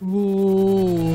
Uh,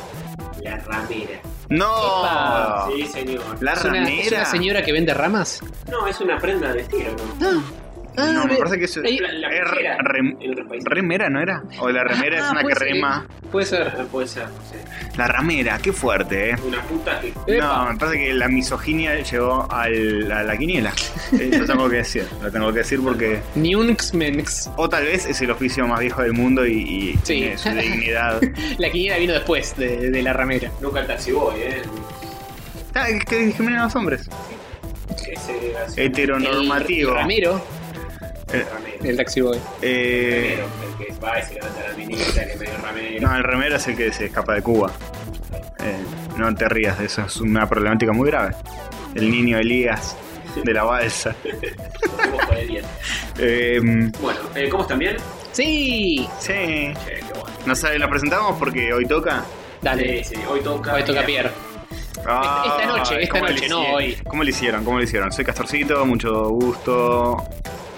La ramera. ¡No! Epa. Sí, señor. Ah. ¿La ¿Es una, es ramera? una señora que vende ramas? No, es una prenda de estilo, ¿no? No, me ve- parece que es. ahí- La, la es pulsera rem- en otro país. ¿Remera no era? O la remera es Ah, una que puede ser, rema. Puede ser. Ah, puede ser, no sé. La ramera, qué fuerte, eh. Una puta que. Epa. No, me parece que la misoginia llegó al- a la quiniela. Eh, Lo tengo que decir, lo tengo que decir porque. Niunxmenx. O tal vez es el oficio más viejo del mundo y, y Sí. tiene su dignidad. La quiniela vino después de, de la ramera. Nunca el taxiboy, ¿eh? Ah, es que discriminan a los hombres. Ese así, Este, Heteronormativo. El Ramero, Eh, ramero. el taxiboy. eh, Ramero, El que va y se levanta la minita, que es medio ramero. no, el remero es el que se escapa de Cuba. Eh, no te rías de eso, es una problemática muy grave. El niño Elías de la balsa. Nos vemos por el día. Eh, Bueno, eh, ¿cómo están bien? Sí. sí. Che, qué bueno. No sabe, lo presentamos porque hoy toca. Dale. Sí, sí, hoy toca. Hoy toca Pierre. Ah, esta noche, esta ¿cómo le noche, no hicieron? hoy. ¿Cómo le hicieron? ¿Cómo le hicieron? Soy Castorcito, mucho gusto.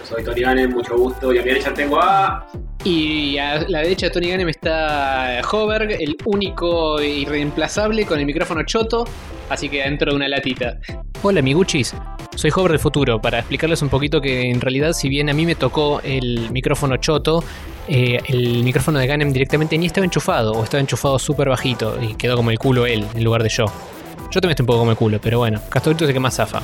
Soy Tony Ganem, mucho gusto. Y a mi derecha tengo a. Y a la derecha de Tony Ganem está Hoberg, el único irreemplazable con el micrófono choto, así que adentro de una latita. Hola, miguchis. Soy Hover de Futuro, para explicarles un poquito que en realidad si bien a mí me tocó el micrófono choto, eh, el micrófono de Ganem directamente ni estaba enchufado o estaba enchufado súper bajito y quedó como el culo él en lugar de yo. Yo también estoy un poco como el culo, pero bueno, Castorito es el que más zafa.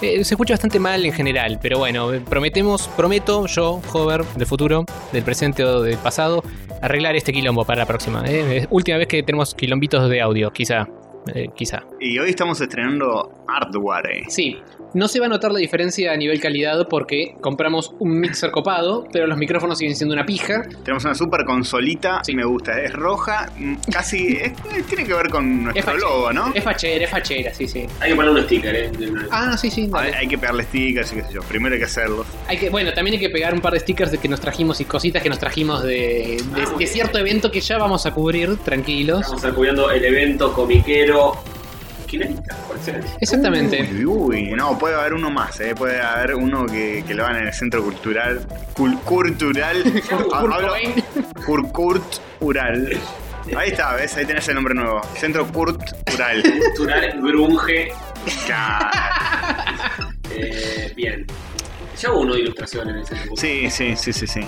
Eh, se escucha bastante mal en general, pero bueno, eh, prometemos, prometo yo, Hover, del futuro, del presente o del pasado, arreglar este quilombo para la próxima. eh. Es última vez que tenemos quilombitos de audio, quizá. eh, quizá. Y hoy estamos estrenando hardware. eh. Sí, no se va a notar la diferencia a nivel calidad porque compramos un mixer copado, pero los micrófonos siguen siendo una pija. Tenemos una super consolita, Sí. me gusta, es roja, mm, casi es- tiene que ver con nuestro facha. logo, ¿no? Es fachera, es fachera, sí, sí. Hay que poner un sticker, ¿eh? De una- Ah, sí, sí, Hay, dale. hay que pegarle stickers y qué sé yo, primero hay que hacerlo. Hay que, bueno, también hay que pegar un par de stickers de que nos trajimos y cositas que nos trajimos de, de- Ah, muy de cierto evento que ya vamos a cubrir, tranquilos. Vamos a estar cubriendo el evento comiquero. Quinerita, por ser. Exactamente. Uy, uy, no, puede haber uno más, ¿eh? puede haber uno que, que lo hagan en el centro cultural. cul- cultural. Kurt Ah, hablo- Cobain. Cur- Kurt Ural. Ahí está, ¿ves? Ahí tenés el nombre nuevo. Centro Kurt Ural. Cultural Grunge. Claro. Eh, bien. Ya hubo una ilustración en ese tipo. Sí, sí, sí, sí, sí.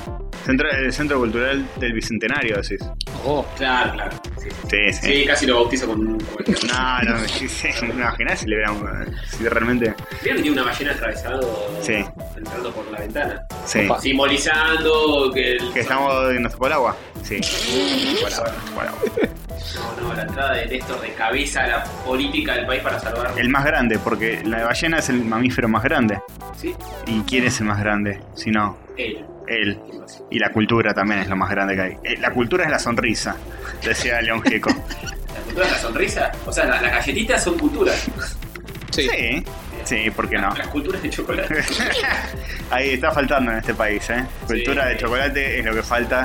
Centro, el Centro Cultural del Bicentenario, decís. Oh, Claro, claro. Sí, sí. Sí, sí. Sí, casi lo bautizo con un. con el- No, no, sí, sí, no imaginás si le hubiéramos- Si realmente. ¿Vieron que tiene una ballena atravesado? Sí. Entrando por la ventana. Sí. Opa. Simbolizando que el. Que estamos en nuestro por agua. Sí. Por agua, por agua. No, no, la entrada de Néstor de cabeza a la política del país para salvar. El más grande, porque la ballena es el mamífero más grande. Sí, ¿Y quién es el más grande? Si no, él. él. Y la cultura también es lo más grande que hay. Eh, La cultura es la sonrisa, decía León Gieco. La cultura de la sonrisa. O sea, la- las galletitas son culturas. sí. Sí, sí, ¿por qué no? Las culturas de chocolate. Ahí está faltando en este país, ¿eh? Cultura Sí. de chocolate es lo que falta.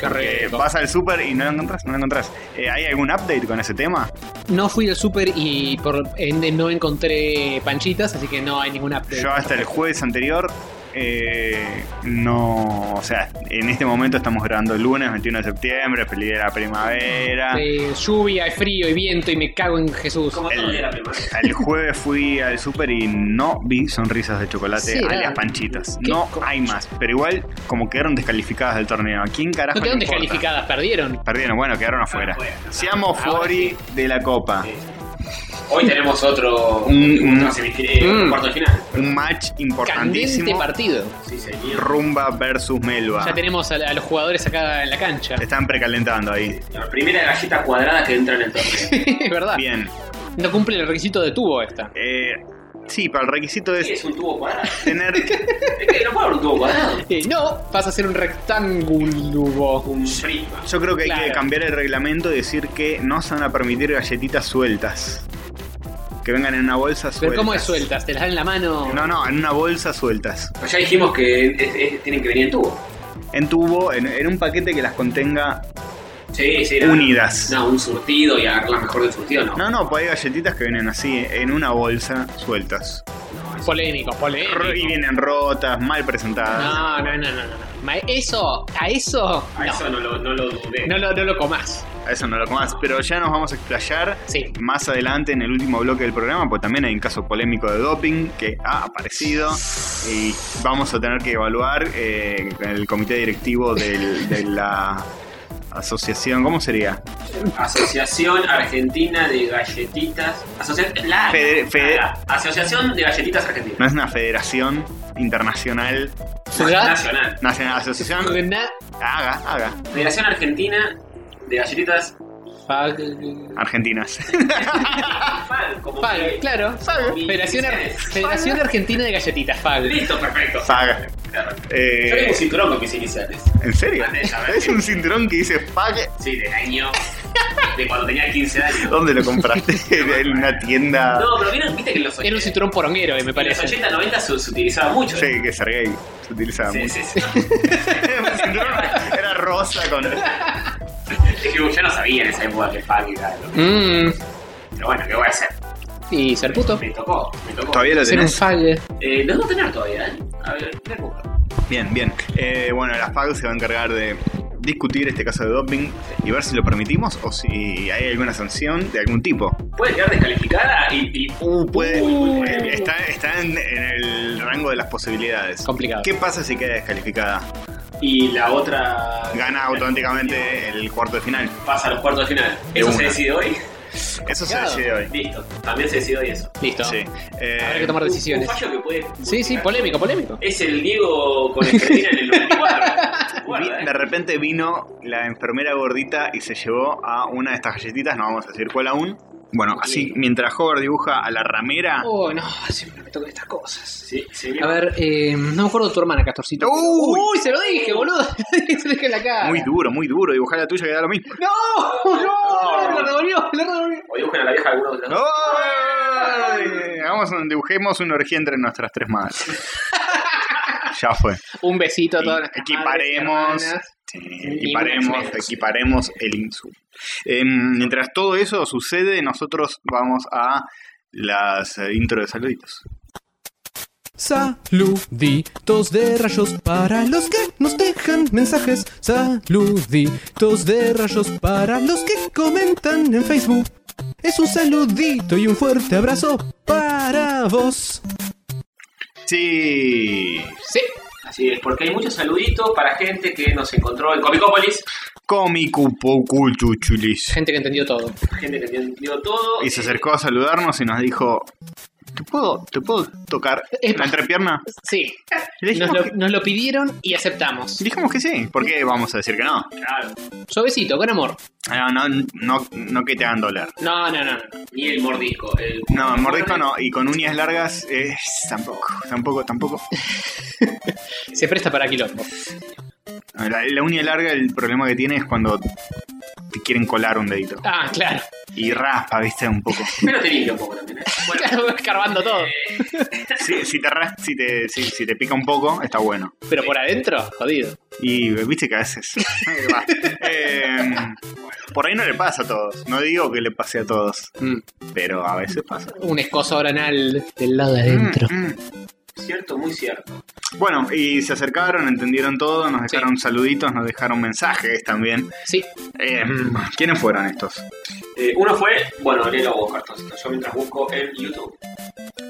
Qué Porque rico. vas al súper y no lo encontrás, no lo encontrás. Eh, ¿Hay algún update con ese tema? No fui al súper y por ende no encontré panchitas, así que no hay ninguna update. Yo hasta el jueves anterior eh, no, o sea, en este momento estamos grabando el lunes 21 de septiembre, feliz día de la primavera. Eh, lluvia, hay frío y viento y me cago en Jesús. Como todo El- el día de la primaria. El jueves fui al súper y no vi sonrisas de chocolate, Sí, era- alias panchitas. ¿Qué? No hay más, pero igual como quedaron descalificadas del torneo. ¿A quién carajo le No quedaron importa. descalificadas, perdieron. Perdieron, bueno, quedaron afuera. Afuera. Seamos Ahora Fori de la Copa. Sí. Hoy tenemos otro. Un- una semifi- eh, Mm. un cuarto de final. Un match Candente importantísimo. Ah. partido. Sí, señor. Rumba versus Melba. Ya tenemos a, a los jugadores acá en la cancha. Están precalentando ahí. La primera galleta cuadrada que entra en el torneo. es verdad. Bien. No cumple el requisito de tubo esta. Eh, sí, para el requisito ¿Qué es es un tubo cuadrado? tener. Es que no puede haber un tubo cuadrado. Eh, no, vas a ser un rectángulo. Un prisma. Yo creo que hay que Claro. cambiar el reglamento y decir que no se van a permitir galletitas sueltas. Que vengan en una bolsa suelta. Pero ¿cómo es sueltas? ¿Te las dan en la mano? No, no, en una bolsa sueltas. Pues ya dijimos que es- es- tienen que venir en tubo. En tubo, en, en un paquete que las contenga Sí, sí. no. unidas. No, un surtido y agarrar la mejor del surtido, no. No, no, pues hay galletitas que vienen así, en una bolsa, sueltas. Polémico, Ro- Y polémico. vienen rotas, mal presentadas. No, no, no, no, no. no. Ma- Eso, a eso, A Ah, eso no lo, no lo dudé. no lo, no lo comás. A eso no lo comas. Pero ya nos vamos a explayar Sí. más adelante en el último bloque del programa, porque también hay un caso polémico de doping que ha aparecido y vamos a tener que evaluar eh, con el comité directivo del- de la asociación, ¿cómo sería? Asociación Argentina de Galletitas. Asociación. La, Fede- Fede- la- Asociación de Galletitas No Argentinas. es una federación internacional, Fuga- Nacional. nacional, asociación. Fugna- Haga, haga. Federación Argentina de Galletitas Fag- Argentinas. Ah, Fan, como Fag, que- claro. Fag. Sí, Federación, Ar- sí. Federación Argentina de Galletitas, Fag. Listo, perfecto. Haga. Eh, Yo tengo un cinturón con mis iniciales. ¿En serio? Antes, a ver. Es un cinturón que dice FAG. Sí, del año. de cuando tenía 15 años. ¿Dónde lo compraste? en una tienda. No, pero vieron, viste que en los 80. Era un cinturón poronguero, eh, me en los parece. 80, 90 se, se utilizaba mucho. Sí, que Sergey se utilizaba Sí, mucho. sí, sí. Un cinturón era rosa con. Es que yo no sabía en esa época que Fag era lo- Mmm. Pero bueno, ¿qué voy a hacer? Y ser puto. Me tocó, me tocó. Todavía lo Ser un tenés. fag. Eh, lo debo tener todavía, ¿eh? A ver, voy a buscar. Bien, bien. Eh, bueno, la FAG se va a encargar de discutir este caso de doping y ver si lo permitimos o si hay alguna sanción de algún tipo. Puede quedar descalificada y. y- Uh, puede. Uh. eh, está está en, en el rango de las posibilidades. Complicado. ¿Qué pasa si queda descalificada? y la otra. Gana automáticamente el cuarto de final. Pasa a los cuartos de final. De ¿Eso una. se decide hoy? Eso se decide hoy. Listo. También se decide hoy eso. Listo. Sí. Eh, Habrá que tomar Un- decisiones. Un fallo que puede. Sí, sí, polémico, polémico. Es el Diego con Escretina en el 94. Vi- Guarda, De ¿eh? repente vino la enfermera gordita y se llevó a una de estas galletitas, no vamos a decir cuál aún. Bueno, así mientras Hover dibuja a la ramera. Oh, no, siempre me tocan estas cosas. Sí, sí, A ver, eh, no me acuerdo de tu hermana, Castorcito. Uy. se lo dije, boludo. se lo dije en la cara. Muy duro, muy duro. Dibujar la tuya que da lo mismo. ¡No! ¡No! ¡Lo revolvió! ¡Lo revolvió! O dibujen a la vieja de alguno de los dos. ¡Ay! Hagamos un- dibujemos una orgía entre nuestras tres madres. ya fue. Un besito a todas las Equiparemos. Sí, equiparemos, menos. equiparemos el insumo. Em, mientras todo eso sucede, nosotros vamos a las eh, intro de saluditos. Saluditos de rayos para los que nos dejan mensajes. Saluditos de rayos para los que comentan en Facebook. Es un saludito y un fuerte abrazo para vos. Sí. Sí. Así es, porque hay muchos saluditos para gente que nos encontró en Comicópolis. Cómico poco chuchulis. Gente que entendió todo. Gente que entendió todo. Y se acercó a saludarnos y nos dijo: ¿Te puedo, te puedo tocar la Epa. entrepierna? Sí. Le Nos dijimos, lo, que, nos lo pidieron y aceptamos. le dijimos que sí. ¿Por qué vamos a decir que no? Claro. Suavecito, con amor. No, no, no, no que te hagan doler. No, no, no. no. Ni el mordisco. El... No, mordisco no. Y con uñas largas, eh, tampoco, tampoco, tampoco. Se presta para quilombo. La, la uña larga, el problema que tiene es cuando te quieren colar un dedito. Ah, claro. Y raspa, viste, un poco. Pero te limpia un poco también. ¿eh? Bueno, Claro, escarbando todo. eh, Si, si te, ras- si, te, si, si te pica un poco, está bueno. Pero por adentro, jodido. Y Y viste que a veces. Ahí va. Em, por ahí no le pasa a todos. No digo que le pase a todos, mm, pero a veces pasa. un escosor anal del lado de adentro. Mm, mm. cierto, muy cierto. Bueno, y se acercaron, entendieron todo, nos Sí. dejaron saluditos, nos dejaron mensajes también. Sí. Em, ¿Quiénes fueron estos? Eh, uno fue, bueno, léelo vos, Cartoncito. Yo mientras busco en YouTube.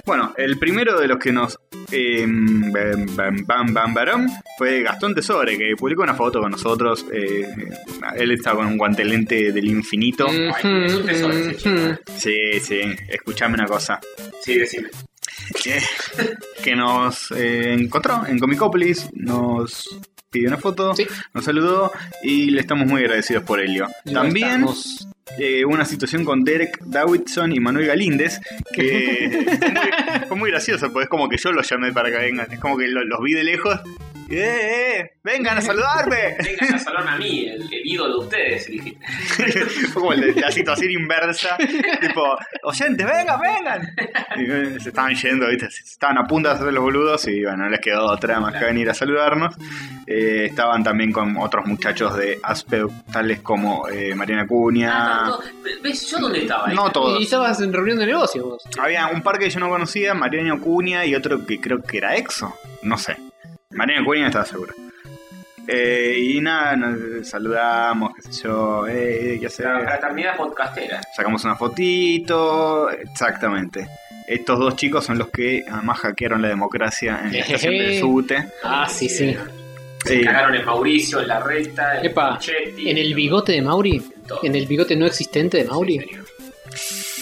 Bueno, el primero de los que nos. eh, bam, bam, bam, bam, baram, fue Gastón Tesore, que publicó una foto con nosotros. eh, él está con un guantelente del infinito. Mm. Ay, es un tesoro, sí. Ujú, Sí, sí, escuchame una cosa. Sí, decime. que, que nos eh, encontró en Comicopolis, nos pidió una foto, Sí. nos saludó y le estamos muy agradecidos por ello. ujú. También Estamos- eh, una situación con Derek Dawidson y Manuel Galíndez, que fue muy- fue muy gracioso, porque es como que yo los llamé para que vengan, es como que lo- los vi de lejos. y, ¡Eh, eh! ¡Vengan a saludarme! Vengan a salvarme a mí, el, el ídolo de ustedes. le dije. Fue como el de- la situación inversa. tipo, oyentes, vengan, vengan. Y, eh, se estaban yendo, ¿viste? Se estaban a punto de hacer los boludos y bueno, no les quedó otra más que venir a saludarnos. Eh, estaban también con otros muchachos de Aspe, tales como eh, Mariana Ah, Cuña. no, no, ¿Ves? ¿Yo dónde estaba? ahí? No Y todos. estabas en reunión de negocios vos. Había un par que yo no conocía, Mariana Cuña y otro que creo que era Exo. No sé. Mariana Cuña estaba seguro. Eh, y nada, nos saludamos, qué sé yo, eh, qué hacer. La fraternidad podcastera. Sacamos una fotito, exactamente. Estos dos chicos son los que además hackearon la democracia en la estación de Ejeje. Subte. Ah, sí, sí. Se Sí. Eh, cagaron en Mauricio, en la recta, en Epa, Chetti, En el bigote de Mauri. todo. En el bigote no existente de Mauri. Sí, señor.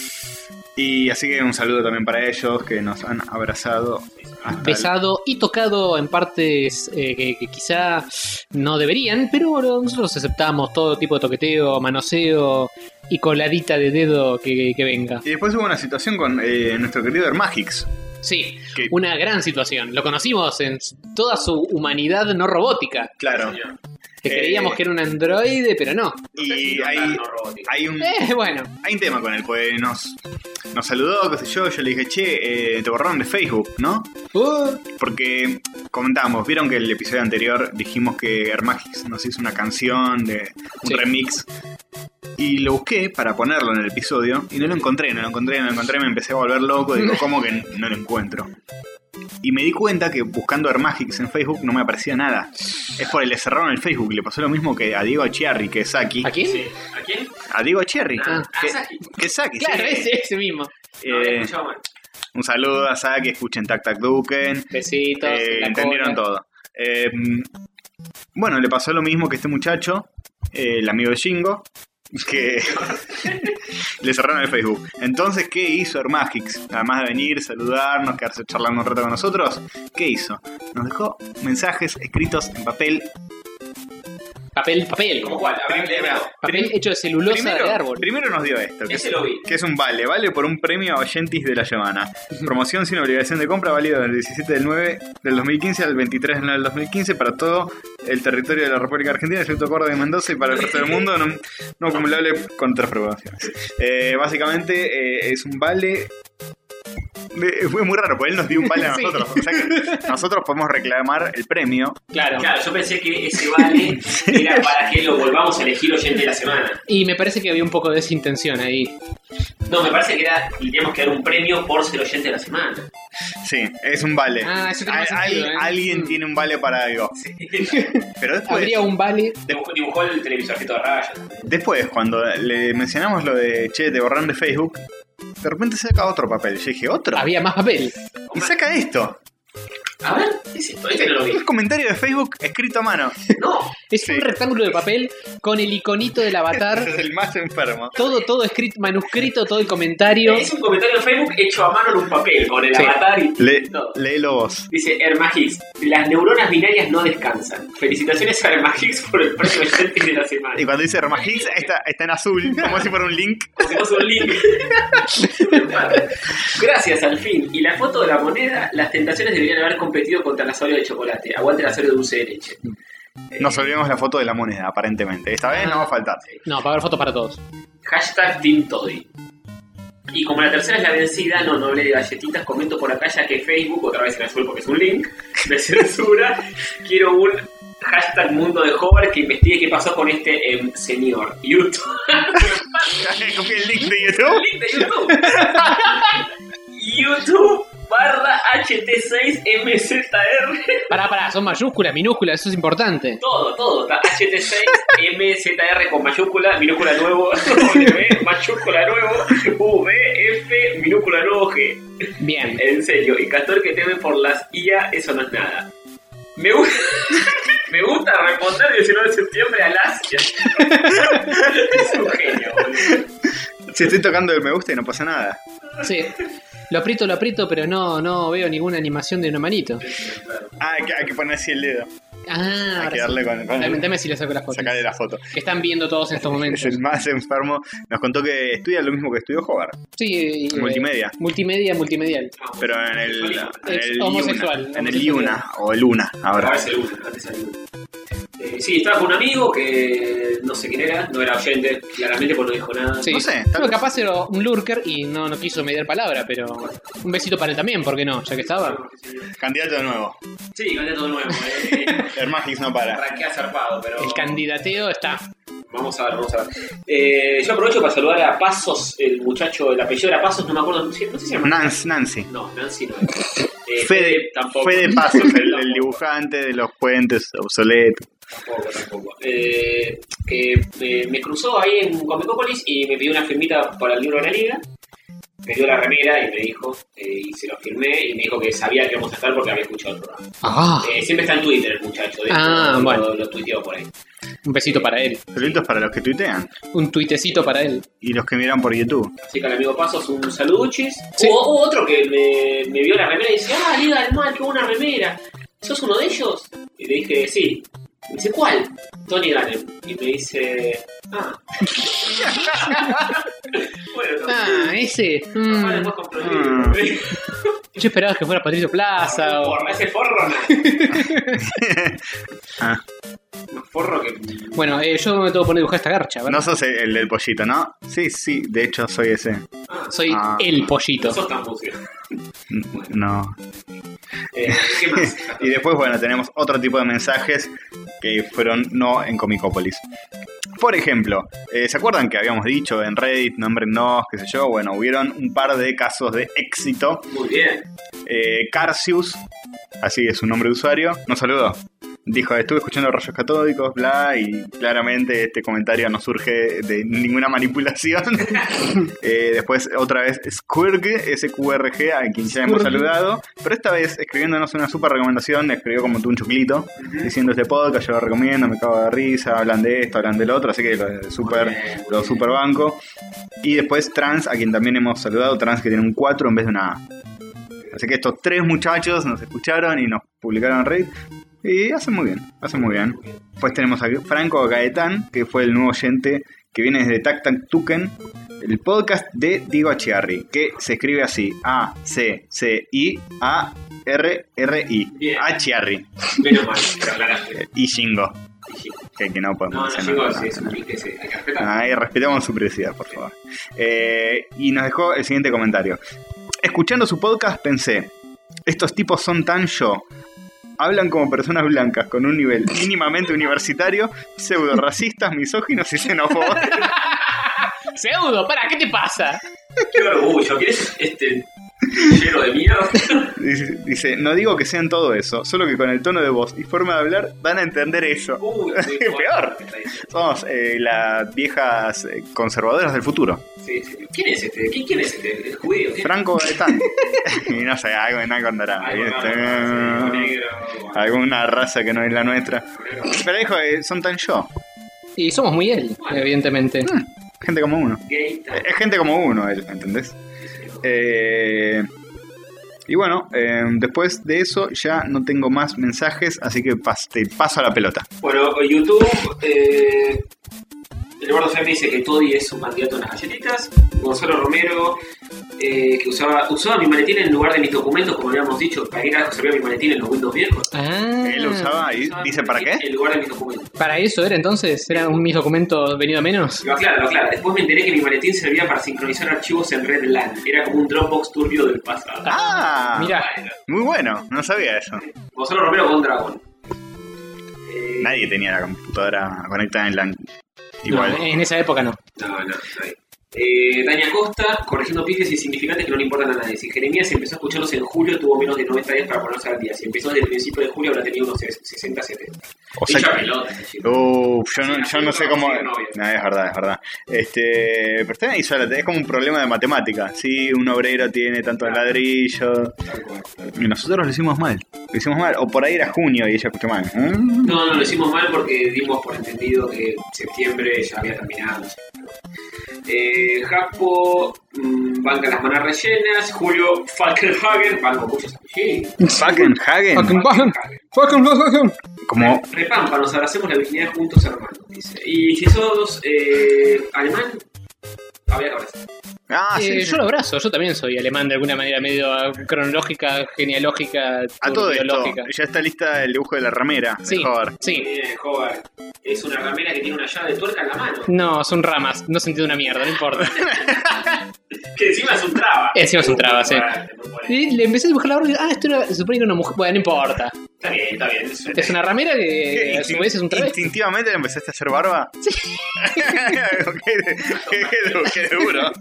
Y así que un saludo también para ellos que nos han abrazado hasta Pesado y tocado en partes eh, que, que quizá no deberían, pero bueno, nosotros aceptamos todo tipo de toqueteo, manoseo y coladita de dedo que, que venga. el- Y después hubo una situación con eh, nuestro querido Hermagix. Sí, Que, una gran situación. Lo conocimos en toda su humanidad no robótica. claro. Señor. Que Eh. creíamos que era un androide, pero no. No sé si Y lo hay, dan, no, robótica. hay un, Eh, bueno, hay un tema con él, pues nos, nos saludó, qué sé yo, yo le dije, che, eh, te borraron de Facebook, ¿no? Oh, Uh, Porque comentamos, vieron que el episodio anterior dijimos que Hermagix nos hizo una canción de un Sí. remix. Y lo busqué para ponerlo en el episodio y no lo encontré, no lo encontré, no lo encontré, me empecé a volver loco, digo, ¿cómo que no lo encuentro? Y me di cuenta que buscando Hermagix en Facebook no me aparecía nada. Es por el le cerraron el Facebook, le pasó lo mismo que a Diego Cherry, que es aquí. ¿a quién? Sí. ¿A quién? A Diego Cherry, Ah, que, a Saki. que es Saki, Claro, sí. ese, ese mismo. No, Eh, había escuchado mal. un saludo a Saki, escuchen Tac Tac Duken. Besitos. Eh, la entendieron cola. todo. Eh, bueno, le pasó lo mismo que este muchacho, eh, el amigo de Jingo, que le cerraron el Facebook. Entonces, ¿qué hizo Hermagix? Además de venir, saludarnos, quedarse charlando un rato con nosotros, ¿qué hizo? Nos dejó mensajes escritos en papel. Papel, papel. ¿Cómo cuál? A ver, Primera. léemelo. Papel hecho de celulosa Primero, de árbol. primero nos dio esto, que es, Ese lo vi. que es un vale, vale por un premio a Oyentis de la semana. Promoción sin obligación de compra, válido del 17 del 9 del 2015 al 23 del 9 del 2015 para todo el territorio de la República Argentina, excepto Córdoba y Mendoza, y para el resto del mundo no, no acumulable con otras promociones. Eh, básicamente eh, es un vale... de- Fue muy raro, porque él nos dio un vale a Sí. nosotros. O sea que nosotros podemos reclamar el premio. Claro. Claro, yo pensé que ese vale era para que lo volvamos a elegir oyente de la semana. Y me parece que había un poco de esa intención ahí. No, me parece que era, le teníamos que dar un premio por ser oyente de la semana. Sí, es un vale. Ah, eso tiene más Al- al- sentido, ¿eh? Alguien Mm. tiene un vale para algo. Pero después... Habría un vale. Dibujó, dibujó el televisorcito de rayas. Después, cuando le mencionamos lo de che, te borraron de Facebook, de repente saca otro papel. Yo dije, ¿otro? Había más papel. Y saca esto. A ver, ¿qué es esto? Este no lo vi. Un comentario de Facebook escrito a mano. No, Es Sí. un rectángulo de papel con el iconito del avatar. Ese es el más enfermo. Todo, todo escrito, manuscrito, todo el comentario. es un comentario en Facebook hecho a mano en un papel con el Sí. avatar y Le, todo. léelo vos. Dice Hermagix, las neuronas binarias no descansan. Felicitaciones a Hermagix por el premio oyente de la Y semana. cuando dice Hermagix, está, está en azul, como si fuera un link. Como si fuese un link. Gracias, al fin. Y la foto de la moneda, las tentaciones deberían haber competido contra la Oreo de chocolate. Aguante la Oreo dulce de leche. Nos olvidamos la foto de la moneda, aparentemente. Esta vez no va a faltar. No, para ver fotos para todos. Hashtag Team Toddy. Y como la tercera es la vencida, no, no hablé de galletitas, comento por acá ya que Facebook, otra vez en azul porque es un link, me censura. Quiero un hashtag mundo de Hover que investigue qué pasó con este em, señor. YouTube. Ah, Copié el link de YouTube. link de YouTube. YouTube barra HT6MZR. Pará, pará, son mayúsculas, minúsculas, eso es importante. Todo, todo. Está HT6MZR con mayúscula, minúscula nuevo, W, mayúscula nuevo, V, F, minúscula película, no, que Bien. en serio, y Castor que teme por las IA, eso no es nada. Me gusta, me gusta responder el 19 de septiembre a las IA. Es un genio, boludo. Si estoy tocando el me gusta y no pasa nada. Sí. Lo aprieto, lo aprieto, pero no, no veo ninguna animación de una manito. Ah, hay que, hay que poner así el dedo. Ah, Hay ahora que sí. darle con, con Dame- dame si le saco las fotos. sacarle la foto. Que están viendo todos en estos momentos. Es el más enfermo. Nos contó que estudia lo mismo que estudió Hobart, Sí, y- eh, Multimedia. Multimedia, multimedial. pero en el, en Es el homosexual, Yuna, en el homosexual. Yuna o el Luna ahora. Ahora es el uno, antes era el uno. Eh, sí, estaba con un amigo que no sé quién era, no era oyente, claramente porque no dijo nada. Sí. No sé, tal Bueno, vez. capaz era un lurker y no, no quiso mediar palabra, pero un besito para él también, ¿por qué no? Ya que estaba. Candidato de nuevo. Sí, candidato nuevo. Eh. El Magix no para. Arranqué zarpado, pero. El candidateo está. Vamos a ver, vamos a ver. Eh, yo aprovecho para saludar a Pasos, el muchacho, el apellido era Pasos, no me acuerdo, no sé no sé si se llama. Nancy, Nancy. No, Nancy no. era. Eh, Fede, tampoco. Fede Pasos, el, el Tampoco, dibujante de los puentes obsoletos. Tampoco, tampoco. Eh, que eh, me cruzó ahí en Comecópolis y me pidió una firmita para el libro de la liga. Me dio la remera y me dijo, eh, y se lo firmé, y me dijo que sabía que íbamos a estar porque había escuchado el programa. Ah, Eh, siempre está en Twitter el muchacho, de hecho, Ah, lo, bueno. lo, tuiteo por ahí. un besito para él. Saluditos para los que tuitean Un tuitecito para él. y los que miran por YouTube. Así que al amigo Pasos, un saluchis. Sí. Hubo, hubo otro que me, me vio la remera y dice, ah, Liga del Mal, qué buena remera. ¿Sos uno de ellos? Y le dije, sí. Me dice, ¿cuál? Tony Gannem. Y me dice, ah. bueno, no. Ah, ese. Mm, Papá, después compró el Mm. libro. yo esperaba que fuera Patricio Plaza o... Forro, Ese forro, no. Ah, Más forro que... Bueno, eh, yo me tengo que poner a dibujar esta garcha, ¿verdad? no sos el, el del pollito, ¿no? Sí, sí, de hecho soy ese. Ah, Soy Ah. el pollito. no sos tan sucio. No. Eh, ¿Qué más? Y después, bueno, tenemos otro tipo de mensajes que fueron no en Comicopolis. Por ejemplo, eh, ¿se acuerdan que habíamos dicho en Reddit, nombre no, qué sé yo? Bueno, hubieron un par de casos de éxito. Muy bien. Eh, Carcius, así es su nombre de usuario, nos saludó. Dijo, estuve escuchando rayos catódicos, bla, y claramente este comentario no surge de ninguna manipulación. Eh, después, otra vez, Squirg, SQRG, a quien ya hemos Squirg. saludado, pero esta vez escribiéndonos una super recomendación, escribió como tú un chuclito, diciendo este podcast, yo lo recomiendo, me cago de risa, hablan de esto, hablan del otro, así que lo super, lo super banco. Y después Trans, a quien también hemos saludado, Trans que tiene un 4 en vez de una A. Así que estos tres muchachos nos escucharon y nos publicaron en Reddit. Y hacen muy bien, hacen muy bien. Después tenemos a Franco Gaetán, que fue el nuevo oyente que viene desde Tac Tac Tuken, el podcast de Diego Achiarri, que se escribe así: A, C, C, I, A, R, R, I. Bien. Achiarri. Menos mal, pero aclaraste. Y Jingo, Dije, que, que no No, no, podemos hacer chicos, nada. es un que se hay que respetar. Ahí respetamos su privacidad, por favor. Eh, y nos dejó el siguiente comentario. Escuchando su podcast pensé, estos tipos son tan yo. Hablan como personas blancas con un nivel mínimamente universitario, pseudo racistas, misóginos y xenófobos. Pseudo, para, ¿qué te pasa? Qué orgullo, ¿quieres este lleno de mierda? Dice, dice, no digo que sean todo eso, solo que con el tono de voz y forma de hablar dan a entender eso. Uy, muy Qué fuerte. Somos eh, las viejas eh, conservadoras del futuro. Sí, sí. ¿Quién es este? ¿Quién, quién es este? ¿El judío? ¿Quién? Franco Gaetán. y no sé, algo en algo andará. Algo ¿viste? raro, sí, negro, bueno, alguna raza que no es la nuestra. negro. Pero dijo que son tan yo. Y somos muy él, evidentemente. Mm. Gente como uno. Eh, Gay, tal. Es gente como uno, él, ¿entendés? Eh, y bueno, eh, después de eso ya no tengo más mensajes, así que pas- te paso a la pelota. Bueno, YouTube. Eh, Eduardo Femme dice que Toddy es un candidato en las galletitas. Gonzalo Romero, eh, que usaba, usaba mi maletín en lugar de mis documentos, como habíamos dicho. ¿Para qué carajo servía mi maletín en los Windows viejos? Ah. Él lo usaba y Usaba dice mi para qué. maletín En lugar de mis documentos. ¿Para eso era entonces? ¿Era un mis documentos venido a menos? Lo aclara, lo aclara. Después me enteré que mi maletín servía para sincronizar archivos en Red LAN. Era como un Dropbox turbio del pasado. Ah, Mirá. Bueno, muy bueno, no sabía eso. Gonzalo Romero con Dragon. Eh, Nadie tenía la computadora conectada en LAN. Igual. No, en esa época no. No, no, no. Eh, Dani Acosta, corrigiendo pifias insignificantes que no le importan a nadie. Si Jeremías empezó a escucharlos en julio, tuvo menos de 90 días para ponerse al día. Si empezó desde el principio de julio, habrá tenido unos 60, 70. O sea, Dicha que- pelota, chico. Uh, yo, no, Sí, yo no sí, sé cómo. sí, novio. No, es verdad, es verdad. Este, pero está ahí sola, es como un problema de matemática. Sí, un obrero tiene tanto ladrillo. Tal cual. Y nosotros lo hicimos mal. Lo hicimos mal. O por ahí era junio y ella escuchó mal. ¿Mm? No, no, lo hicimos mal porque dimos por entendido que septiembre ya había terminado. no sé. Eh, Japo mm, banca las manos rellenas, Julio Falkenhagen, banco muchos apellidos. Fucking Hagen. Como. Repampa, nos abracemos la virginidad juntos, hermano. Dice. Y si sos eh, alemán, había que abrazar. Ah, Eh, sí, sí. Yo lo abrazo, yo también soy alemán de alguna manera medio cronológica, genealógica, A todo esto, biológica. ya está lista el dibujo de la ramera. de Sí, Hover. sí. Eh, joven, es una ramera que tiene una llave de tuerca en la mano. No, son ramas, no se entiende una mierda, no importa. Que encima es un traba. Encima es un traba, sí. Muy bueno. Y le empecé a dibujar la barba y ah, esto era, se supone que era una mujer. Bueno, no importa. Está bien, está bien. Es un- Este Es una ramera que Eh, a su vez es un travesti. Instintivamente le empezaste a hacer barba. Sí. qué, qué- qué du- qué duro.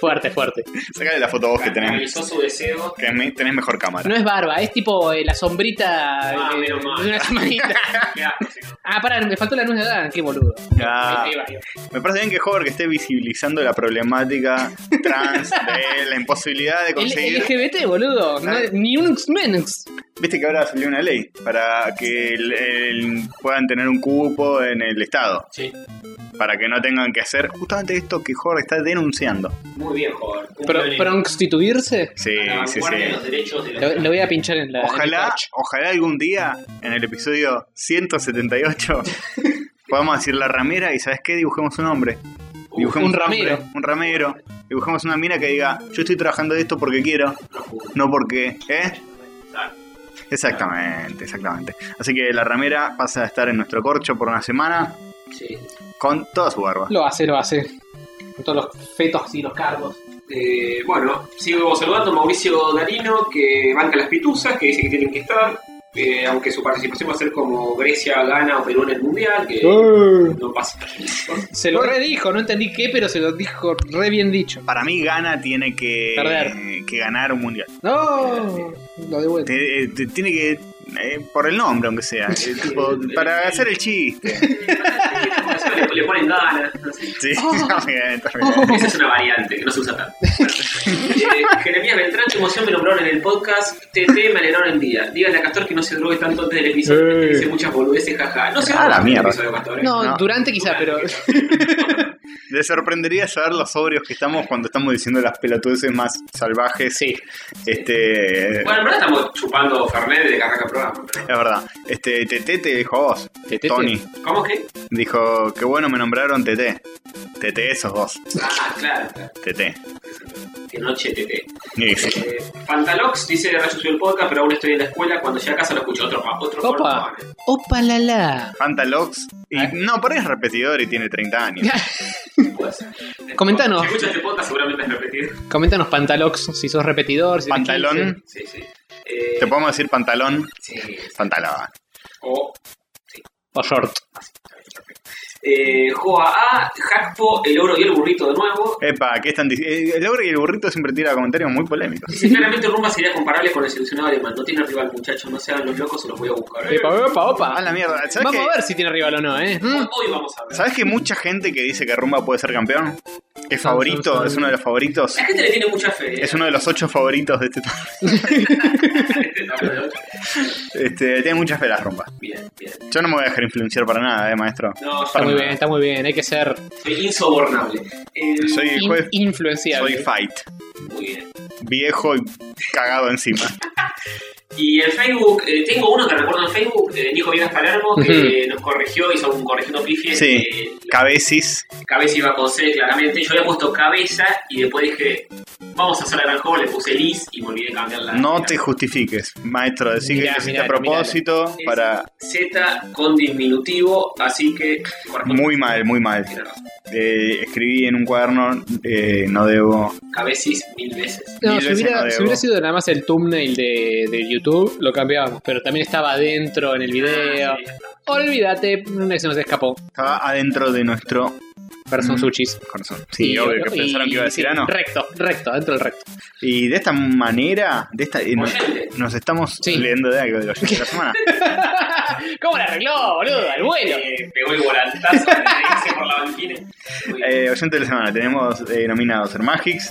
Fuerte, fuerte. Sácale la foto vos que tenés. Realizó su deseo. Que me- tenés mejor cámara. No es barba, es tipo eh, la sombrita Ah, de, menos mal. de una semanita. Mirá, no sé, ah, pará, me faltó la nuez de Adán, qué boludo. Ah. Ahí, ahí va, ahí va. Me parece bien que Hover que esté visibilizando la problemática trans de la imposibilidad de El conseguir. LGBT, boludo. Ah. no- ni un Menux. Viste que ahora salió una ley para que el- el- puedan tener un cupo en el Estado. Sí. Para que no tengan que hacer justamente esto que Hover está denunciando. Muy bien, joven. Un Pro, pionero. ¿Prostituirse? Sí, A la sí, vanguardia de sí. los derechos de la Lo, lo voy a pinchar en la. en el Ojalá, touch. ojalá algún día, en el episodio 178, podamos decir la ramera y ¿sabes qué? Dibujemos un hombre. Dibujemos un hombre, ramero. un ramero. Dibujemos una mina que diga, yo estoy trabajando de esto porque quiero, no porque... ¿Eh? Exactamente, exactamente. Así que la ramera pasa a estar en nuestro corcho por una semana Sí. con toda su barba. Lo hace, lo hace. Con todos los fetos y los cargos. Eh, bueno, sigo saludando a Mauricio Darino, que banca las pituzas, que dice que tienen que estar, eh, aunque su participación va a ser como Grecia, Ghana o Perú en el Mundial, que no pasa. Se lo redijo, no entendí qué, pero se lo dijo re bien dicho. Para mí Gana tiene que, Perder. que ganar un mundial. No, lo devuelvo. Te- eh, te- tiene que... eh, por el nombre, aunque sea. eh, tipo, para hacer el chiste. le, le ponen Ghana. no sé. Sí, está bien, está bien. Esa es una variante que no se usa tanto. Eh, Jeremías Beltrán, qué emoción me nombraron en el podcast. TT me alegraron el día. Díganle a Castor que no se drogue tanto antes del episodio. Eh. que Dice muchas boludeces, jaja. No se Ah, la drogue mierda. antes del episodio, Castor, ¿eh? No, No. durante quizá, pero. Le sorprendería saber los sobrios que estamos cuando estamos diciendo las pelotudeces más salvajes. Sí. Este. Bueno, en verdad estamos chupando Fernet de Carraca Programa. Es verdad. Este, Tete te dijo a vos. Tete. Tony. ¿Cómo que? Dijo, qué bueno me nombraron Tete. Tete, esos vos. Ah, claro, claro. Tete. Que noche tete. Y sí. Eh, Pantalox dice que subió el podcast, pero aún estoy en la escuela. Cuando llegue a casa lo escucho otro pa- otro Opa. formato. Opa la la. Pantalox. Y, ¿Eh? No, por ahí es repetidor y tiene 30 años. Puede ser. Comentanos. Si escuchas este podcast seguramente es repetido. Coméntanos pantalox si sos repetidor. Si Pantalón. Sí, sí. Eh, Te podemos decir pantalón. sí. Pantalón. O O short. eh, Joa A, Jackpo, el oro y el burrito de nuevo. Epa, ¿qué están Eh, diciendo? El ogro y el burrito siempre tira comentarios muy polémicos. Dice, claramente Rumba sería comparable con el seleccionado alemán. No tiene rival, muchachos. No sean los locos, se los voy a buscar. Eh, Epa, opa, Ah, opa. la mierda. ¿Sabes Vamos que, a ver si tiene rival o no, ¿eh? Mm. Hoy vamos a ver. ¿sabes que hay mucha gente que dice que Rumba puede ser campeón? Es favorito, es uno de los favoritos. La gente le tiene mucha fe. eh. Es uno de los ocho favoritos de este torneo. Este, tiene muchas velas rumba. Bien, bien. Yo no me voy a dejar influenciar para nada, eh, maestro. No, Está soy, muy bien, está muy bien. Hay que ser soy insobornable. Eh, Soy in- juez, soy influenciable. fight. Muy bien. Viejo y cagado encima. Y en Facebook, eh, tengo uno que recuerdo en Facebook, eh, Nico Vieras Palermo, que Ujú. nos corrigió, hizo un corrigiendo pifies. Sí. eh, Cabecis. cabeza iba con C, claramente. Yo había puesto cabeza y después dije, vamos a hacer la gran juego, le puse Liz y me olvidé cambiarla. No te justifiques, maestro. Decir que Mirá, lo hiciste mirá, a propósito Es para. Z con diminutivo, así que. corresponde. Muy mal, muy mal. Tiene razón. Eh, escribí en un cuaderno, eh, no debo. Cabecis mil veces. No, Mil si veces no hubiera, debo. si hubiera sido nada más el thumbnail de, de YouTube, lo cambiábamos. Pero también estaba adentro en el video. Ah, sí. Olvídate, se nos escapó. Estaba adentro de nuestro Corazón Mm. sushis. Corazón. Sí, obvio que y- pensaron que iba a decir, sí, ah, no. Recto, recto, dentro del recto. Y de esta manera, de esta, eh, no- Oyente. nos, estamos Sí. leyendo de algo de los oyentes de la semana. ¿Cómo la arregló, boludo? Al vuelo. Eh, pegó el volantazo de irse por la banquina. Muy bien. Eh, oyente de la semana, tenemos eh, nominados Hermagix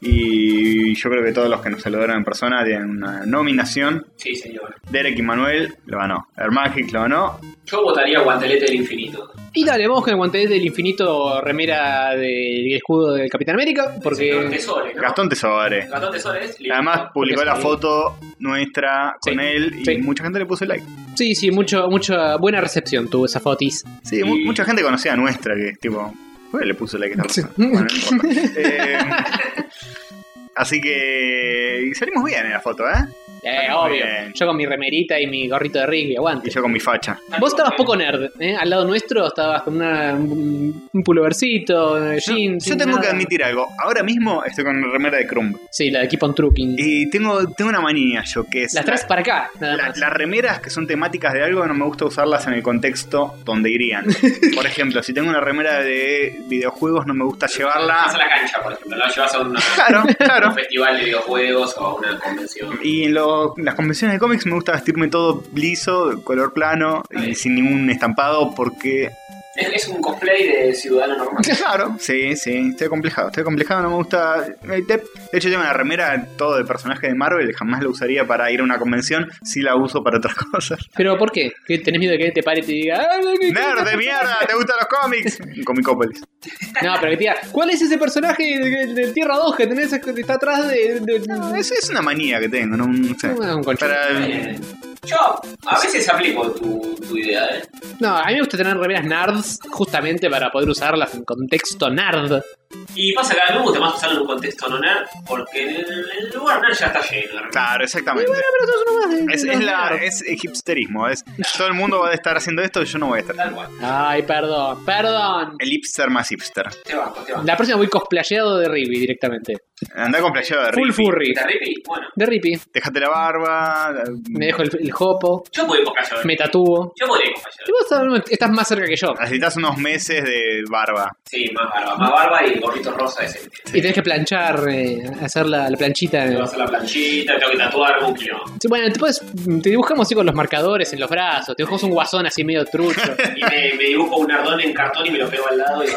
y yo creo que todos los que nos saludaron en persona tienen una nominación. Sí, señor. Derek y Manuel lo ganó, Hermagix lo ganó, Yo votaría Guantelete del Infinito. Y dale, vamos con el guantelete del infinito remera del escudo del Capitán América. Señor Porque. Tesore, ¿no? Gastón Tesore. Gastón Tesore es lindo. Eh, Además publicó porque la sí. foto nuestra con Sí, él y sí. mucha gente le puso like. Sí, sí, mucho, mucha buena recepción tuvo esa fotis. Sí, mu- Y- mucha gente conocida nuestra que es tipo. ¿Por qué le puso like a esta persona? Bueno, no importa. Eh, así que. y salimos bien en la foto, ¿eh? Eh, Muy obvio. bien. Yo con mi remerita y mi gorrito de rugby, Y aguante. yo con mi facha. Vos estabas poco nerd, ¿eh? Al lado nuestro estabas con una, un un pullovercito, Yo, jeans. yo tengo nada. que admitir algo. Ahora mismo estoy con remera de Crumb. Sí, la de Keep on Trucking. Y tengo, tengo una manía yo que es. Las traes para acá, la- nada la- más. las remeras que son temáticas de algo no me gusta usarlas en el contexto donde irían. Por ejemplo, si tengo una remera de videojuegos no me gusta Vas a llevarla. la cancha, por ejemplo. La llevas a una- Claro, a claro. un festival de videojuegos o a una convención. Y en lo- en las convenciones de cómics me gusta vestirme todo liso, color plano y sin ningún estampado porque... Es, es un cosplay de ciudadano normal. Claro, sí, sí, estoy complejado, estoy complejado, no me gusta... eh, De de hecho tengo una remera todo de personaje de Marvel, jamás la usaría para ir a una convención, sí la uso para otras cosas. ¿Pero por qué? ¿Que ¿Tenés miedo de que te pare y te diga... "Ah, no, que- ¡Nerd de mierda! ¿Te gustan los cómics? Comicópolis. No, pero que te diga... ¿Cuál es ese personaje de, de- de Tierra 2 que tenés este, que está atrás de...? de- de- No, es, es una manía que tengo, no, no sé. No, un conchudo. Para- Eh, Yo a veces aplico tu, tu idea, ¿eh? No, a mí me gusta tener remeras nerds justamente para poder usarlas en contexto nerd. Y pasa que a mí me gusta más usarlo en un contexto no nerd, porque el, el lugar nerd ya está lleno. de Claro, exactamente. Pero sos uno más de- Es, de es los la, nerds. es hipsterismo, es todo el mundo va a estar haciendo esto, yo no voy a estar. Tal cual. Ay, perdón, perdón. El hipster más hipster. Te banco, te banco. La próxima voy cosplayado de Rippy directamente. Andá con playero de Full Rippy. Mm. furry. ¿Te ripi? Bueno, De Rippy. Dejate la barba. la- Me dejo el, el jopo, yo podría ir con Cayo. me tatúo. Yo podría ir con Y Cayo. vos sabés, estás más cerca que yo. Necesitas unos meses de barba. Sí, más barba. Más barba y el gorrito rosa ese. Y tenés que planchar, eh, hacer la, la planchita. Te vas a la planchita, tengo que tatuar un kilo. Sí, Bueno, te, podés- te dibujamos así con los marcadores en los brazos. Te dibujamos un guasón así medio trucho. Y me, me dibujo un ardón en cartón y me lo pego al lado y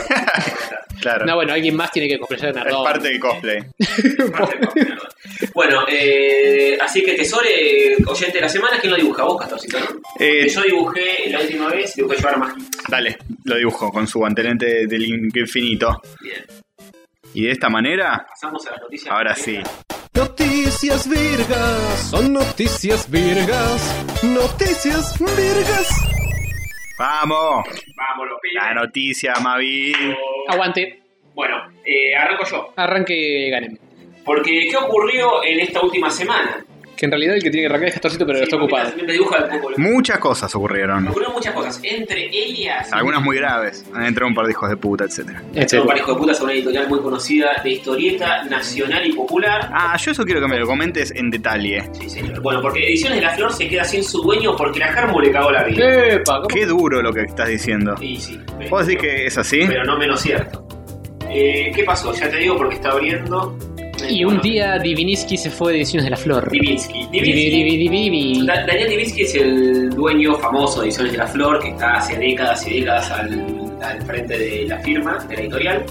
Claro. No, bueno, alguien más tiene que cosplayar de es Nardón. parte del cosplay. Bueno, eh, así que Tesore, oyente de la semana, ¿quién lo dibuja? Vos, Castorcito, ¿no? Eh, Yo dibujé la última vez, dibujé llevar más. Dale, lo dibujo con su guantelete del infinito. Bien, Y de esta manera, pasamos a la noticia. ahora sí. Noticias virgas, son noticias virgas, noticias virgas. ¡Vamos! Vamos, los pibes. La noticia, Mavi. Aguante, Bueno, eh, arranco yo. arranque Ganem. Porque, ¿qué ocurrió en esta última semana? Que en realidad el que tiene que arrancar es Castorcito, pero Sí, está porque ocupado. Siempre dibuja el pueblo. Muchas cosas ocurrieron. Ocurrieron muchas cosas, entre ellas... Algunas muy graves. Han entrado un par de hijos de puta, etc. Etcétera. Son parejo de putas, una editorial muy conocida de historieta nacional y popular. Ah, yo eso quiero que me lo comentes en detalle. Sí, señor. Bueno, porque Ediciones de la Flor se queda sin su dueño porque la Jarmo le cagó la vida. Epa, ¿cómo? Qué duro lo que estás diciendo. Y sí. ¿Puedo decir que es así? Pero no menos cierto. Eh, ¿Qué pasó? Ya te digo porque está abriendo... Y un día Diviniski se fue de Ediciones de la Flor. Divinsky. Divi, Divinsky. divi, divi, divi. Da- Daniel Divinsky es el dueño famoso de Ediciones de la Flor, que está hace décadas y décadas al, al frente de la firma, de la editorial.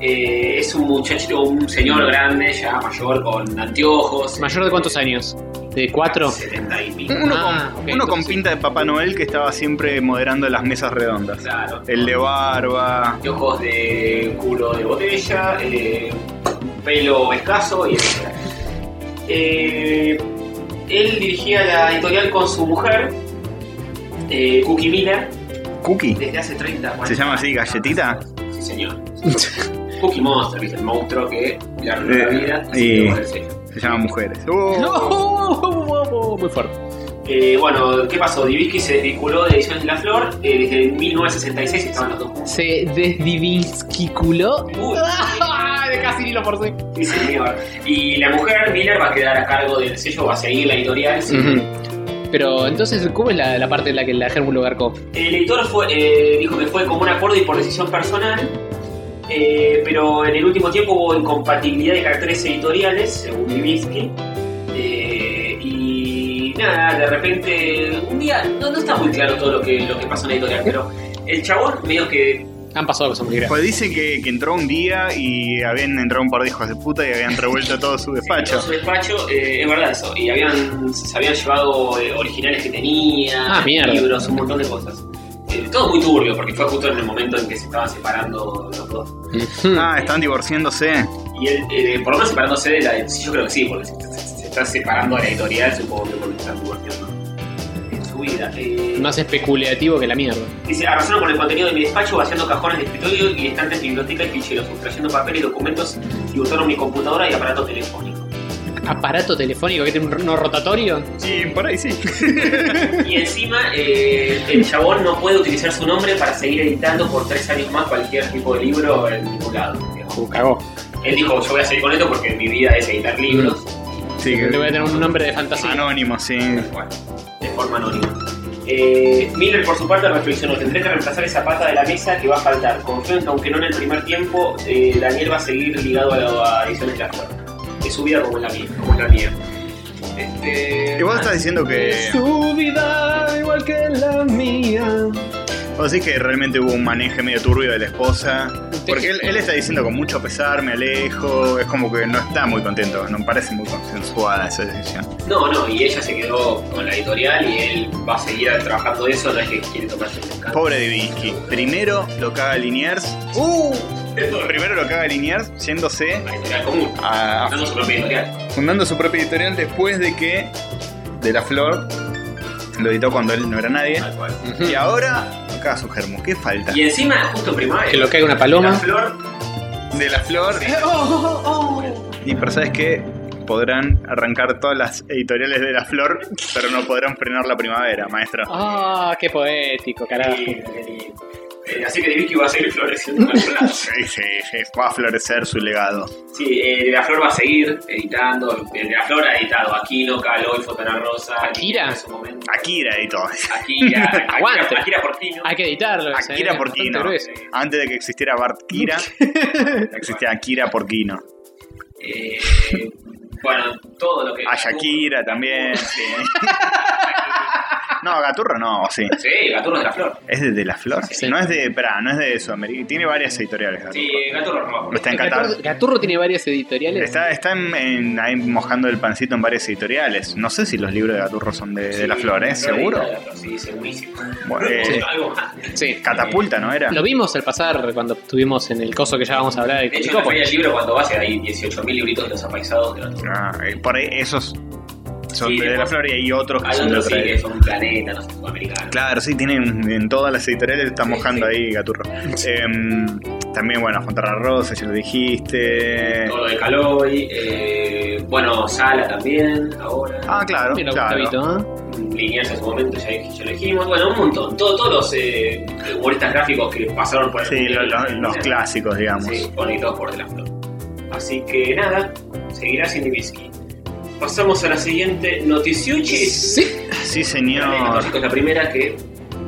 Eh, es un muchacho, un señor grande, ya mayor, con anteojos. ¿Mayor de cuántos años? ¿De cuatro? 70 y pico. Uno Ah, con, ok, uno con entonces sí. pinta de Papá Noel que estaba siempre moderando las mesas redondas. Claro. El de barba. de ojos de culo de botella, eh, pelo escaso y etc. Eh, él dirigía la editorial con su mujer, eh, Cookie Miller, Cookie. desde hace 30 años. ¿Se llama así, galletita? Sí, señor. Cookie Monster, ¿viste? el monstruo que le arruinó la Eh, vida. y- Y... se quedó el sello. Se llaman mujeres. ¡Oh! No, muy fuerte. Eh, bueno, ¿qué pasó? Divisky se desvinculó de Ediciones de la Flor eh, desde 1966 estaban los dos juntos. Se desdivinskiculó. Uy. Casi ni lo forcé. Sí, señor. Y la mujer, Miller, va a quedar a cargo del sello, va a seguir la editorial. sí. Pero entonces, ¿cómo es la, la parte en la que la Hermul lo garcó? El editor fue, eh, dijo que fue como un acuerdo y por decisión personal. Eh, pero en el último tiempo hubo incompatibilidad de caracteres editoriales, según Livinsky. Eh, y nada, de repente, un día, no, no está muy claro todo lo que, lo que pasó en la editorial, pero el chabón medio que Han pasado cosas muy graves. Pues dicen que, que entró un día y habían entrado un par de hijos de puta y habían revuelto todo su entró a despacho. su despacho, eh, es verdad eso, y habían, se habían llevado eh, originales que tenía, Ah, mierda. libros, un montón de cosas. Eh, todo muy turbio, porque fue justo en el momento en que se estaban separando los dos. Ujú. Ah, están divorciándose. Y él, eh, por lo menos separándose de la. sí, Yo creo que sí, porque se, se- se está separando de la editorial, supongo que porque está divorciando en su vida. Eh, Más especulativo que la mierda. Dice, arrasaron con el contenido de mi despacho, vaciando cajones de escritorio y estantes de biblioteca y ficheros, sustrayendo papel y documentos y usaron mi computadora y aparato telefónico. Aparato telefónico que tiene un no rotatorio. Sí, por ahí sí. Y encima, eh, el chabón no puede utilizar su nombre para seguir editando por tres años más cualquier tipo de libro en ningún lado. digamos. cagó. Él dijo, yo voy a seguir con esto porque mi vida es editar libros. Sí, Le voy a que- tener un nombre de Ah, fantasía. anónimo, sí. Bueno, de forma anónima. Eh, Miller, por su parte, reflexionó: tendré que reemplazar esa pata de la mesa que va a faltar. Confío en que, aunque no en el primer tiempo, eh, Daniel va a seguir ligado a, la, a Ediciones Gasper. Es su vida como es la mía. Como es la mía. Este, Y vos estás diciendo que. Su vida igual que la mía. Vos decís que realmente hubo un maneje medio turbio de la esposa. Porque él, él está diciendo con mucho pesar, me alejo. Es como que no está muy contento. No parece muy consensuada esa decisión. No, no, y ella se quedó con la editorial y él va a seguir trabajando eso. No es que quiere tomarse el descanso. Pobre Divinsky. Primero lo caga Liniers. ¡Uh! Primero lo caga Liniers, yéndose La editorial común. a, a Dando su propia editorial. fundando su propia editorial después de que De La Flor lo editó cuando él no era nadie. Tal cual. Y ahora acá su germo, ¿qué falta? Y encima, justo primavera. Que lo caiga una la paloma. flor De La Flor. Y pero sabes qué? Podrán arrancar todas las editoriales de La Flor, pero no podrán frenar la primavera, maestro. Ah, qué poético, carajo. Sí, sí. Eh, así que Divinsky va a seguir floreciendo en algún lado. Sí, sí, sí, va a florecer su legado. Sí, eh, De La Flor va a seguir editando. eh, De La Flor ha editado Aquino, Caloy, Fontana Rosa. Akira. En su momento. Akira y todo. Akira. Akira- Aguante. Akira Portino. Hay que editarlo. ese, Akira eh, Portino. bastante grueso. Antes de que existiera Bart Kira, existía Akira Porquino. Eh, bueno, todo lo que. A Shakira también. sí. No, Gaturro no, sí. Sí, Gaturro de La Flor. ¿Es de, De la Flor? Sí. No es de. Pará, no es de Sudamérica. Tiene varias editoriales. Gaturro. Sí, Gaturro no. Está en Qatar. Gaturro- Gaturro tiene varias editoriales. Está, está en- en- ahí mojando el pancito en varias editoriales. No sé si los libros de Gaturro son de, de la Flor, ¿eh? ¿Seguro? Sí, segurísimo. Bueno, eh, Sí. Algo más. Sí. Catapulta, ¿no era? Lo vimos al pasar cuando estuvimos en el coso que ya vamos a hablar de De hecho, en la feria Colicópolis. del libro, cuando vas, hay 18.000 libritos de los apaisados de Gaturro. Ah, eh, por ahí esos son Sí, de, De la después- Flor y hay otros que Hay son de otros sí otra que son planeta, no sé, sudamericanos. Claro, sí, tienen en todas las editoriales, está Sí, mojando sí. ahí Gaturro. Em, también, bueno, Fontana Rosa, ya lo dijiste. Todo lo de Caloi, eh, bueno, Sala también, ahora. Ah, claro, Mira, claro. Gustavito, ¿eh? Lineaje en su momento, ya, dij- ya lo dijimos. Bueno, un montón. Todo- todos los eh, humoristas gráficos que pasaron por el Sí, lo- lo- los Sí, clásicos, digamos. Sí, bueno, y todos por delante. Así que nada, seguirá sin Divisky. Pasamos a la siguiente noticioche. Sí. Sí, Vale, señor. chicos, la primera que.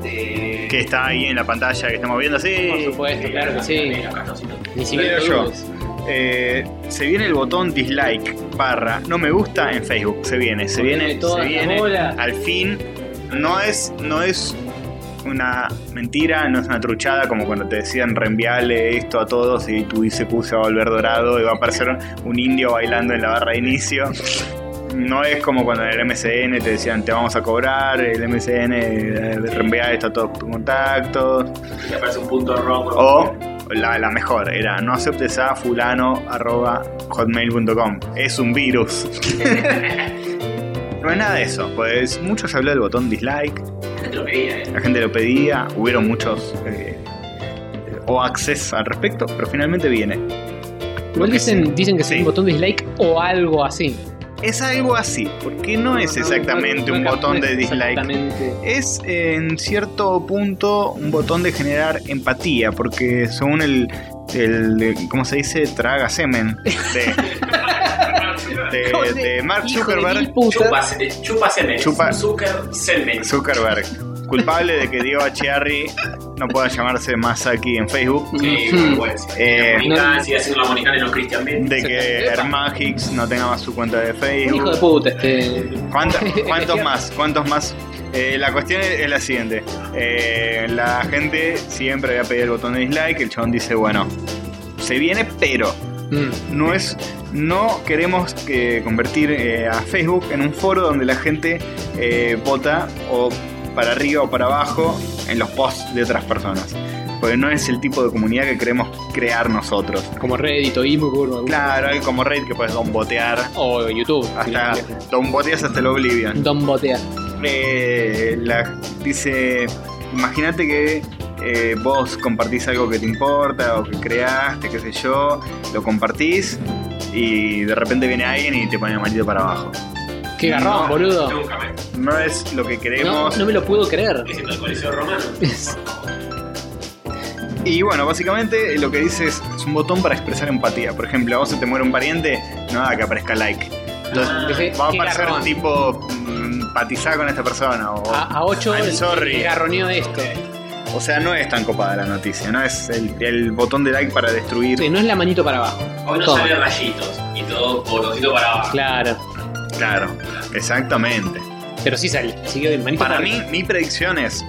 eh, Que está ahí en la pantalla que estamos viendo, Por sí. supuesto, eh, claro que sí. la cartocina. Ni Lo siquiera digo lo yo. dudes. Eh, se viene el botón dislike, barra, no me gusta en Facebook. Se viene, se viene, Todas se las viene. bolas. Al fin, no es, no es una mentira, no es una truchada como cuando te decían reenviarle esto a todos y tu ICQ se va a volver dorado y va a aparecer un indio bailando en la barra de inicio. No es como cuando en el MCN te decían te vamos a cobrar, el MCN eh, reenvía esto a todos tus contactos. Y aparece un punto rojo. O la, la mejor era no aceptes a fulano arroba hotmail.com. Es un virus. no es nada de eso, pues muchos habló del botón dislike, La gente lo pedía, eh. la gente lo pedía, hubieron muchos eh, o access al respecto, pero finalmente viene. Igual Lo que dicen, dicen que es Sí. un botón dislike o algo así. Es algo así, porque no es No, no, exactamente no, no, un no, botón no es de dislike. Exactamente. es en cierto punto un botón de generar empatía, porque según el, el ¿cómo se dice? Traga semen de, de- de Mark Hijo de Zuckerberg. mil putas. Chupa, eh, chupa semen. Chupa- Zucker semen. Zuckerberg. culpable de que Diego Achiarri no pueda llamarse más aquí en Facebook. Sí, Ujú. bueno, sí. Eh, Monicán sigue haciendo la Monicán y no Christian Bale. De que Herman Hicks no tenga más su cuenta de Un hijo de Facebook. puta este. ¿Cuánta- ¿Cuántos más? ¿Cuántos más? Eh, la cuestión es la siguiente. Eh, la gente siempre había pedido el botón de dislike. El chabón dice, bueno, se viene, pero Mm. no es no queremos que convertir eh, a Facebook en un foro donde la gente eh, vota o para arriba o para abajo en los posts de otras personas porque no es el tipo de comunidad que queremos crear nosotros Como Reddit o Imo, claro hay como Reddit que puedes dombotear o YouTube. hasta domboteas hasta el Oblivion Don Botea. eh, la- dice, imagínate que eh, vos compartís algo que te importa o que creaste, qué sé yo, lo compartís y de repente viene alguien y te pone el manito para abajo. Qué garrón, No, boludo. Nunca me. No es lo que No, queremos. no me lo puedo creer. Es el Coliseo Romano. Y bueno, básicamente eh, lo que dice es, es un botón para expresar empatía. Por ejemplo, a vos se te muere un pariente, no da que aparezca like. Entonces, Ah, Dejé- va a qué aparecer garrón. Ah, tipo mm, patizá con esta persona o A, a 8 I'm sorry. garroneo esto. ah. O sea, no es tan copada la noticia, no es el, el botón de like para destruir. Sí, no es la manito para abajo. Hoy no Toma. sale rayitos y todo botoncito para abajo. Claro. Claro, exactamente. Pero sí sale. Así que manito Para arriba. mí, mi predicción es,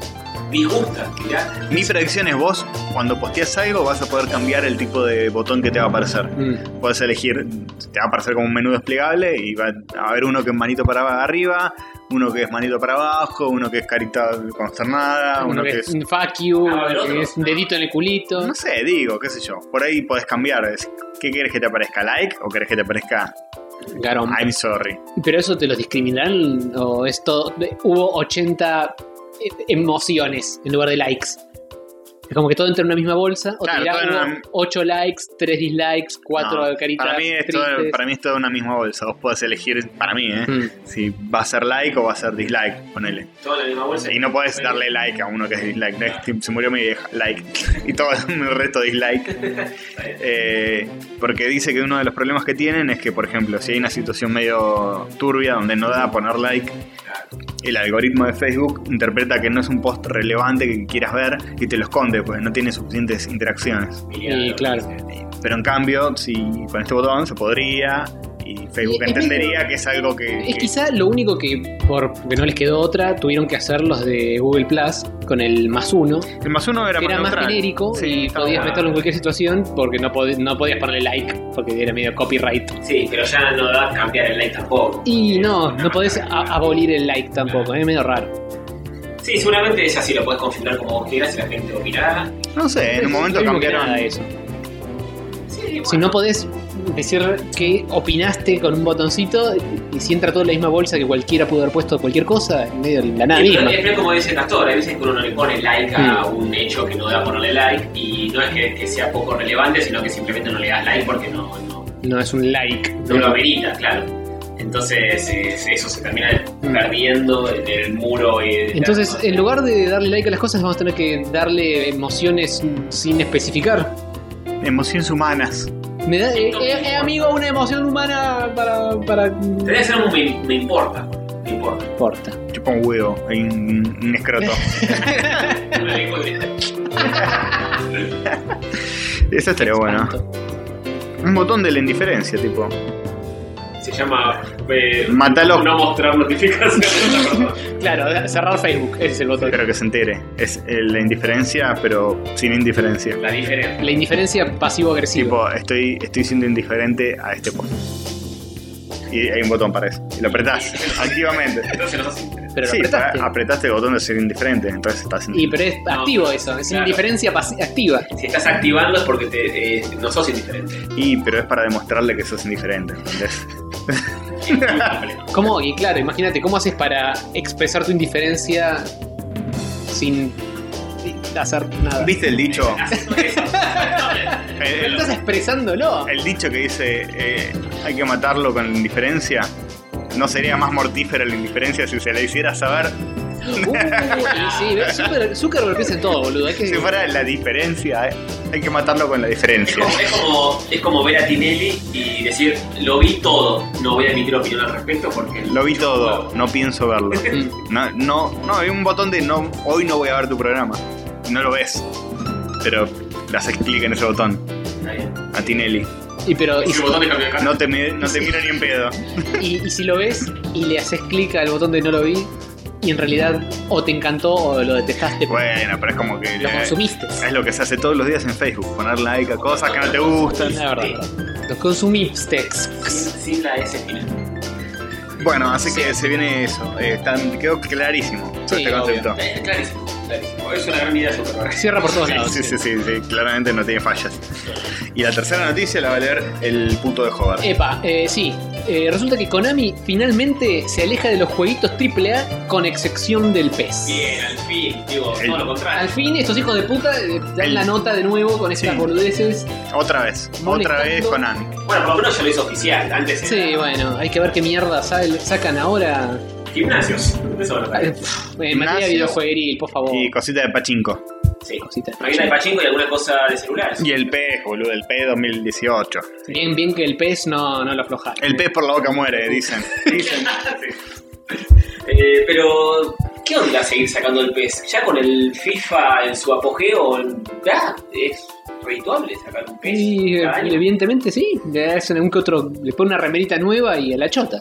Disgusta, mirá. mi predicción es vos, cuando posteas algo vas a poder cambiar el tipo de botón que te va a aparecer. Mm. Puedes elegir, te va a aparecer como un menú desplegable y va a haber uno que es manito para arriba, uno que es manito para abajo, uno que es carita consternada, uno ah, que es... un fuck you, Ah, el uno otro. que es un dedito en el culito. No sé, digo, qué sé yo. Por ahí podés cambiar. es, ¿Qué quieres que te aparezca? ¿Like? ¿O querés que te aparezca Garón. I'm sorry? Pero eso te los discriminarán o es todo. Hubo 80 e- emociones en lugar de likes. Es como que todo entra en una misma bolsa. O Claro, te dirá todo en una- 8 likes, 3 dislikes, 4 No, caritas. para mí, es todo, tristes. para mí es toda una misma bolsa. Vos podés elegir, para mí, ¿eh? Mm. si va a ser like o va a ser dislike, ponele. Todo en la misma bolsa. Y no podés darle like a uno que es dislike. ¿no? Tipo, Se murió mi vieja, like. Y todo el resto dislike. Eh, porque dice que uno de los problemas que tienen es que, por ejemplo, si hay una situación medio turbia donde no da a poner like, el algoritmo de Facebook interpreta que no es un post relevante que quieras ver y te lo esconde, pues no tiene suficientes interacciones. Y claro. Pero en cambio, si con este botón se podría y Facebook Y- y- entendería que es algo que... Es que- quizá lo único que, porque no les quedó otra, tuvieron que hacer los de Google Plus con el más uno, el más uno era, que era más neutral. genérico Sí, y estaba podías bueno. meterlo en cualquier situación porque no, pod- no podías ponerle like, porque era medio copyright. Sí, pero ya no da cambiar el like tampoco. Y no, no podés a- abolir el like tampoco, es medio raro. Sí, seguramente ella sí lo podés configurar como vos quieras y la gente opinará. No sé, en un momento Es lo mismo que nada cambiaron. eso. Sí, bueno. Si no podés decir que opinaste con un botoncito y si entra todo en la misma bolsa que cualquiera pudo haber puesto cualquier cosa, en medio la nada Y es, misma. Mm. peor- es peor como dice Castor, hay veces que uno no le pone like a un hecho que no da ponerle like y no es que, que sea poco relevante, sino que simplemente no le das like porque no, no, No es un like. no lo amerita, claro. Entonces es- eso se termina Mm. perdiendo en el muro. Y de- Entonces, la- en lugar de darle like a las cosas, vamos a tener que darle emociones sin especificar. Emociones humanas. Me da, eh, eh, eh, amigo, una emoción humana para... para... Te voy a hacer un me, me importa, me importa. No importa. Chupa un huevo, hay un, un escroto. Una lengua que- Eso estaría bueno. Tanto. Un botón de la indiferencia, tipo. Se llama eh, Mátalo. no mostrar notificaciones a otra persona. Claro, cerrar Facebook, ese es el botón. Pero que se entere. Es eh, la indiferencia, pero sin indiferencia. La diferencia. La indiferencia pasivo-agresiva. Tipo, estoy, estoy siendo indiferente a este post. Y hay un botón para eso. Y lo apretás activamente. Entonces no sos indiferente. Pero lo sí, apretaste. a- apretaste el botón de ser indiferente, entonces estás Y siendo. pero es activo eso, es claro. indiferencia pasi- activa. Si estás activando es porque te, eh, no sos indiferente. Y, pero es para demostrarle que sos indiferente, ¿entendés? ¿Cómo? Y claro, imagínate, ¿cómo haces para expresar tu indiferencia sin hacer nada? ¿Viste el dicho? Haciendo eso. Eh, Pero estás expresándolo. El dicho que dice eh, hay que matarlo con la indiferencia, ¿no sería más mortífera la indiferencia si se la hiciera saber? Uh, y sí, ¿ves? Zucker- Zuckerberg piensa en todo, boludo. Hay que... Si fuera la diferencia, eh, hay que matarlo con la diferencia. Es como, es como ver a Tinelli y decir, lo vi todo, no voy a emitir opinión al respecto porque... Lo vi todo, no pienso verlo. Mm. No, no, no, hay un botón de no, hoy no voy a ver tu programa. No lo ves. Pero le haces clic en ese botón. Está bien. A Tinelli. Y pero y Y su si, botón de cambio de cara. No te, mi- no te miro ni en pedo. y- y si lo ves y le haces clic al botón de no lo vi, y en realidad o te encantó o lo detestaste, Bueno, pero es como que. lo eh, consumiste. es lo que se hace todos los días en Facebook. Poner like a cosas que no te gustan. La verdad. Lo consumiste. Sin, sin la S final. Bueno, así que se viene eso. Eh, tan- quedó clarísimo Sí, este concepto. Eh, clarísimo, clarísimo. Es una gran idea Zuckerberg. Cierra por todos lados. Sí, sí, sí, sí, claramente no tiene fallas. Y la tercera noticia la va a leer el puto de Hover. Epa, eh, sí. Eh, resulta que Konami finalmente se aleja de los jueguitos AAA con excepción del PES. Bien, al fin. Digo, El- todo lo Al contrario. fin, estos hijos de puta eh, dan El- la nota de nuevo con estas Sí. boludeces. Otra vez, Molestando. otra vez con Annie. Bueno, por lo menos ya lo hizo oficial. Antes Sí, era- bueno, hay que ver qué mierda sal- sacan ahora. Gimnasios. Eso lo Eh, trae. pff, En materia Gimnasios. videojuegueril, por favor. Y cosita de Pachinko. Sí. Cosita. Máquina de pachinko y alguna cosa de celular. Y el pez, boludo, el pez 2018. Bien, bien que el PES no, no lo aflojaron. El pez por la boca Uh. muere, dicen. Dicen. Eh, pero, ¿qué onda seguir sacando el pez? Ya con el FIFA en su apogeo, ya es redituable sacar un pez. Y eh, cada año. evidentemente sí, le hacen algún que otro, le ponen una remerita nueva y a la chota.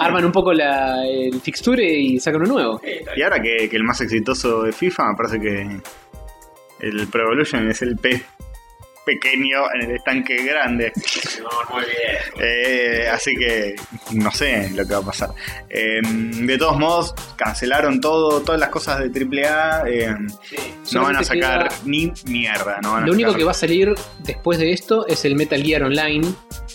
Arman un poco la, el fixture y sacan uno nuevo. Eh, está Y bien. ahora que, que el más exitoso de FIFA, me parece que el Pro Evolution es el pez pequeño en el estanque grande. No, muy bien. Eh, así que no sé lo que va a pasar. Eh, de todos modos, cancelaron todo, todas las cosas de AAA. eh, Sí. no van a Solamente sacar queda- ni mierda. No van a Lo único sacar- que va a salir después de esto es el Metal Gear Online,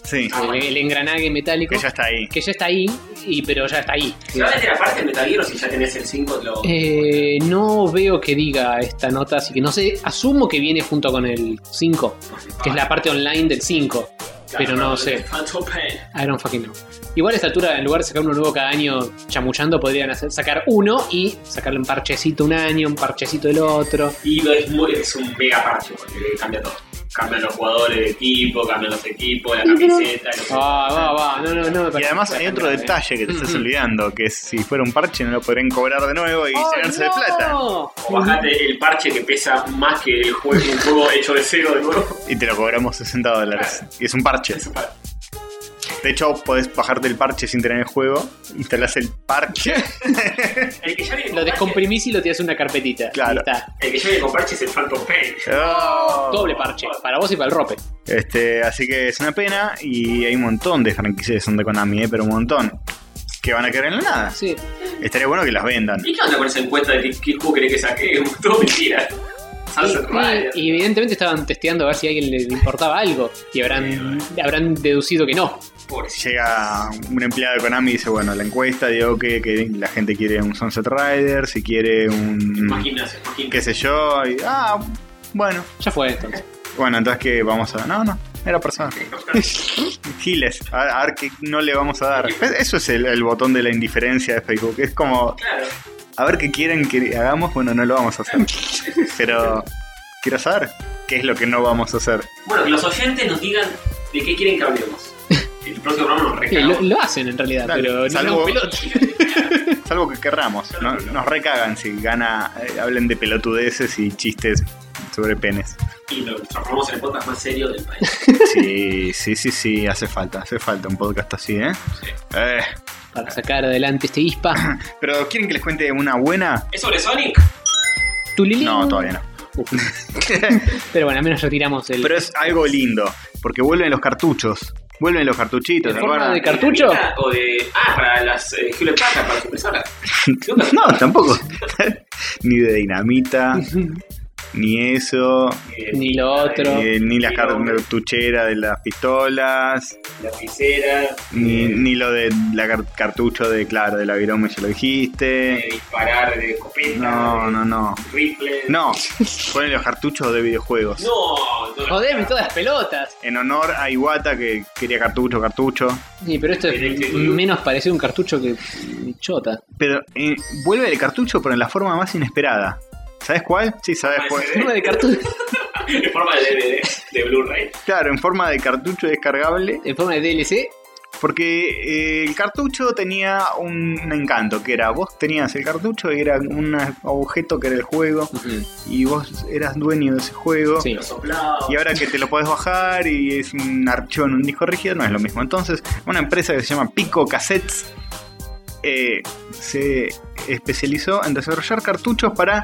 Sí, Ah, el, el engranaje metálico, que ya está ahí. que ya está ahí, y, pero ya está ahí. ¿Se va a meter aparte el Metal Gear o si ya tenés el 5? Lo... Eh, no veo que diga esta nota, así que no sé, asumo que viene junto con el 5, que es la parte online del 5, pero no sé. Phantom Pain. I don't fucking know. Igual a esta altura, en lugar de sacar uno nuevo cada año chamuchando, podrían hacer, sacar uno y sacarle un parchecito un año, un parchecito el otro. Y lo es, muy, es un mega parche porque cambia todo. Cambian los jugadores de equipo, cambian los equipos, la camiseta. los- Va, Ah, va, va, no, no, eh. Mm-hmm. no. me Y parece además que hay sea otro cambiar, detalle que te estás Ujú. olvidando, que es si fuera un parche no lo podrían cobrar de nuevo y ¿eh? ¡Oh, llenarse de no! plata. O bajate el parche que pesa más que el juego, un juego hecho de cero de nuevo. Y te lo cobramos 60 dólares. Y es un parche. Eso para- De hecho, podés bajarte el parche sin tener el juego. Instalás el parche. El que ya viene Lo con parche- descomprimís y lo tirás en una carpetita. Claro. Ahí está. El que yo voy a comprar es el Phantom Pain. Oh. Doble parche, para vos y para el rope. Este, así que es una pena y hay un montón de franquicias que son de Konami, ¿eh? pero un montón. Que van a quedar en la nada. Sí. Estaría bueno que las vendan. ¿Y qué onda con esa encuesta de qué, qué juego querés que saque? Todo mentira. Sunset Riders. Y, y evidentemente estaban testeando a ver si a alguien le importaba algo y habrán, habrán deducido que no. Pobrecito. Llega un empleado de Konami y dice, bueno, la encuesta dio que, que la gente quiere un Sunset Rider, si quiere Más un... gimnasio, más qué gimnasio. sé yo, y, ah, bueno. Ya fue entonces. Bueno, entonces que vamos a... No, no, era personaje. Giles, a, a ver qué no le vamos a dar. Es- Eso es el, el botón de la indiferencia de Facebook. Es como, Claro. a ver qué quieren que hagamos, bueno, no lo vamos a hacer. Pero quiero saber qué es lo que no vamos a hacer. Bueno, que los oyentes nos digan de qué quieren que hablemos. El próximo programa nos Sí, lo, recagamos. lo hacen en realidad, Dale, pero no salvo- no, pelota. Salvo que querramos. ¿no? Nos recagan si gana, eh, hablen de pelotudeces y chistes sobre penes. Y lo transformamos en el podcast más serio del país. Sí, sí, sí, sí, hace falta, hace falta un podcast así, ¿eh? Eh, para sacar adelante este ISPA. Pero ¿quieren que les cuente una buena? ¿Es sobre Sonic? Tulilín. No, todavía no. Pero bueno, al menos retiramos el. Pero es algo lindo, porque vuelven los cartuchos. Vuelven los cartuchitos, ¿En ¿te forma acuerdan? de cartucho? ¿O de.? Ah, para las eh, Hewlett Packard, para las impresoras. No, tampoco. Ni de dinamita. ni eso, Eh, Ni lo otro. eh, ni las ni lo- cartucheras de las pistolas, Lapicera. ni, eh, ni lo de la car- cartucho de, claro, de la virome ya lo eh, dijiste. disparar de escopeta. No, no, no. Rifle. No, ponen los cartuchos de videojuegos. No, no. Jodeme todas las pelotas. En honor a Iwata que quería cartucho, cartucho. Sí, pero esto es menos parecido a un cartucho que mi chota. Pero eh, vuelve el cartucho, pero en la forma más inesperada. ¿Sabes cuál? Ah, Sí, sabes cuál. Forma de cartucho, En forma de DVD, de Blu-ray. Claro, en forma de cartucho descargable. en forma de DLC. Porque eh, el cartucho tenía un encanto, que era vos tenías el cartucho y era un objeto que era el juego, y vos eras dueño de ese juego. Sí. Lo soplado. Y ahora que te lo podés bajar y es un archón, un disco rígido, no es lo mismo. Entonces, una empresa que se llama Pico Cassettes eh, se especializó en desarrollar cartuchos para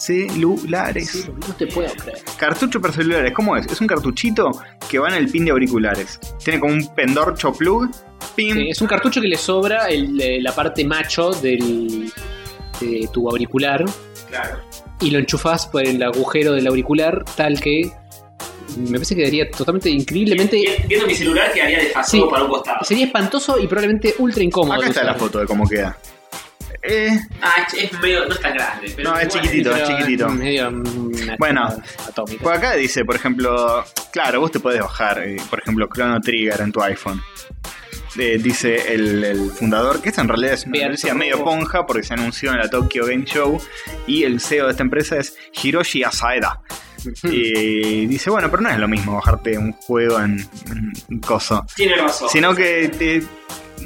celulares. Sí, No te puedo creer. Cartucho para celulares, ¿cómo es? Es un cartuchito que va en el pin de auriculares. Tiene como un pendorcho plug, pin, Sí, es un cartucho que le sobra el- eh, la parte macho del, de tu auricular Claro. y lo enchufás por el agujero del auricular tal que me parece que daría totalmente increíblemente... Vi- Viendo mi celular quedaría desfasado Sí. para un costado. Sería espantoso y probablemente ultra incómodo. Acá de está la usar. foto de cómo queda. Eh, Ah, es- es medio. No es tan grande. Pero No, es igual, chiquitito. Pero chiquitito. es Medio mm, Bueno. atómico. por pues acá dice, por ejemplo, claro, vos te podés bajar, eh, por ejemplo, Chrono Trigger en tu iPhone. Eh, dice el, el fundador, que esta en realidad es una Bien, noticia por medio favor. ponja porque se anunció en la Tokyo Game Show y el CEO de esta empresa es Hiroshi Asaeda. Mm. Y dice, bueno, pero no es lo mismo bajarte un juego en, en coso. Tiene Oh. razón. sino que te-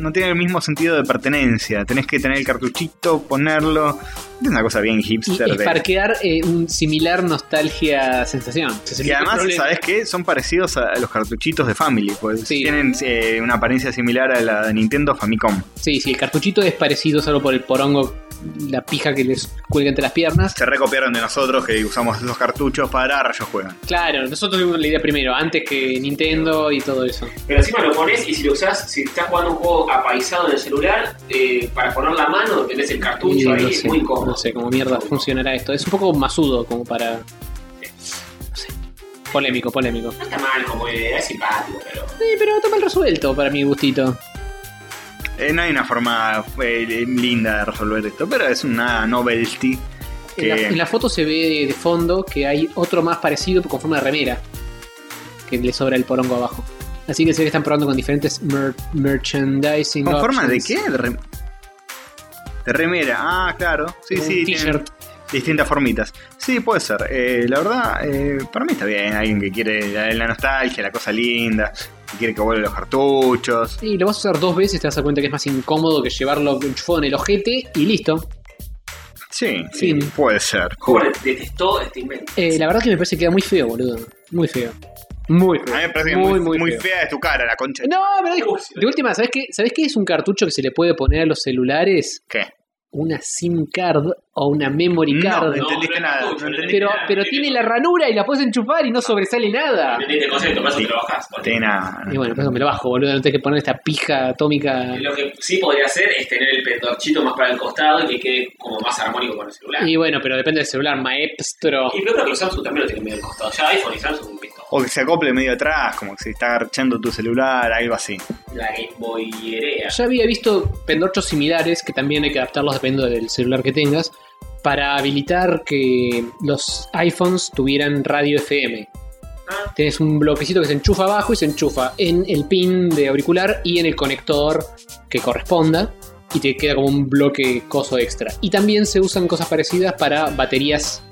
no tiene el mismo sentido de pertenencia. Tenés que tener el cartuchito, ponerlo. Es una cosa bien y, hipster. y de- parquear eh, un similar nostalgia sensación. Se Y soluciona el además, problema. ¿sabés qué? Son parecidos a los cartuchitos de Family, pues Sí. tienen eh, una apariencia similar a la de Nintendo Famicom. Sí, sí, el cartuchito es parecido solo por el porongo, la pija que les cuelga entre las piernas. Se recopiaron de nosotros que usamos esos cartuchos para rayos juegan. Claro, nosotros tuvimos la idea primero, antes que Nintendo y todo eso. Pero encima lo pones y si lo usás, si estás jugando un juego apaisado en el celular, eh, para poner la mano tenés el Y cartucho ahí, no, es sé, muy incómodo. no sé cómo mierda funcionará esto. Es un poco masudo como para... No sé. Polémico, polémico. No está mal como idea, es simpático, pero. Sí, pero está mal resuelto para mi gustito. Eh, no hay una forma eh, linda de resolver esto, pero es una novelty. En la, Que- en la foto se ve de fondo que hay otro más parecido con forma de remera. Que le sobra el porongo abajo. Así que se ve que están probando con diferentes mer- merchandising. ¿Con forma de options. qué? De, rem- de remera. Ah, claro. Sí, Un sí. tienen- t-shirt. distintas formitas. Sí, puede ser. Eh, la verdad, eh, para mí está bien. Alguien que quiere la, la nostalgia, la cosa linda, que quiere que vuelvan los cartuchos. Y lo vas a usar dos veces, te das a cuenta que es más incómodo que llevarlo enchufado en el ojete y listo. Sí, sí, Sí. puede ser. Howard detestó este invento. Eh, la verdad que me parece que queda muy feo, boludo. Muy feo. Muy A feo. mí me parece que muy, muy fea es tu cara, la concha. No, pero digo, de última, ¿sabes qué? ¿Sabes qué es un cartucho que se le puede poner a los celulares? ¿Qué? Una SIM card o una memory No, card. no entendiste no, nada. no, No entendiste Pero, pero tiene la ranura y la puedes enchufar y no sobresale nada. Entendiste el concepto, para eso Sí. te lo bajás. ¿no? entendiste nada. Y bueno, por eso me lo bajo, boludo. No tengo que poner esta pija atómica. Lo que sí podría hacer es tener el pendorchito más para el costado y que quede como más armónico con el celular. Y, Y bueno, pero depende del celular, maestro. creo que los Samsung también lo tienen medio al costado. Ya iPhone y Samsung, visto. O que se acople medio atrás, como que se está agarchando tu celular, algo así. La Game Boy Erea. Ya había visto pendorchos similares, que también hay que adaptarlos dependiendo del celular que tengas, para habilitar que los iPhones tuvieran radio FM. Ah. Tienes un bloquecito que se enchufa abajo y se enchufa en el pin de auricular y en el conector que corresponda. Y te queda como un bloque coso extra. Y también se usan cosas parecidas para baterías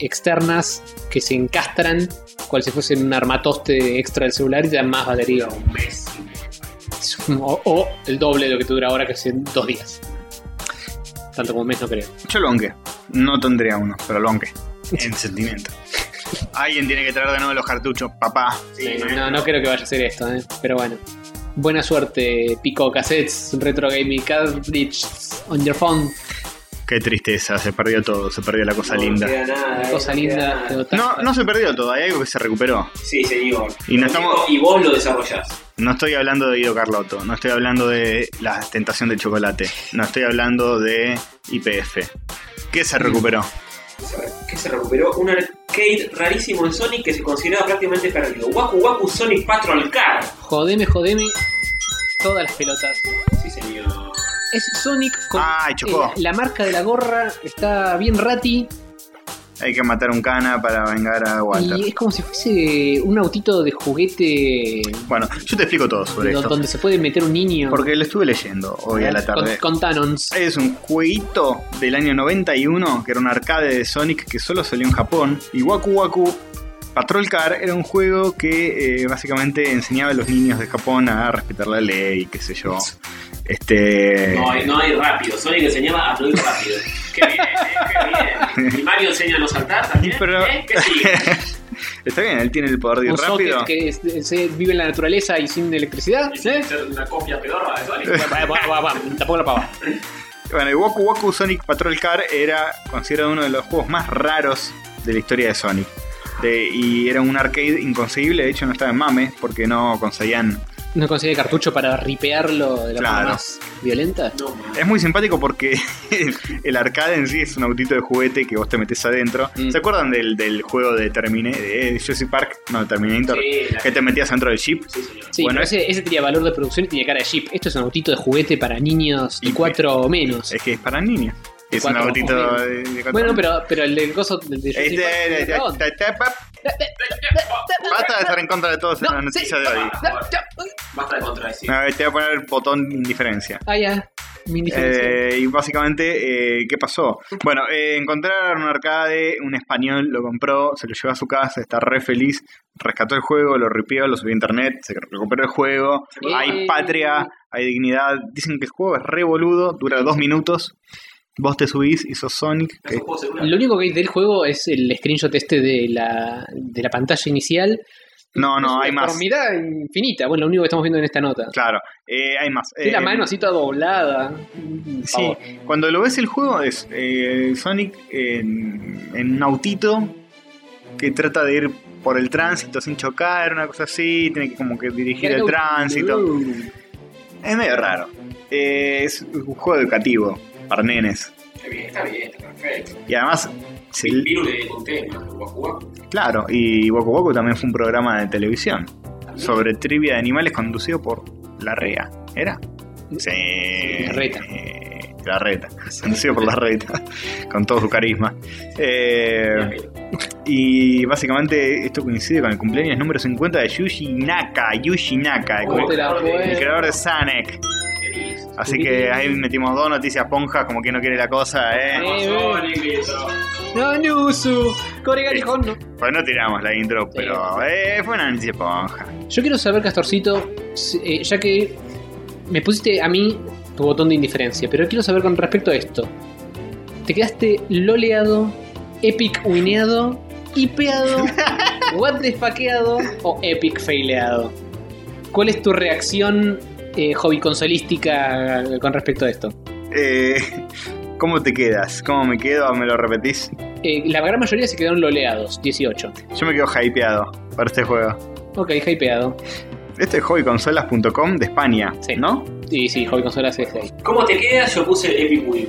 externas que se encastran, cual si fuesen un armatoste extra del celular y te dan más batería. Dura un mes. O, o el doble de lo que te dura ahora, que es en dos días. Tanto como un mes, no creo. Yo lo hongué. No tendría uno, pero lo hongué. En sentimiento. Alguien tiene que traer de nuevo los cartuchos, papá. Sí, Eh, no, no, no creo que vaya a ser esto, ¿eh? Pero bueno. Buena suerte, Pico Cassettes, Retro Gaming Cartridge on your phone. Qué tristeza, se perdió todo, se perdió la cosa no linda. queda nada, eh, Cosa no queda linda. nada. de notar. No, no se perdió todo, hay algo que se recuperó. Sí, señor. Y no estamos- Y vos lo desarrollás. No estoy hablando de Guido Carlotto, no estoy hablando de la Mm. tentación de chocolate, no estoy hablando de IPF. ¿Qué se recuperó? que se recuperó un arcade rarísimo en Sonic que se consideraba prácticamente perdido. Waku Waku Sonic Patrol Car. Jodeme, jodeme. Todas las pelotas. Sí, señor. Es Sonic con Ay, chocó. eh, la marca de la gorra. Está bien rati. Hay que matar un cana para vengar a Walter. Y es como si fuese un autito de juguete Bueno, yo te explico todo sobre do- esto. donde se puede meter un niño. Porque lo estuve leyendo hoy a la tarde. Con, con Tannons. Es un jueguito del año 91 que era un arcade de Sonic que solo salió en Japón. Y Waku Waku Patrol Car era un juego que eh, básicamente enseñaba a los niños de Japón a respetar la ley, qué sé yo. Este. No hay, no hay rápido. Sonic enseñaba a no ir rápido. Qué bien, eh, qué bien. Y Mario enseña a no saltar también. Pero- ¿Eh? ¿Qué sigue? Está bien, él tiene el poder de ir Un rápido. socket Pues, que es- se vive en la naturaleza y sin electricidad. ¿eh? Ser Una copia pedorra de Sonic. Va, va, va, va, Tampoco la pava. Bueno, y Waku Waku Sonic Patrol Car era considerado uno de los juegos más raros de la historia de Sonic. De- y era un arcade inconcebible, de hecho no estaba en mame porque no conseguían No consigue cartucho para ripearlo de la Claro. forma más violenta. No, man. Es muy simpático porque el arcade en sí es un autito de juguete que vos te metes adentro. Mm. ¿Se acuerdan del, del juego de Terminator? De Jurassic Park, no, Terminator, Sí, la- que te metías dentro del chip. sí, señor. Sí, Bueno, eh. pero ese, ese tenía valor de producción y tenía cara de jeep. Esto es un autito de juguete para niños de Y- 4 o menos. Es que es para niños. Es un Cuatro autito ojos, de, de cuatro- Bueno, pero, pero el del gozo del de Este, Jurassic Park tiene ta- razón. ta- ta- pa- Basta de estar en contra de todos en No, la noticia sí, de hoy. toma. No, no, Basta de contradecir. No, te voy a poner el botón indiferencia. Ah, ya. Mi indiferencia. Eh, y básicamente, eh, ¿qué pasó? Bueno, eh, encontraron un arcade, un español lo compró, se lo llevó a su casa, está re feliz, rescató el juego, lo ripió, lo subió a internet, se recuperó el juego, Eh. hay patria, hay dignidad, dicen que el juego es re boludo, dura dos minutos, vos te subís y sos Sonic, Es que un juego celular. Lo único que hay del juego es el screenshot este de la, de la pantalla inicial. no, Es no, una hay más. deformidad infinita. Bueno, lo único que estamos viendo en esta nota. Claro, eh, hay más. Tiene la Eh, mano así toda doblada. Sí, cuando lo ves el juego es eh, Sonic en, en un autito que trata de ir por el tránsito sin chocar, una cosa así, tiene que como que dirigir el tránsito. Es medio raro. Eh, es un juego educativo para nenes. Está bien, está bien, está perfecto. Y además, se- El virus le dio un tema. Waku Waku. claro, y Boku Boku también fue un programa de televisión sobre trivia de animales conducido por La Rea. ¿Era? Sí. La Reta. Eh, La Reta. Conducido por La Reta. Con todo su carisma. Eh, Y básicamente esto coincide con el cumpleaños número 50 de Yuji Naka, Yuji Naka, el, Uy, cre- te la el fue. creador de Sonic. Feliz. Así que ahí metimos dos noticias ponjas, como que no quiere la cosa, eh. Vamos, Sonic, listo. No, no, uso. Coregan, hijo, no. Pues no tiramos la intro, pero eh, fue una noticia ponja. Yo quiero saber, Castorcito, si- eh, ya que me pusiste a mí tu botón de indiferencia, pero quiero saber con respecto a esto. Te quedaste loleado, epic wineado, hipeado, what the fuckeado o epic faileado. ¿Cuál es tu reacción eh, hobbyconsolística con respecto a esto? Eh, ¿Cómo te quedas? ¿Cómo me quedo? ¿Me lo repetís? Eh, la gran mayoría se quedaron loleados, 18. Yo me quedo hypeado para este juego. Ok, hypeado. Este es hobbyconsolas.com de España, Sí. ¿no? Y sí, hobbyconsolas es este. ahí. ¿Cómo te quedas? Yo puse Epic Win.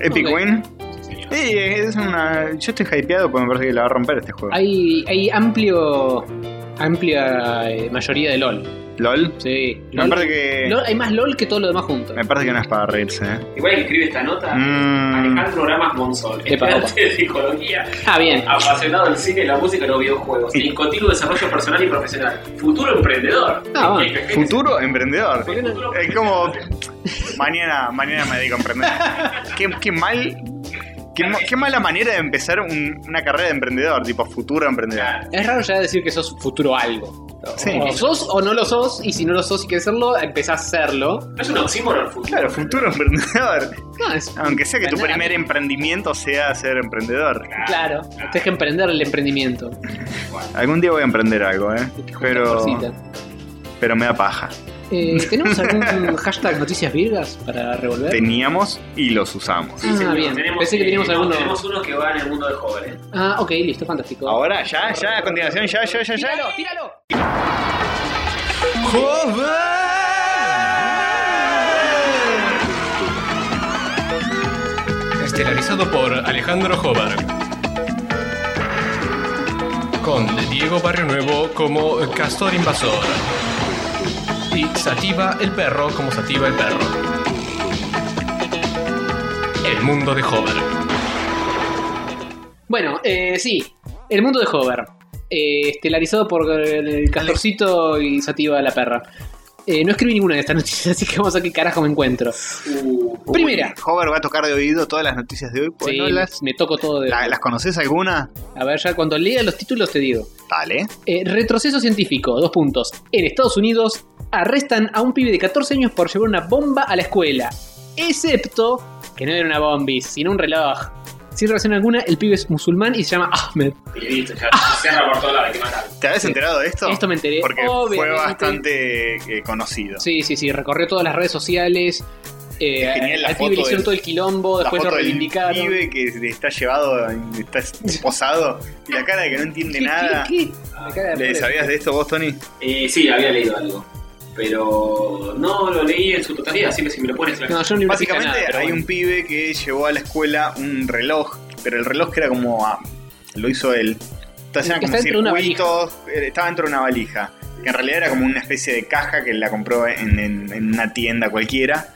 Epic Ok. Win. señor. Sí, es una. Yo estoy hypeado porque me parece que la va a romper este juego. Hay, hay amplio, amplia eh, mayoría de LOL. LOL. Sí. Me LOL- parece que. LOL- hay más LOL que todo lo demás junto. Me parece que no es para reírse, ¿eh? Igual el que escribe esta nota. Mm. Alejandro Ramas Monzón, Epa, estudiante de psicología, Ah, bien. apasionado del cine, la música y los videojuegos, en continuo desarrollo personal y profesional, futuro emprendedor. Ah, bueno. Futuro emprendedor. ¿Por qué no? Es como. Mañana, mañana me dedico a emprender. Qué, qué mal. Qué, mo- qué mala manera de empezar un- una carrera de emprendedor, tipo futuro emprendedor. Es raro ya decir que sos futuro algo. Sí. O sos o no lo sos, y si no lo sos y quieres serlo, empezás a serlo. No es un oxímoron el futuro. Claro, futuro emprendedor. No, es. Aunque sea que tu Ganar a primer mí. emprendimiento sea ser emprendedor. Claro, tienes que emprender el emprendimiento. Algún día voy a emprender algo, ¿eh? Pero. Cosita. Pero me da paja. Eh, ¿Tenemos algún hashtag noticias virgas para revolver? Teníamos y los usamos. Ah, bien. Pensé que teníamos eh, no, alguno. Tenemos uno que va en el mundo de jóvenes. Ah, ok, listo, fantástico. Ahora, ya, ya, a continuación, ya, ya, ya, ya. ¡Tíralo, tíralo! Estelarizado por Alejandro Hobart. con Diego Barrio Nuevo como Castor Invasor y Sativa el Perro como Sativa el Perro. El mundo de Hover. Bueno, eh, sí, el mundo de Hover. eh, estelarizado por el, el Castorcito y Sativa la perra. Eh, no escribí ninguna de estas noticias, así que vamos a ver qué carajo me encuentro. Uh, Primera. Hover va a tocar de oído todas las noticias de hoy. pues, Sí, ¿no? las, me toco todo de... la- ¿Las conoces alguna? A ver, ya cuando lea los títulos te digo. Dale. Eh, retroceso científico, dos puntos. En Estados Unidos arrestan a un pibe de 14 años por llevar una bomba a la escuela. Excepto que no era una bombi, sino un reloj. Sin relación alguna, el pibe es musulmán y se llama Ahmed. y listo, ya cierra por toda la que matar. ¿Te habías enterado de esto? Esto me enteré. Porque fue obviamente. bastante eh, conocido. Sí, sí, sí, recorrió todas las redes sociales. Eh, Genial la al pibe le foto hicieron del- todo el quilombo, la después foto lo del reivindicaron. pibe que está llevado, está posado y la cara de que no entiende ¿Qué, nada. qué, qué? Me caga de ¿Le pobre. sabías de esto vos, Tony? Eh, sí, había leído algo. Pero no lo leí en su totalidad, así que si me lo pones, No, yo no investigué Básicamente nada, pero hay bueno. un pibe que llevó a la escuela un reloj, pero el reloj que era como ah, lo hizo él. Entonces eran Que como está dentro de una circuitos, eh, estaba dentro de una valija, que en realidad era como una especie de caja que la compró en, en- en una tienda cualquiera.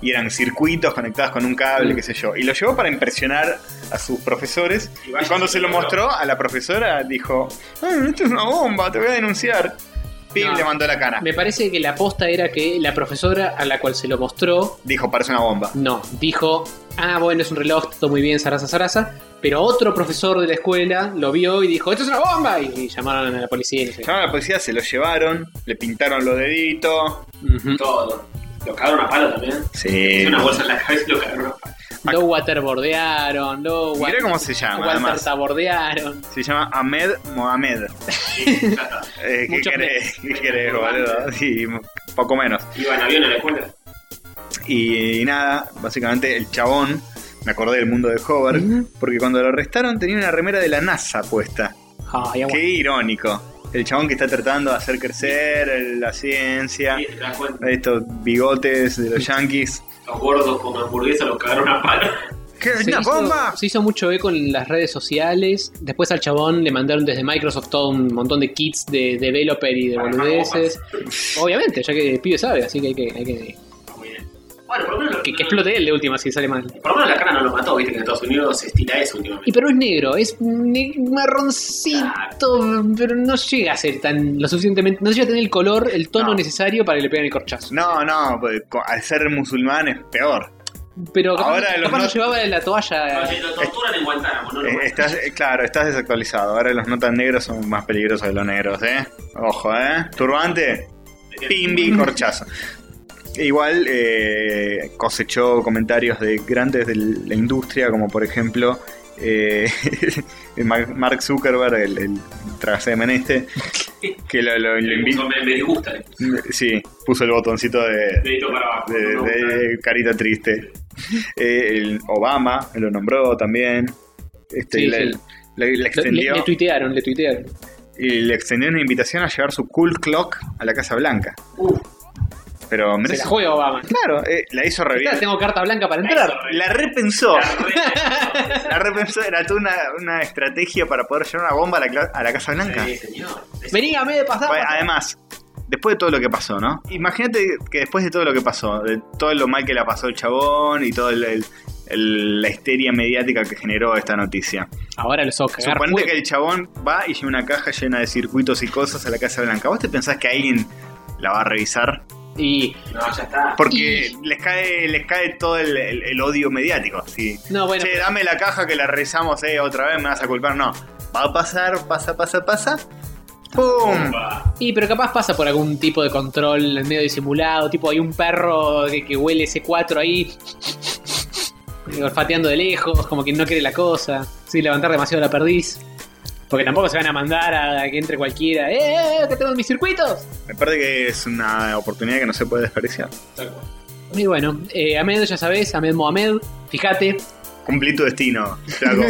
Y eran circuitos conectados con un cable, Mm. qué sé yo. Y lo llevó para impresionar a sus profesores. Y Y, vaya cuando que se lo lo logró. mostró a la profesora, dijo: "Ah, Esto es una bomba, te voy a denunciar. Pim, No. le mandó la cara. Me parece que la aposta era que la profesora a la cual se lo mostró Dijo: Parece una bomba. No, dijo, ah, bueno, es un reloj, todo muy bien, zaraza, zaraza. Pero otro profesor de la escuela lo vio y dijo, esto es una bomba. Y, y llamaron a la policía. y no sé. Llamaron a la policía, se lo llevaron, le pintaron los deditos. Ujú. todo. Lo cagaron a palo también. Sí. Hice una bolsa en la cabeza y lo cagaron a palo. Lo waterbordearon, lo wa- Mirá cómo se llama, además. watersabordearon. Se llama Ahmed Mohamed. Sí, ya está. Eh, ¿Qué Mucho querés, ¿Qué querés, boludo? Sí, poco menos. Iba en avión a la escuela. Y, nada, básicamente el chabón, me acordé del mundo de Hover, Ujú. porque cuando lo arrestaron tenía una remera de la NASA puesta. Ay, agua. Qué irónico. El chabón que está tratando de hacer crecer el- la ciencia, Sí, te das cuenta. estos bigotes de los yankees. Los gordos con hamburguesa los cagaron a palo. ¿Qué? Se ¡Una hizo- bomba! se hizo mucho eco en las redes sociales. Después al chabón le mandaron desde Microsoft todo un montón de kits de developer y de Para armar boludeces. Obviamente, ya que el pibe sabe, así que hay que, hay que- Muy bien. Bueno, por lo menos. que- que explote él de última si sale mal. Por lo menos la cara no lo mató, viste que en Estados Unidos se estira eso últimamente. Y pero es negro, es ne- marroncito, pero no llega a ser tan lo suficientemente, no llega a tener el color, el tono No. necesario para que le peguen el corchazo. No, no, pues, co- al ser musulmán es peor. Pero capaz, Ahora los capaz no not- llevaba la toalla. Lo torturan en Guantánamo, no lo Eh, matan. estás, eh, claro, estás desactualizado. Ahora los notas negros son más peligrosos que los negros, ¿eh? Ojo, ¿eh? Turbante, pimbi, corchazo. Igual eh, cosechó comentarios de grandes de la industria, como por ejemplo eh, Ma- Mark Zuckerberg, el, el tragasemen este, que lo, lo- lo Me, invitó. me disgusta. eh. Sí, puso el botoncito de, Dedito para abajo. de, no me gusta. de carita triste. Eh, el Obama lo nombró también. Este, Sí, le, sí. le- le Le, extendió, le tuitearon, le tuitearon. y le extendió una invitación a llevar su cool clock a la Casa Blanca. Uf, Pero Se la merece- juega Obama. Claro, eh, la hizo re bien. Está, tengo carta blanca para entrar. La repensó. la re- La repensó. Era toda una, una estrategia para poder llevar una bomba a la, cla- a la Casa Blanca. Sí, señor. Vení a mí de pasar. Bueno, ah, además, después de todo lo que pasó, ¿no? Imagínate que después de todo lo que pasó, de todo lo mal que la pasó el chabón y toda la histeria mediática que generó esta noticia. Ahora los ojos cagar. Suponete fuego. que el chabón va y lleva una caja llena de circuitos y cosas a la Casa Blanca. ¿Vos te pensás que alguien la va a revisar? Y No, ya está. Porque les cae les cae todo el, el- el odio mediático. Sí. no, bueno, che, dame la caja que la revisamos eh, otra vez, me vas a culpar. No, va a pasar, pasa, pasa, pasa. ¡Pum! Upa. y pero capaz pasa por algún tipo de control medio disimulado, tipo hay un perro que, que huele ese 4 ahí olfateando de lejos, como que no quiere la cosa, sí, levantar demasiado la perdiz. Porque tampoco se van a mandar a, que entre cualquiera. ¡Eh, eh, que tengo mis circuitos! Me parece que es una oportunidad que no se puede desperdiciar. Tal cual. Y bueno, eh, Ahmed, ya sabes, Ahmed Mohamed, fíjate, Cumplí tu destino, flaco.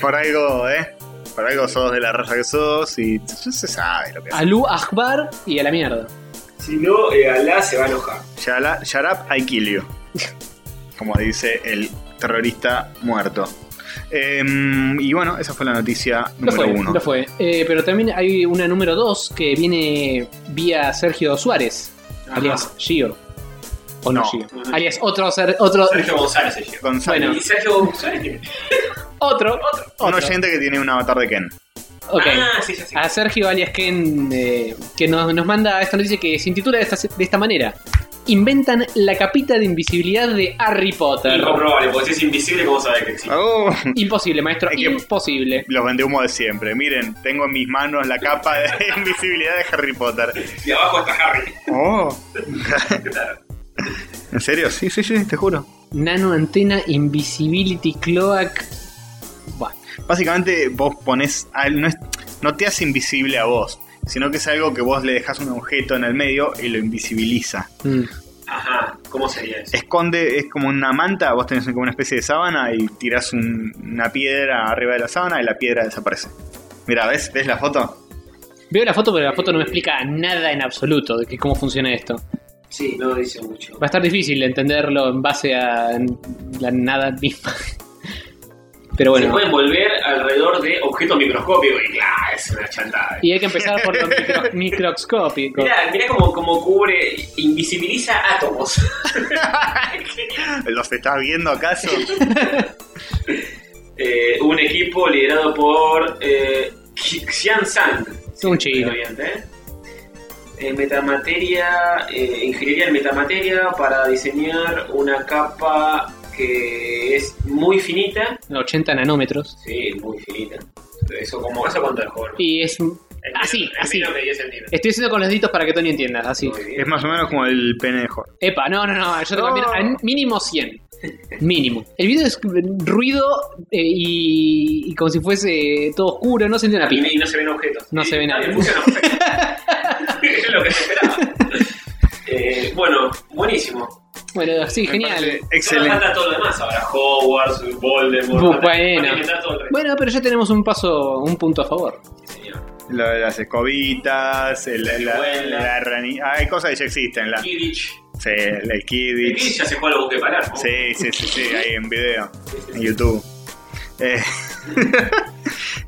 Por algo, ¿eh? Por algo sos de la raza que sos y ya se sabe lo que es. Alú Akbar y a la mierda. Si no, eh, Alá se va a enojar. Yala- Yarab I kill you. Como dice el terrorista muerto. Em, y bueno, esa fue la noticia Lo número fue, uno. lo fue. Eh, pero también hay una número 2 que viene vía Sergio Suárez, Ajá. alias Gio. O no, No. Gio. Alias otro, ser- otro, Ah, Sergio González se lleva. Gonzalo, Bueno, Y Sergio González tiene. otro, un otro. oyente que tiene un avatar de Ken. Ok. Ah, sí, sí, sí. A Sergio alias Ken, eh, que nos, nos manda esta noticia que se intitula de esta, de esta manera: Inventan la capita de invisibilidad de Harry Potter. Incomprobable, porque si es invisible, ¿cómo sabes que existe? Oh, Imposible, maestro, Hay que- imposible. los vendehumos de siempre. Miren, tengo en mis manos la capa de invisibilidad de Harry Potter. Y abajo está Harry. Oh, Claro. ¿en serio? Sí, sí, sí, te juro. Nano Antena Invisibility Cloak. Buah. Básicamente vos pones, al- no, es- no te hace invisible a vos, sino que es algo que vos le dejas un objeto en el medio y lo invisibiliza. Mm. Ajá, ¿cómo sería eso? Esconde, es como una manta, vos tenés como una especie de sábana y tirás un- una piedra arriba de la sábana y la piedra desaparece. Mira, ¿ves? ¿Ves la foto? Veo la foto, pero la foto no me explica nada en absoluto de que cómo funciona esto. Sí, no dice mucho. Va a estar difícil entenderlo en base a la nada misma. Pero Se bueno. pueden volver alrededor de objetos microscópicos. Y claro, es una chantada. Y hay que empezar por lo micro- microscópico. Mirá, mirá cómo, cómo cubre, invisibiliza átomos. ¿Los estás viendo acaso? Eh, un equipo liderado por eh, Qi- Xian Sang. Un chino. ¿eh? Eh, metamateria, eh, ingeniería en metamateria para diseñar una capa que es muy finita. 80 nanómetros. Sí, muy finita. Eso como eso cuando es joven. Y es. El Así, menos- el Ah, así. menos de 10 centímetros. Estoy haciendo con los deditos para que Tony entienda. Así. Muy bien. es más o menos como el pene de Jorge. Epa, no, no, no. Yo también. al Mínimo 100. Mínimo. El video es ruido eh, y, y como si fuese todo oscuro. No se entiende una pina. Y, y no se ven objetos. No Y se ve nada. también funciona perfecto. es lo que se esperaba. Eh, bueno, buenísimo. Bueno, sí, Me genial. parece Ahora Excelente. falta todo lo demás ahora. Hogwarts, Voldemort. Bu- falta- bueno. falta inventar todo el resto, Bueno, pero ya tenemos un paso, un punto a favor. señor. Lo de las escobitas, el- la, la, la rani- Ah, Hay cosas que ya existen. La, Kidditch. sí, el El kidditch. Kidditch ya se juega a lo que parar. ¿no? Este Sí, sí, sí, sí, ahí en video, en Sí, sí. YouTube. Eh,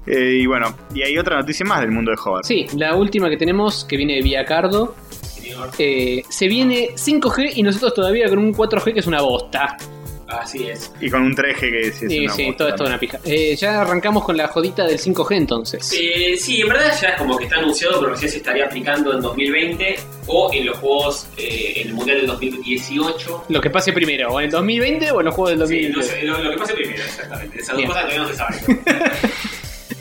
eh, y bueno, y hay otra noticia más del mundo de Hogwarts. Sí, la última que tenemos, que viene de Vía Cardo, Señor. eh, se viene 5G y nosotros todavía con un 4G que es una bosta. Así es. Y con un treje que sí es Sí, una sí, bosta todo es toda también. una pija. Eh, ya arrancamos con la jodita del 5G entonces. Eh, sí, en verdad ya es como que está anunciado, pero recién se estaría aplicando en 2020 o en los juegos, eh, en el Mundial del 2018. Lo que pase primero, o en el 2020 o en los juegos del Sí, 2020. no sé, lo, lo que pase primero, exactamente. Esas Bien. dos cosas todavía no se saben.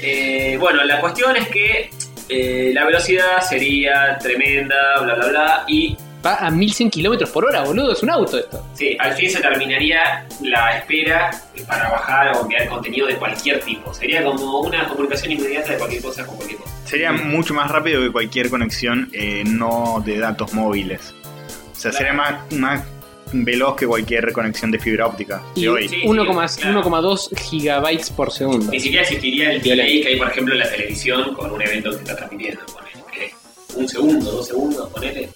Eh, bueno, la cuestión es que eh, la velocidad sería tremenda, bla, bla, bla, y Va a 1100 kilómetros por hora, boludo, es un auto esto. Sí, al fin se terminaría la espera para bajar o enviar contenido de cualquier tipo. Sería como una comunicación inmediata de cualquier cosa con cualquier cosa. Sería mucho más rápido que cualquier conexión eh, no de datos móviles. O sea, Claro. sería más, más veloz que cualquier conexión de fibra óptica de Y hoy. sí. 1,2 claro. 1,2 gigabytes por segundo. Ni siquiera existiría el Violento. delay que hay, por ejemplo, en la televisión con un evento que se está transmitiendo. ponele, que es un segundo, dos segundos, ponele.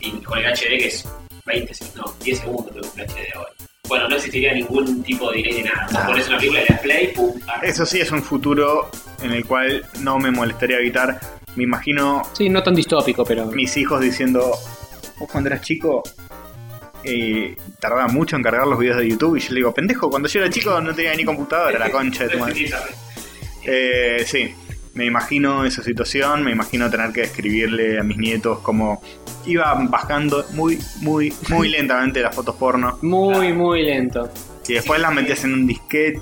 Y con el HD que es 20, seg- no, 10 segundos creo que es el HD ahora. Bueno, no existiría ningún tipo de delay de nada. Vos Nada. Pones una película de la Play, pum, ah, Eso sí es un futuro en el cual no me molestaría evitar. Me imagino Sí, no tan distópico, pero... mis hijos diciendo, vos cuando eras chico eh, tardaba mucho en cargar los videos de YouTube y yo le digo, pendejo, cuando yo era chico no tenía ni computadora, la concha de tu no madre. existiría. Eh, sí, me imagino esa situación, me imagino tener que describirle a mis nietos cómo iban bajando muy, muy, muy lentamente las fotos porno Muy, muy lento. y después las metías en un disquete.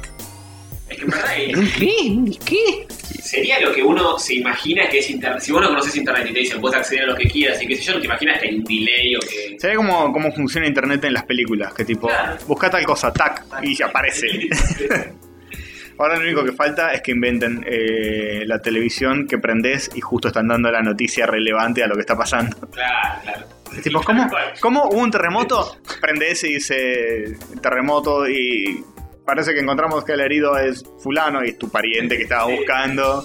Es que en verdad eh, ¿Qué? ¿Qué? Sería lo que uno se imagina que es internet. Si vos no conoces internet y te dicen, puedes acceder a lo que quieras y qué sé yo, no te imaginas que hay un delay o que. Sería como cómo funciona internet en las películas, que tipo, Claro. busca tal cosa, tac, y aparece. Ahora lo único que falta es que inventen eh, la televisión que prendés y justo están dando la noticia relevante a lo que está pasando. claro, claro. Es tipo, ¿cómo, ¿cómo hubo un terremoto? Prendés y dice terremoto y parece que encontramos que el herido es fulano y es tu pariente que estaba buscando.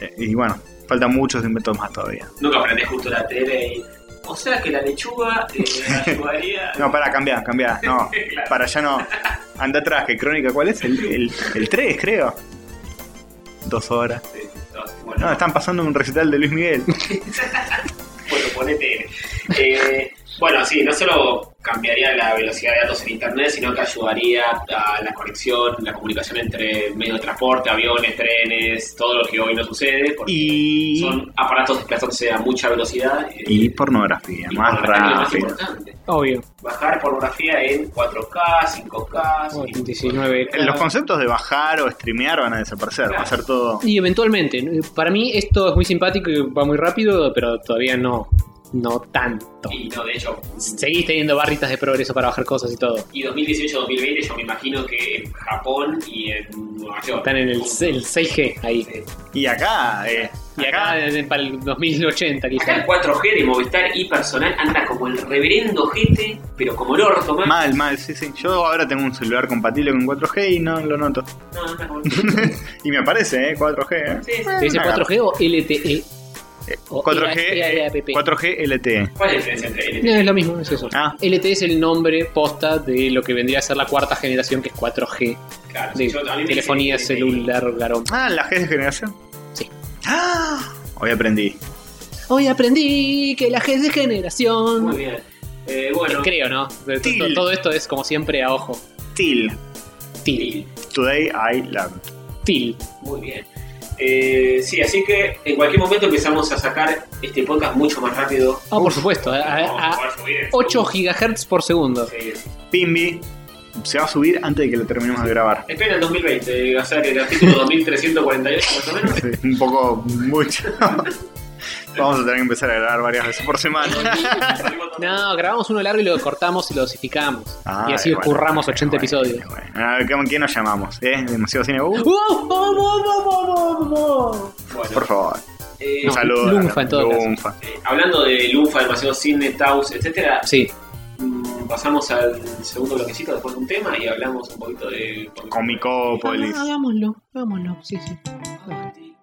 Eh, Y bueno, faltan muchos inventos más todavía. Nunca aprendés justo la tele y. O sea que la lechuga eh, ayudaría. No, para, cambiar, cambiar. No, Claro. para allá no. Anda atrás, que crónica, ¿cuál es? El, el, el 3, creo. Dos horas. este, Bueno, No, están pasando un recital de Luis Miguel. Bueno, ponete. Eh, bueno, sí, no solo cambiaría la velocidad de datos en Internet, sino que ayudaría a la conexión, la comunicación entre medios de transporte, aviones, trenes, todo lo que hoy no sucede, porque Y. son aparatos desplazándose a mucha velocidad. eh, Y pornografía, y más por la calle lo rápido. importante. Obvio. Bajar pornografía en 4K, 5K, Oh, 5K. 29. Eh, Los conceptos de bajar o streamear van a desaparecer, va a ser todo. Y eventualmente, ¿no? para mí esto es muy simpático y va muy rápido, pero todavía no, no tanto. Y no, de hecho, Seguís teniendo barritas de progreso para bajar cosas y todo. y 2018-2020 yo me imagino que en Japón y en Nueva York. Están en el, el 6G ahí. Y acá, eh, Y acá eh, para el 2080 Acá el quizás. 4G de Movistar y personal anda como el reverendo GT, pero como el orto, man. mal, mal, sí, sí. Yo ahora tengo un celular compatible con 4G y no lo noto. No, anda como el... Sí, y me aparece, eh, 4G. eh. sí. ¿Te dice Ah. 4G o LTE? O 4G, era- era eh, APP. 4G LTE. ¿Cuál es la diferencia entre No, LTE? es lo mismo, es eso. Ah. LTE es el nombre posta de lo que vendría a ser la cuarta generación, que es 4G. Claro, De yo- a mí me telefonía dicen LTE. celular, garón. Ah, la G de generación. Sí. Ah, hoy aprendí. Hoy aprendí que la G es de Muy generación. bien. Eh, bueno, Creo, ¿no? De- to- Til. Todo esto es como siempre a ojo. Till. Til. Today I love. Til. muy bien. Eh, sí, así que en cualquier momento empezamos a sacar este podcast mucho más rápido. Ah, por supuesto, a, a- a Vamos poder subir. 8 GHz por segundo. Sí. Pimbi. Se va a subir antes de que lo terminemos de grabar. Espera el 2020, o sea que el artículo 2348 más o menos. Sí, un poco mucho. Vamos a tener que empezar a grabar varias veces por semana. No, grabamos uno largo y lo cortamos y lo dosificamos. Ah, y así bueno, curramos bueno, 80 bueno, eh, episodios. bueno. A ver, ¿cómo- ¿quién nos llamamos? ¿Eh? ¿Demasiado cine? Uh, ¡Wow! ¡Vamos, vamos, vamos! por Bueno, favor. eh, No, Saludos. Lunfa, en todo caso. Lunfa. eh, hablando de Lufa, demasiado cine, Taus, etcétera, Sí, Mm, pasamos al segundo bloquecito después de un tema y hablamos un poquito de Comicópolis. Ah, hagámoslo, hagámoslo, sí, sí.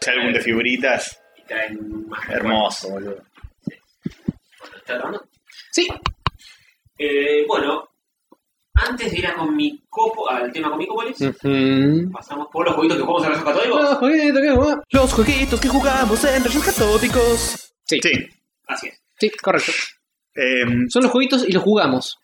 Ese álbum de figuritas. Y traen más Hermoso, boludo. recuerdos. ¿Está grabando? Sí, Eh, bueno, antes de ir a comicopo, al tema Comicópolis, Mm. pasamos por los jueguitos que jugamos en Rayos Catódicos. Los juguetes que jugamos. Los jueguitos que jugamos en Rayos Catódicos. Sí, sí, Sí. Así es. correcto. Eh, Son los jueguitos y los jugamos.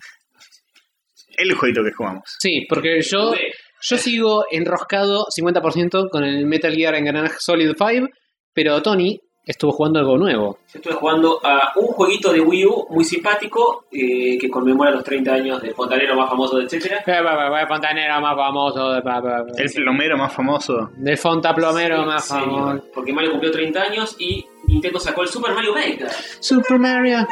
el jueguito que jugamos. Sí, porque yo, Jugué. yo sigo enroscado 50% con el Metal Gear Engranaje Solid 5, pero Tony estuvo jugando algo nuevo. Yo estuve jugando a un jueguito de Wii U muy simpático eh, que conmemora los 30 años del fontanero más famoso de etcétera. Eh, Fontanero más famoso. El plomero más famoso. Del Fontaplomero Sí, más Eh, sí, famoso. Porque Mario cumplió 30 años y Nintendo sacó el Super Mario Maker. Super Mario.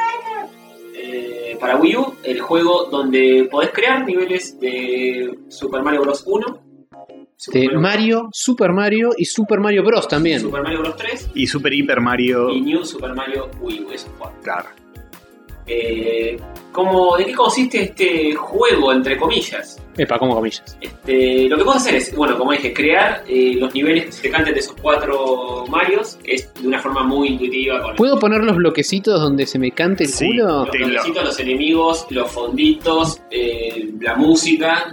eh, para Wii U, el juego donde podés crear niveles de Super Mario Bros. 1, Super De Mario, Super Mario y Super Mario Bros. también. Super Mario Bros. 3 Y Super Hiper Mario. y New Super Mario Wii U. Eso fue. Claro. Eh, como de qué consiste este juego, entre comillas. Epa, como comillas. Este, lo que puedes hacer es, bueno, como dije, crear eh, los niveles que se te canten de esos cuatro Marios, que es de una forma muy intuitiva. Con ¿Puedo poner los bloquecitos donde se me cante el Sí. culo? los te lo- bloquecitos, los enemigos, los fonditos, eh, la música,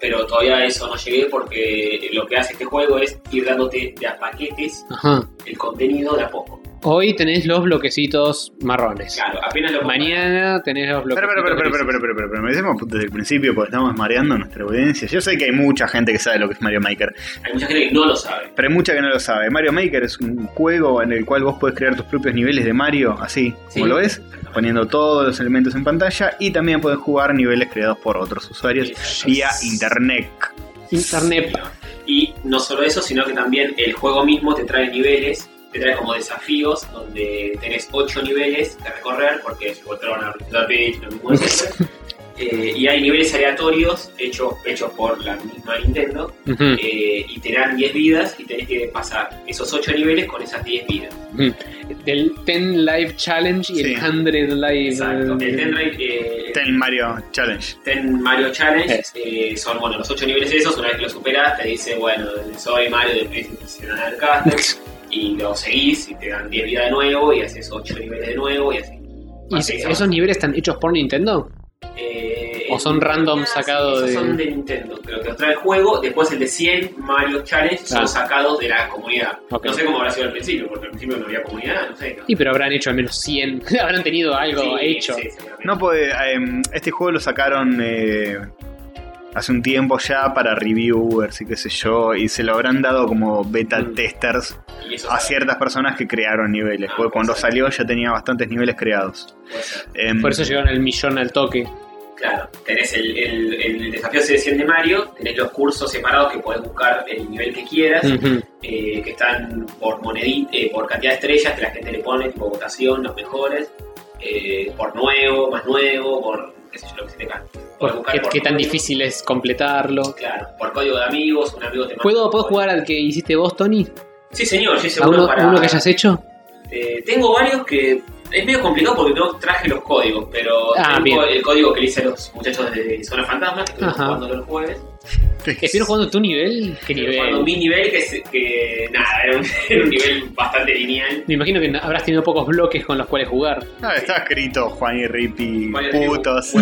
pero todavía a eso no llegué porque lo que hace este juego es ir dándote de a paquetes Ajá. el contenido de a poco. Hoy tenés los bloquecitos marrones. Claro, apenas lo Mañana tenés Pero, los bloquecitos. pero, pero, pero, pero, grises. pero, pero, pero, pero, empecemos desde el principio porque estamos mareando nuestra audiencia. Yo sé que hay mucha gente que sabe lo que es Mario Maker, Hay mucha gente que no lo sabe. pero hay mucha que no lo sabe. Mario Maker es un juego en el cual vos podés crear tus propios niveles de Mario, así Sí. como lo ves, poniendo todos los elementos en pantalla y también podés jugar niveles creados por otros usuarios Sí. vía internet. Internet. Y no solo eso, sino que también el juego mismo te trae niveles, te trae como desafíos, donde tenés 8 niveles que recorrer, porque es voltaron a la page, lo mismo de siempre. Eh, y hay niveles aleatorios hechos hechos por la misma Nintendo, Ujú. eh, y te dan 10 vidas y tenés que pasar esos 8 niveles con esas 10 vidas. Del 10 Live Challenge y Sí. el 100 Live. Exacto. El Ten, Ring, eh, Ten Mario Challenge. Ten Mario Challenge Es. eh, son bueno los ocho niveles esos, una vez que los superas te dice, bueno, soy Mario de PlayStation del Castle y lo seguís y te dan 10 vidas de nuevo y haces 8 niveles de nuevo y así. ¿Y Así que, esos niveles están hechos por Nintendo? eh, o son random ah, sí, sacado esos de- son de Nintendo, pero que los trae el juego, después el de 100 Mario Challenge Ah. son sacados de la comunidad. Ok. No sé cómo habrá sido al principio, porque al principio no había comunidad, no sé. ¿no? Y pero habrán hecho al menos 100. habrán tenido algo Sí, hecho. sí, seguramente. No puede, em, este juego lo sacaron eh, hace un tiempo ya para reviewers y qué sé yo, y se lo habrán dado como beta Mm. testers Y eso a ciertas personas que crearon niveles, porque cuando salió ya tenía bastantes niveles creados. puede ser. Em, Por eso llegaron al millón al toque. Claro, tenés el, el, el desafío de 100 de Mario, tenés los cursos separados que podés buscar el nivel que quieras, Ujú. eh, que están por monedita, por cantidad de estrellas que la gente le pone, tipo votación, los mejores, eh, por nuevo, más nuevo, por qué sé yo, lo que se te cante. Podés Por- buscar ¿Qué, por qué tan número, difícil es completarlo? Claro, por código de amigos, un amigo te manda ¿Puedo, un ¿Puedo código. jugar al que hiciste vos, Tony? Sí, señor, yo hice ¿A uno, uno, para. uno que hayas hecho? Eh, tengo varios que. Es medio complicado porque no traje los códigos, pero Ah, tengo bien. el código que le hice a los muchachos de Zona Fantasma, que estuvimos Ajá. jugando los jueves. ¿Estuvieron jugando tu nivel? ¿Qué Pero Cuando nivel? mi nivel, que, se- que nada, era un, era un nivel bastante lineal. Me imagino que habrás tenido pocos bloques con los cuales jugar. no, está escrito Juan y Rippy, Juan y Rippy, putos.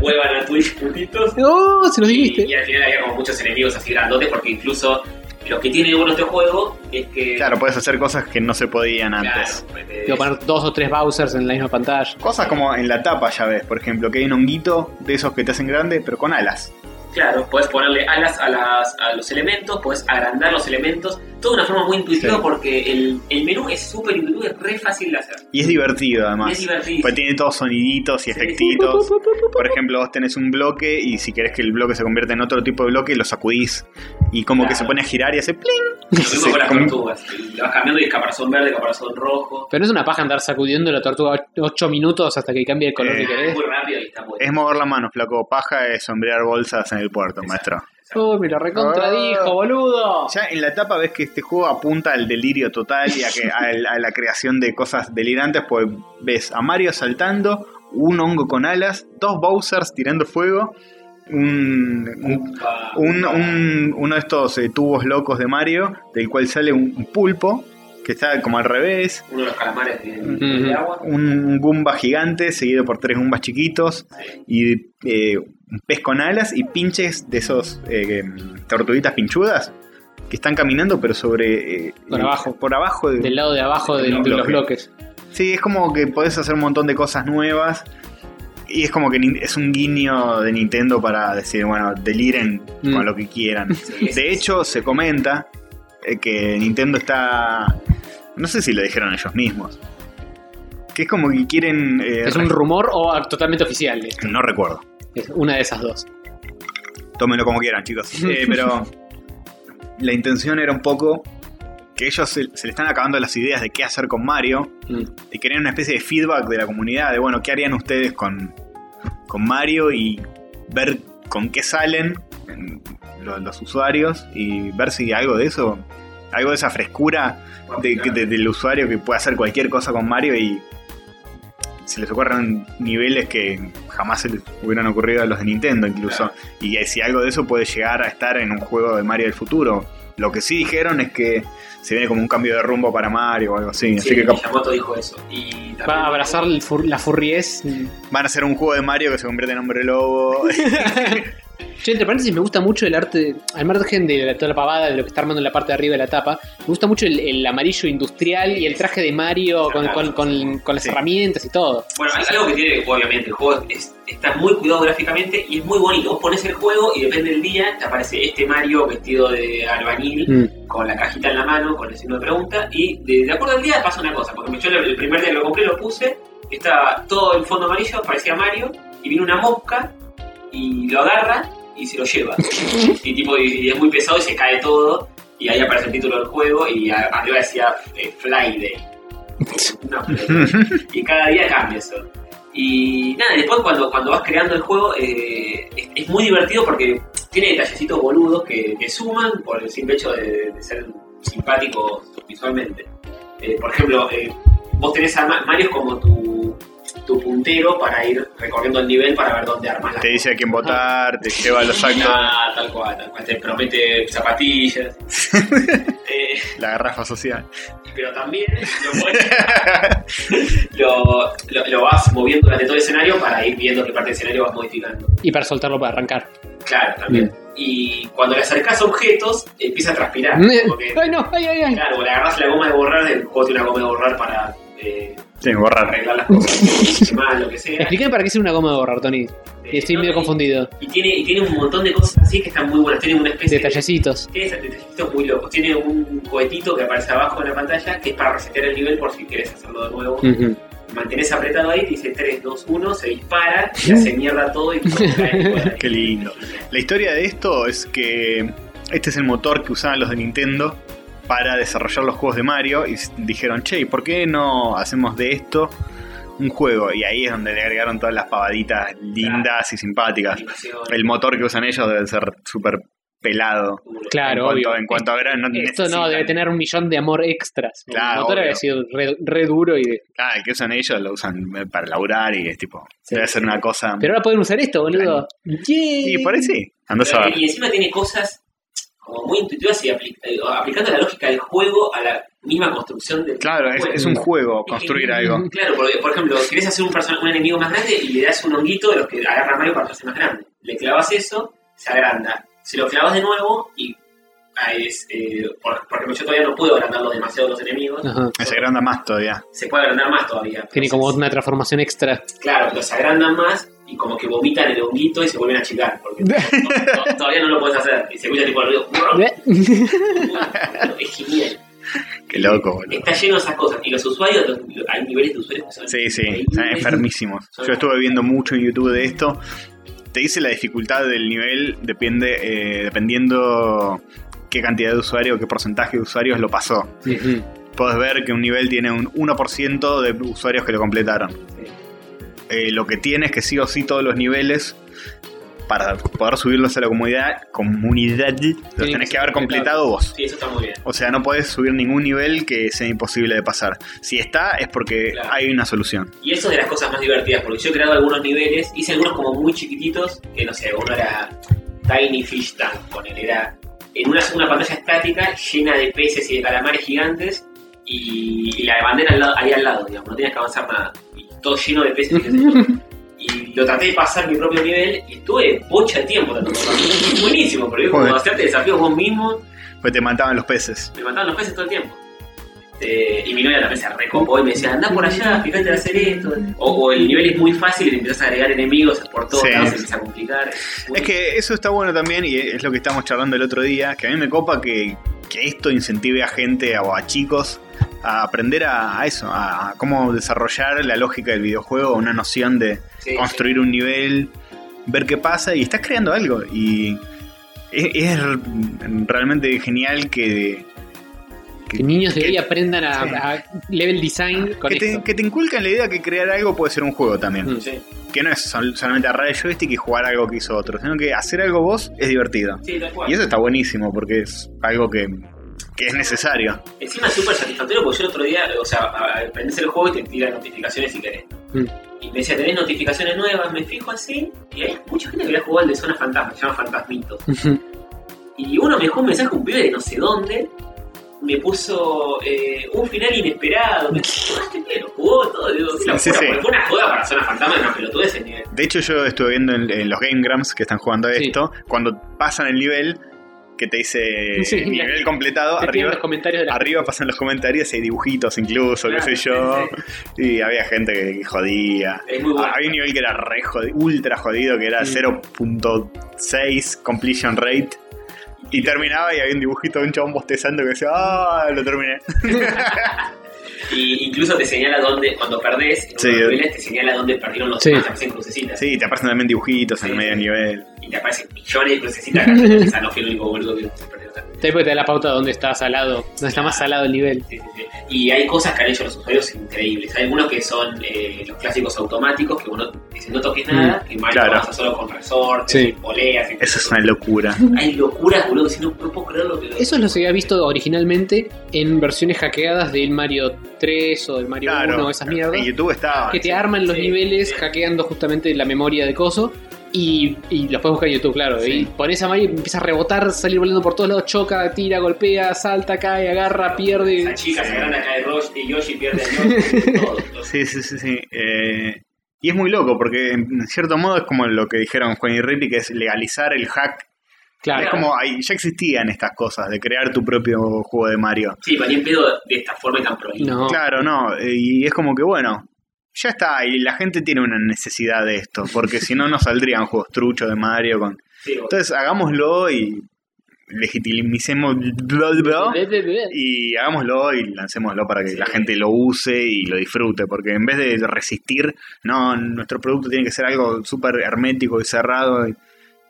Vuelvan a Twitch puntitos. ¡Oh! Se los Y, dijiste. y al final había como muchos enemigos así grandotes, porque incluso lo que tiene bueno este juego es que. claro, puedes hacer cosas que no se podían claro, antes. pues, eh, Digo, poner dos o tres Bowsers en la misma pantalla. Cosas como en la tapa ya ves, por ejemplo, que hay un honguito de esos que te hacen grande, pero con alas. claro, puedes ponerle alas a, las, a los elementos, puedes agrandar los elementos. Todo de una forma muy intuitiva Sí. porque el, el menú es súper intuitivo, es re fácil de hacer. Y es divertido Y además. es divertido. Pues tiene todos soniditos y Sí. efectitos. Por ejemplo, vos tenés un bloque y si querés que el bloque se convierta en otro tipo de bloque, lo sacudís. Y como que Claro. se pone a girar y hace pling. Lo mismo Sí, con las como- tortugas. Lo vas cambiando de caparazón verde, caparazón rojo. Pero no es una paja andar sacudiendo la tortuga 8 minutos hasta que cambie el color Eh, que Es querés. muy rápido y está muy Es mover la mano, flaco. Paja es sombrear bolsas en el puerto, maestro. Uy, me lo recontradijo, Ah. boludo. Ya en la etapa ves que este juego apunta al delirio total y a, que, a, el- a la creación de cosas delirantes, pues ves a Mario saltando, un hongo con alas, dos Bowsers tirando fuego, un, un- Pa- un- un- uno de estos eh, tubos locos de Mario, del cual sale un, un pulpo, que está como al revés, uno de los calamares de, Ujú. de agua. un Goomba gigante seguido por tres Goombas chiquitos y eh, un pez con alas y pinches de esos eh, tortuguitas pinchudas que están caminando pero sobre eh, Por eh, abajo. por abajo de- Del lado de abajo de del- los de los bloques. bloques. sí es como que podés hacer un montón de cosas nuevas y es como que nin- es un guiño de Nintendo para decir bueno deliren Mm. con lo que quieran Sí, sí, de hecho, se comenta eh, que Nintendo está. No sé si lo dijeron ellos mismos. Que es como que quieren. eh, ¿Es un re- rumor o ah, totalmente oficial? eh? No recuerdo. Es una de esas dos. Tómenlo como quieran, chicos. Eh, pero la intención era un poco que ellos se, se le están acabando las ideas de qué hacer con Mario. Mm. Y querían una especie de feedback de la comunidad. De bueno, ¿qué harían ustedes con, con Mario? Y ver con qué salen mm, lo- los, usuarios. Y ver si algo de eso. Algo de esa frescura de- claro. de- del usuario que puede hacer cualquier cosa con Mario y se les ocurren niveles que jamás se les hubieran ocurrido a los de Nintendo incluso. Y eh, si algo de eso puede llegar a estar en un juego de Mario del futuro. Lo que sí dijeron es que se viene como un cambio de rumbo para Mario o algo así. Sí, así que cap- Miyamoto dijo eso. Y también- Va a abrazar el fur- la furriez. Che, van a hacer un juego de Mario que se convierte en hombre lobo. entre paréntesis, me gusta mucho el arte, al margen de la- toda la pavada de lo que está armando en la parte de arriba de la tapa, me gusta mucho el, el amarillo industrial y el traje de Mario con, con- con- con las Sí. herramientas y todo. Bueno, hay algo que tiene, obviamente, el juego es- está muy cuidado gráficamente y es muy bonito. Vos pones el juego y depende del día, te aparece este Mario vestido de albañil, con la cajita en la mano, con el signo de pregunta, y de, de acuerdo al día pasa una cosa, porque yo el, el primer día que lo compré lo puse, estaba todo en fondo amarillo, parecía Mario, y viene una mosca y lo agarra y se lo lleva. y tipo, y, y es muy pesado y se cae todo, y ahí aparece el título del juego y a- arriba decía eh, Friday. No, pero- y cada día cambia eso. Y nada, después cuando, cuando vas creando el juego eh, es, es muy divertido porque tiene detallecitos boludos que, que suman por el simple hecho de, de ser simpáticos visualmente. Eh, por ejemplo, eh, vos tenés a Ma- Mario como tu, tu puntero para ir recorriendo el nivel para ver dónde armas las te dice a quién votar, te lleva a los actos, Ah, tal cual, tal cual. Te promete zapatillas. Eh, la garrafa social. pero también lo, podés- lo- lo- lo vas moviendo durante todo el escenario para ir viendo qué parte del escenario vas modificando. Y para soltarlo para arrancar. Claro, también. Y cuando le acercas objetos, empieza a transpirar. Ah, Porque, Ay, no, ay, ay, ay. claro, o le agarras la goma de borrar, el juego tiene una goma de borrar para eh, Sí, borrar. arreglar las cosas, mal, lo que sea. Explícame para qué sirve una goma de borrar, Tony. Eh, Estoy no, medio y- confundido. Y tiene, y tiene un montón de cosas así que están muy buenas. Tiene una especie de Detallecitos. Tiene esos detallitos muy locos. Tiene un cohetito que aparece abajo de la pantalla que es para resetear el nivel por si querés hacerlo de nuevo. Ujú. Mantenés apretado ahí, te dice 3, 2, 1, se dispara, y hace mierda todo y todo cae. Qué lindo. La historia de esto es que este es el motor que usaban los de Nintendo para desarrollar los juegos de Mario y s- dijeron, che, ¿y ¿por qué no hacemos de esto un juego? Y ahí es donde le agregaron todas las pavaditas lindas y simpáticas. Animación, El motor que usan ellos debe ser súper pelado. duro. Claro, en cuanto, obvio. en cuanto a ver, no Esto no, necesitan- debe tener un millón de amor extras. Claro, el motor obvio. había sido re, re duro y de- Ah, el que usan ellos lo usan eh, para laburar y es tipo, debe ser una cosa... Pero ahora pueden usar esto, boludo. y ¡Yay! por ahí sí, andás a Pero- ver. Y encima tiene cosas como muy intuitivas y apli- eh, aplicando la lógica del juego a la misma construcción del Claro, es, juego. es un juego, que- construir algo. Claro, porque, por ejemplo, querés hacer un, person- un enemigo más grande y le das un honguito de los que agarra Mario para hacerse más grande. Le clavas eso, se agranda. Se lo clavas de nuevo y. ah, es, eh, por, por ejemplo, yo todavía no puedo agrandarlo demasiado a los enemigos. Ajá. Se agranda más todavía. Se puede agrandar más todavía. Tiene como una transformación extra. Claro, los agrandan más y como que vomitan el honguito y se vuelven a achicar. Porque no- no- todavía no lo puedes hacer. Y se escucha tipo el ruido. es genial. Qué loco, boludo. Está lleno de esas cosas. Y los usuarios, los- los- hay niveles de usuarios que son. Sí, sí, están increíbles. enfermísimos. Yo estuve viendo mucho en YouTube de esto. Te dice la dificultad del nivel depende eh, dependiendo qué cantidad de usuario, qué porcentaje de usuarios lo pasó. Ujú. Puedes ver que un nivel tiene un 1% de usuarios que lo completaron. Eh, lo que tiene es que sí o sí todos los niveles, para poder subirlos a la comunidad, comunidad los que tenés que ser haber completado vos. Sí, eso está muy bien. O sea, no podés subir ningún nivel que sea imposible de pasar. Si está, es porque Claro. hay una solución. Y eso es de las cosas más divertidas, porque yo he creado algunos niveles, hice algunos como muy chiquititos, que no sé, uno era Tiny Fish Tank, con él era en una, una pantalla estática llena de peces y de calamares gigantes, y, y la bandera al lado- ahí al lado, digamos, no tenías que avanzar nada, y todo lleno de peces. y qué sé yo. Y lo traté de pasar mi propio nivel y estuve bocha de tiempo tratando de pasarlo. Es Buenísimo, porque es como Joder. hacerte desafíos vos mismo, Pues te mataban los peces. me mataban los peces todo el tiempo. Este, y mi novia también se recopó y me decía, anda por allá, fíjate de hacer esto. O, o el nivel es muy fácil y le empiezas a agregar enemigos por todos Sí. lados se empieza a complicar. Es muy- Es que eso está bueno también y es lo que estábamos charlando el otro día, que a mí me copa que, que esto incentive a gente o a chicos a aprender a, a eso, a, a cómo desarrollar la lógica del videojuego, una noción de Sí, construir un nivel, ver qué pasa y estás creando algo. Y es, es realmente genial que... Que niños de que- hoy aprendan a, sí. a level design con que te, esto. que te inculcan la idea que crear algo puede ser un juego también. Mm. sí. Que no es sol- solamente agarrar el joystick y jugar algo que hizo otro, sino que hacer algo vos es divertido. Sí, tal cual. Y eso está buenísimo porque es algo que, que es necesario. Encima es súper satisfactorio porque yo el otro día, o sea, a- a- prendés el juego y te tiran notificaciones si querés. Mm. Y me decía, ¿tenés notificaciones nuevas? Me fijo así. Y hay mucha gente que había jugado al de Zona Fantasma, se llama Fantasmito. Y uno me dejó un mensaje, un pibe de no sé dónde. Me puso eh, un final inesperado. Me dijo, "Ah, este pibe lo jugó todo. Digo, "Qué Sí, locura", sí, sí. porque Fue una joda para Zona Fantasma, una pelotudez ese nivel. De hecho, yo estuve viendo en, en los Game Grumps que están jugando a Sí. esto, cuando pasan el nivel que te dice Sí, nivel la- completado, Te tiran arriba, los comentarios de la... arriba pasan los comentarios, hay dibujitos incluso, Claro, qué sé yo, sí, y había gente que, que jodía. Es muy bueno. Había un nivel que era re jodido, ultra jodido, que era 0.6 completion rate. Y terminaba y había un dibujito de un chabón bostezando que decía, ¡ah! Lo terminé. Y incluso te señala dónde, cuando perdés, en uno Sí, de los eh. niveles, te señala dónde perdieron los Sí. demás, te aparecen crucecitas. Sí, te aparecen también dibujitos en Sí, el medio sí. nivel. Y te aparecen millones de crucecitas. acá, yo quizá no fui el único boludo que se perdió. Te pues, te da la pauta de dónde está salado, dónde está más salado el nivel. Sí, sí, sí. Y hay cosas que han hecho los usuarios increíbles. Hay algunos que son eh, los clásicos automáticos, que uno dice no toques nada, que Mario Mm, Claro. avanza solo con resortes, Sí. poleas. y- Eso es una locura. Hay locuras, boludo, que si no, no puedo creer lo que... Eso los había visto originalmente en versiones hackeadas del Mario 3 o del Mario 1 esas mierdas. En YouTube estaba. que te arman los Sí, niveles sí. hackeando justamente la memoria de coso. Y, y los puedes buscar en YouTube, claro. Sí. Y pones a Mario y empieza a rebotar, salir volando por todos lados, choca, tira, golpea, salta, cae, agarra, pierde. Esa chica se agranda acá de Roshi, Yoshi pierde a Yoshi, todo. todo. Sí, sí, sí, sí. Eh, y es muy loco porque en cierto modo es como lo que dijeron Juan y Rippy, que es legalizar el hack. Claro. Es como, ahí, ya existían estas cosas de crear tu propio juego de Mario. Sí, valía en pedo de esta forma y tan prolija. No. Claro, no. eh, Y es como que, bueno, ya está. Y la gente tiene una necesidad de esto, porque si no, no saldrían juegos truchos de Mario. con Sí, boludo. Entonces, hagámoslo y legitimicemos y hagámoslo y lancémoslo para que Sí. la gente lo use y lo disfrute, porque en vez de resistir, no, nuestro producto tiene que ser algo súper hermético y cerrado, y-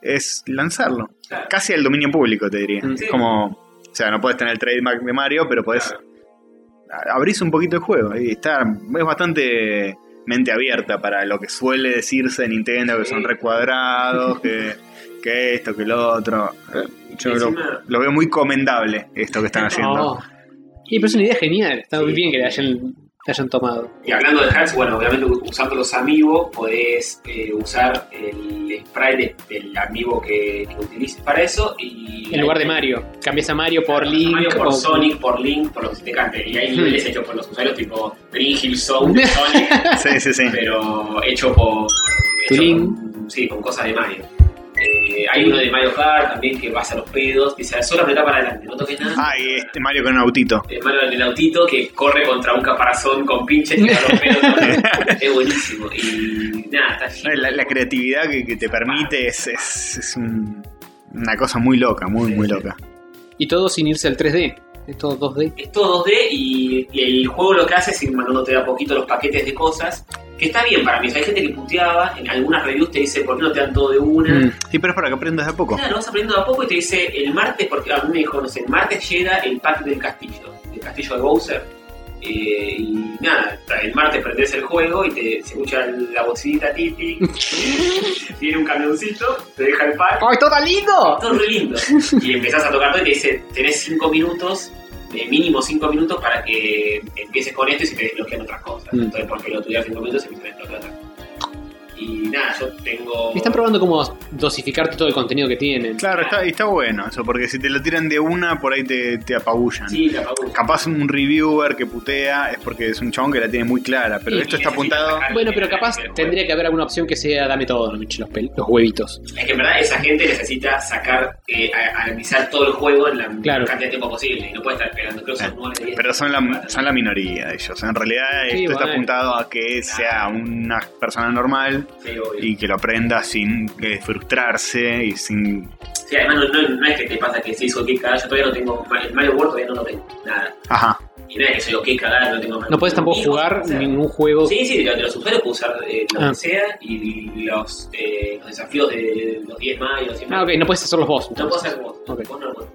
es lanzarlo. Claro. Casi al dominio público, te diría. Mm. Es como, o sea, no puedes tener el trademark de Mario, pero podés a- abrís un poquito el juego y está, es bastante mente abierta para lo que suele decirse en Nintendo, que Sí. son recuadrados, que, que esto, que lo otro. Eh, Yo lo, Encima- lo veo muy comendable esto que están haciendo. No. Y pero es una idea genial. Está muy Sí. bien que le hayan, le hayan tomado. Y hablando de hacks, bueno, obviamente usando los amigos podés eh, usar el sprite de- del amigo que, que utilices para eso y... En lugar de Mario. Cambias a Mario por Mario Link. por o- Sonic, por Link, por lo que se te cante. Y Hmm. hay niveles hechos por los usuarios tipo Green Hill Zone de Sonic, Sí, sí, sí. pero hecho por... hecho Tulín. con- sí, con cosas de Mario. Eh, hay uno de Mario Kart también que vas a los pedos, dice, solo apretá para adelante, no toques nada. Eh, Ah, y este Mario con un autito. El malo del autito que corre contra un caparazón con pinches y va a los pelos. es buenísimo. Y nada, está No, lleno. La, la creatividad que, que te permite es, es- es un- una cosa muy loca, muy, muy loca. Y todo sin irse al 3D. Es todo 2D. Es todo 2D y, y el juego lo que hace es ir mandándote de a poquito los paquetes de cosas. Que está bien para mí. O sea, hay gente que puteaba, en algunas reviews te dice, ¿por qué no te dan todo de una? Mm. Sí, pero es para que aprendas de a poco. Claro, vas aprendiendo de a poco y te dice, el martes, porque a mí me dijo, no sé, el martes llega el pack del castillo, el castillo de Bowser. Eh, y nada, el martes prendes el juego y te, se escucha la bocinita tipi, viene un camioncito, te deja el pack, ¡Ay, todo tan lindo! todo re lindo. Y empezás a tocar todo y te dice, tenés 5 minutos, de mínimo 5 minutos para que empieces con esto y se te desbloquean otras cosas. Mm. Entonces, por pelotudear 5 minutos se empiezan a desbloquear otras cosas. Y nada, yo tengo... Están probando cómo dosificar todo el contenido que tienen. Claro, está, está bueno eso, porque si te lo tiran de una, por ahí te, te apabullan. Sí, la pago. Capaz un reviewer que putea es porque es un chabón que la tiene muy clara, pero Y- esto y está necesita apuntado. sacar- Bueno, pero capaz Pero bueno. tendría que haber alguna opción que sea dame todo, no me eches los, pel- los huevitos. Es que en verdad esa gente necesita sacar, eh, a- analizar todo el juego en la Claro. cantidad de tiempo posible y no puede estar esperando, creo que son Eh, 9, 10. Pero son la, son la minoría ellos. En realidad, Sí, esto está bueno. apuntado a que sea una persona normal Sí, obvio. y que lo aprenda sin eh, frustrarse y sin. Sí, además no, no- no es que te pasa que se hizo que cagada, yo todavía no tengo Mario- el Mario World, todavía no lo tengo, nada. Ajá. Y nada, que soy lo que cagada, no tengo Mario No puedes World. Y tampoco cosas jugar que hacer. ningún juego. Sí, sí, de, de los usuarios puedo usar eh, lo Ah. que sea y los, eh, los desafíos de los 10 más y los 100 más. Ah, ok, no puedes hacerlos vos. No entonces. puedo hacer vos, Ok. vos no lo podés.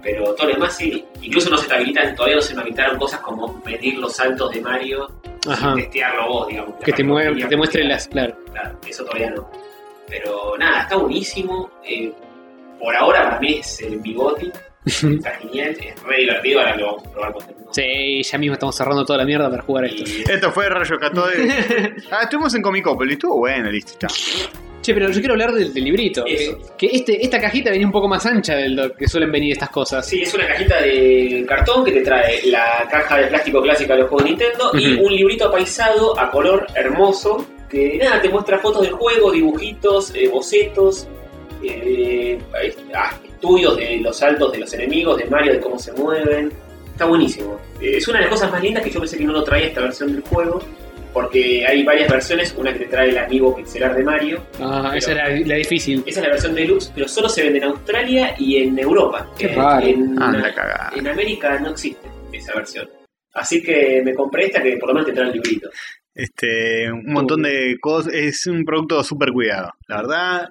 Pero todo lo demás sí, incluso no se te habilitan, todavía no se me habilitaron cosas como medir los saltos de Mario Ajá. testearlo vos, digamos. Que te, mueve, muestren que te muestre las. Claro. eso todavía no. Pero nada, está buenísimo. eh, por ahora para mí es el bigoti. Está genial, es re divertido, ahora lo vamos a probar con todo el mundo. Sí, ya mismo estamos cerrando toda la mierda para jugar a esto. Y- Esto fue Rayo Catode. ah, estuvimos en Comicopolis, estuvo bueno, listo, está. Che, pero yo quiero hablar del, del librito. Que, Eso. que este, esta cajita venía un poco más ancha del doc, que suelen venir estas cosas. Sí, es una cajita de cartón que te trae la caja de plástico clásica de los juegos de Nintendo y Ujú. un librito apaisado a color hermoso que nada, te muestra fotos del juego, dibujitos, eh, bocetos, eh, eh, ah, estudios de los saltos de los enemigos, de Mario, de cómo se mueven. Está buenísimo. Eh, Es una de las cosas más lindas que yo pensé que no lo traía esta versión del juego. Porque hay varias versiones, una que te trae el amigo pixelar de Mario. Ah, esa era la difícil. Esa es la versión deluxe, pero solo se vende en Australia y en Europa. Qué Eh, raro. en- Anda cagada. en América no existe esa versión. Así que me compré esta que por lo menos te trae el librito. Este, un montón de cosas. Es un producto súper cuidado. La verdad,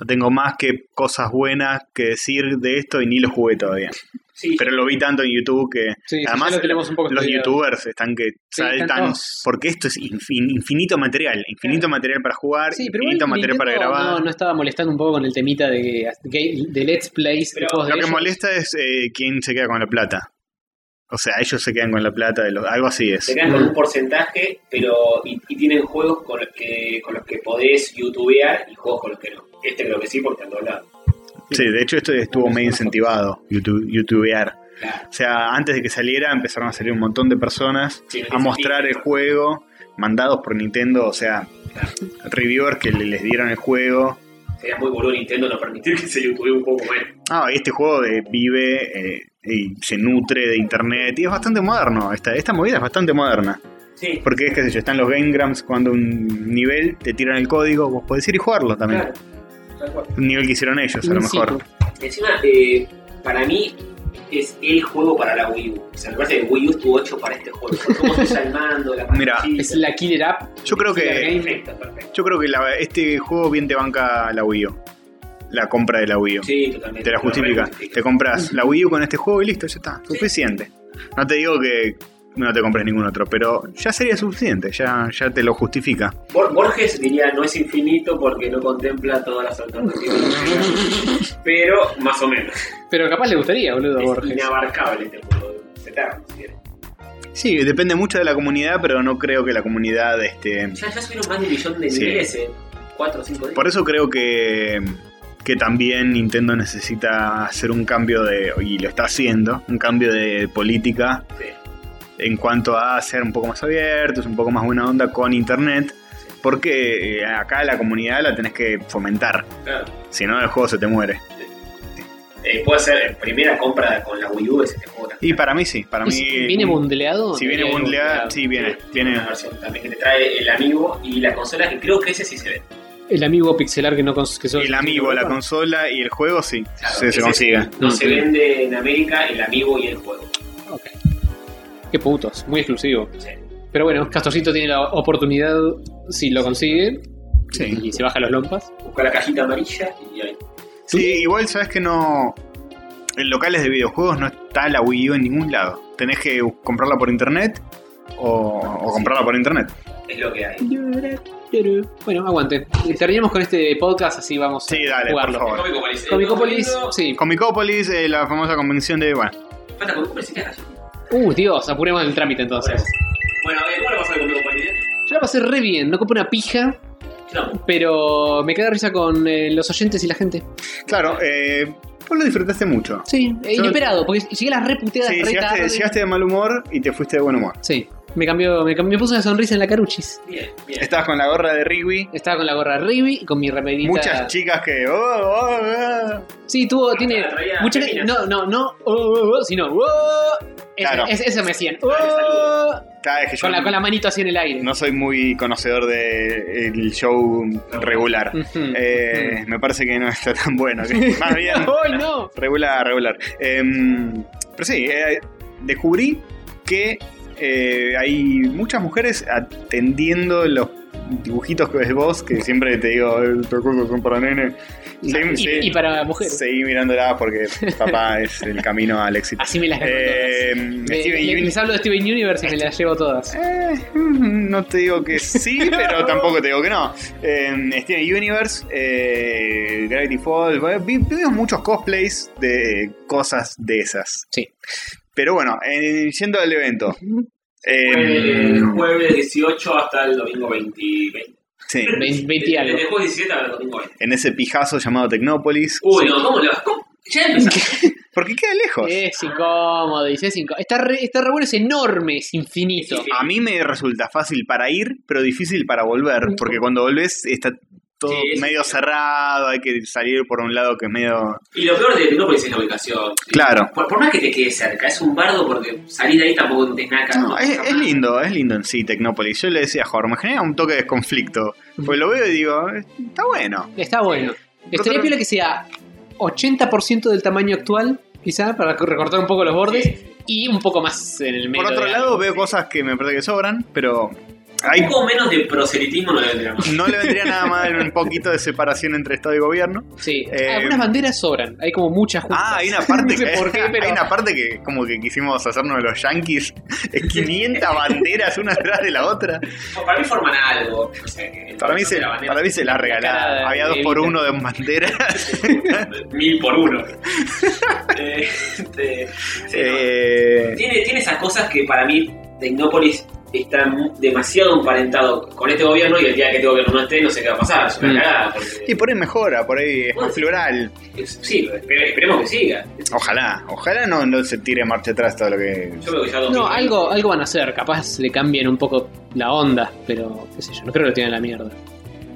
no tengo más que cosas buenas que decir de esto y ni lo jugué todavía. Sí, Pero lo vi tanto en YouTube que Sí, sí, además ya lo tenemos un poco los estudiado. youtubers están que Sí, están saltan. todos. Porque esto es infin- infinito material. Infinito material para jugar, Sí, pero igual infinito material para Nintendo grabar. No, no estaba molestando un poco con el temita de, que- de Let's Plays. de Pero juegos de Lo que ellos. molesta es eh, quién se queda con la plata. O sea, ellos se quedan con la plata, de los- algo así es. se quedan con un porcentaje, pero y, y tienen juegos con los que con los que podés youtubear y juegos con los que no. Este creo que sí porque ando hablando. Sí, de hecho esto estuvo medio incentivado, YouTube, youtubear. Claro. O sea, antes de que saliera empezaron a salir un montón de personas Sí, a mostrar el juego, mandados por Nintendo, o sea, reviewers que le- les dieron el juego. Sería muy boludo Nintendo no permitir que se youtubee un poco más. Ah, este juego eh, vive eh, y se nutre de internet y es bastante moderno, esta, esta movida es bastante moderna. Sí, Porque es que yo, están los Game Grumps cuando un nivel te tiran el código, vos podés ir y jugarlo también. claro. Tal cual. Un nivel que hicieron ellos, a lo In situ. mejor. Encima, eh, para mí es el juego para la Wii U. O sea, me parece que Wii U estuvo hecho para este juego. Cómo se usa el mando, la Mira, pantallita. Es la killer app. Yo creo que Perfecto, perfecto. Yo creo que la- este juego bien te banca la Wii U. La compra de la Wii U. Sí, totalmente. te la Lo justifica. rejustifica. Te compras la Wii U con este juego y listo, ya está. Suficiente. No te digo que no te compres ningún otro, pero ya sería suficiente. Ya, ya te lo justifica. Bor- Borges diría no es infinito porque no contempla todas las alternativas. pero más o menos. Pero capaz le gustaría, boludo, a es Borges. inabarcable este juego. Se tarda, si quieres. Sí, depende mucho de la comunidad, pero no creo que la comunidad. Este, Ya, ya subieron más de un millón de Sí. niveles en 4 o 5 días. por eso creo que, que también Nintendo necesita hacer un cambio de. Y lo está haciendo. Un cambio de política Sí. en cuanto a ser un poco más abiertos, un poco más buena onda con internet, porque eh, acá la comunidad la tenés que fomentar, Claro. si no el juego se te muere. Eh, puede ser eh, primera compra con la Wii U es este juego. Y para mí sí, para ¿Y mí... mm, si ¿Viene eh, bundleado? Si viene bundleada, sí, viene, viene... una versión también que te trae el amigo y la consola que creo que ese sí se ve. El amigo pixelar que no cons- que sos- El amigo, la consola y el juego sí, Claro, se, se ese consigue. Mm. No se vende en América el amigo y el juego. Ok. Qué putos, muy exclusivo. Sí. Pero bueno, Castorcito tiene la oportunidad, si lo consigue, Sí. y se baja los lompas. Busca la cajita amarilla y ahí. Sí, igual sabes que no... En locales de videojuegos no está la Wii U en ningún lado. Tenés que comprarla por internet o, o comprarla por internet. Es lo que hay. Bueno, aguante. Terminamos con este podcast, así vamos Sí, a dale, por jugarlo. favor. Comicopolis. Comicopolis, sí. Comicopolis, eh, la famosa convención de... Bueno, Falta Comicopolis, ¿sí que hay? Uh, Dios, apuremos el trámite entonces. Bueno, eh, ¿cómo le pasó a Comicopolis? eh? Yo la pasé re bien, no compré una pija, No, pero me quedé risa con eh, los oyentes y la gente. Claro, eh, vos lo disfrutaste mucho. Sí, eh, Yo- inesperado, porque llegué a las reputeadas Sí, re llegaste, tarde. llegaste de mal humor y te fuiste de buen humor. Sí, me cambió, me, cambió- me puso una sonrisa en la caruchis. bien, bien. Estabas con la gorra de Rigby. Estaba con la gorra Ribi y con mi remerita. Muchas chicas que. oh, oh, oh. Sí, tuvo, tiene. Ah, la traía Mucha Femina. No, no, no. oh, oh, oh, sino. oh, esa- Claro. es- eso me hacían. Dale, oh, Cada vez que yo con, la, con la manito así en el aire. No soy muy conocedor del show regular. Ujú. Mm. Eh, me parece que no está tan bueno. que- Más bien. ¡Ay, no! Regular, regular. Em, pero sí, eh, descubrí que eh, hay muchas mujeres atendiendo los dibujitos que ves vos, que siempre te digo, estos cosas son para nene. Y, Sí, y para mujeres. Seguí mirándola porque papá es el camino al éxito. Así me las gano Eh, todas. Steven Le- le- Universe- les hablo de Steven Universe y me las llevo todas. Eh, mm, no te digo que sí, pero tampoco te digo que no. Eh, Steven Universe, eh, Gravity Falls, bueno, vi- vimos muchos cosplays de cosas de esas. Sí. Pero bueno, eh, yendo al evento. eh, El jueves 18 hasta el domingo 20. 20. sí, Vein- 20 y algo. Desde el jueves 17 hasta el domingo 20. en ese pijazo llamado Tecnópolis. Uy, no, ¿cómo le vas? ¿Cómo? Ya empezamos. Porque queda lejos. Es incómodo, dice es incómodo. Está re, está re bueno, es enorme, es infinito. Sí, sí. A mí me resulta fácil para ir, pero difícil para volver. Porque cuando volvés está todo Sí, es- medio cerrado, hay que salir por un lado que es medio... Y lo peor de Tecnópolis es la ubicación. Claro. Por, por más que te quede cerca, es un bardo porque salir de ahí tampoco tenés nada que No, hacer. es, es lindo, es lindo en sí Tecnópolis. Yo le decía a Jorge, me genera un toque de conflicto. Pues lo veo y digo, está bueno. Está bueno. Estaría Otro- piola que sea 80% del tamaño actual, quizá, para recortar un poco los bordes y un poco más en el medio. Por otro de lado, algo. veo cosas que me parece que sobran, pero hay, Un poco menos de proselitismo no debe tener más. no le vendría nada mal un poquito de separación entre Estado y gobierno. Sí, eh, algunas banderas sobran, hay como muchas juntas. Ah, hay una parte no sé que, por qué, pero hay una parte que como que quisimos hacernos los yankees, 500 banderas una atrás de la otra. No, Para mí forman algo. O sea, que- Para mí se, la bandera- para mí se la cara de regalaron. Había dos por Evita. uno de banderas. mil por uno. Eh, este, sí, no. Eh, tiene, tiene esas cosas que para mí Tecnópolis está mu- demasiado emparentado con este gobierno y el día que este gobierno no esté no sé qué va a pasar. Es una Mm. cagada. porque- y por ahí mejora, por ahí es más floral. es- sí, espere- esperemos que siga. Ojalá, ojalá no, no se tire marcha atrás todo lo que. Yo creo que ya No, 2020. algo, algo van a hacer, capaz le cambien un poco la onda, pero qué sé yo, no creo que lo tienen a la mierda.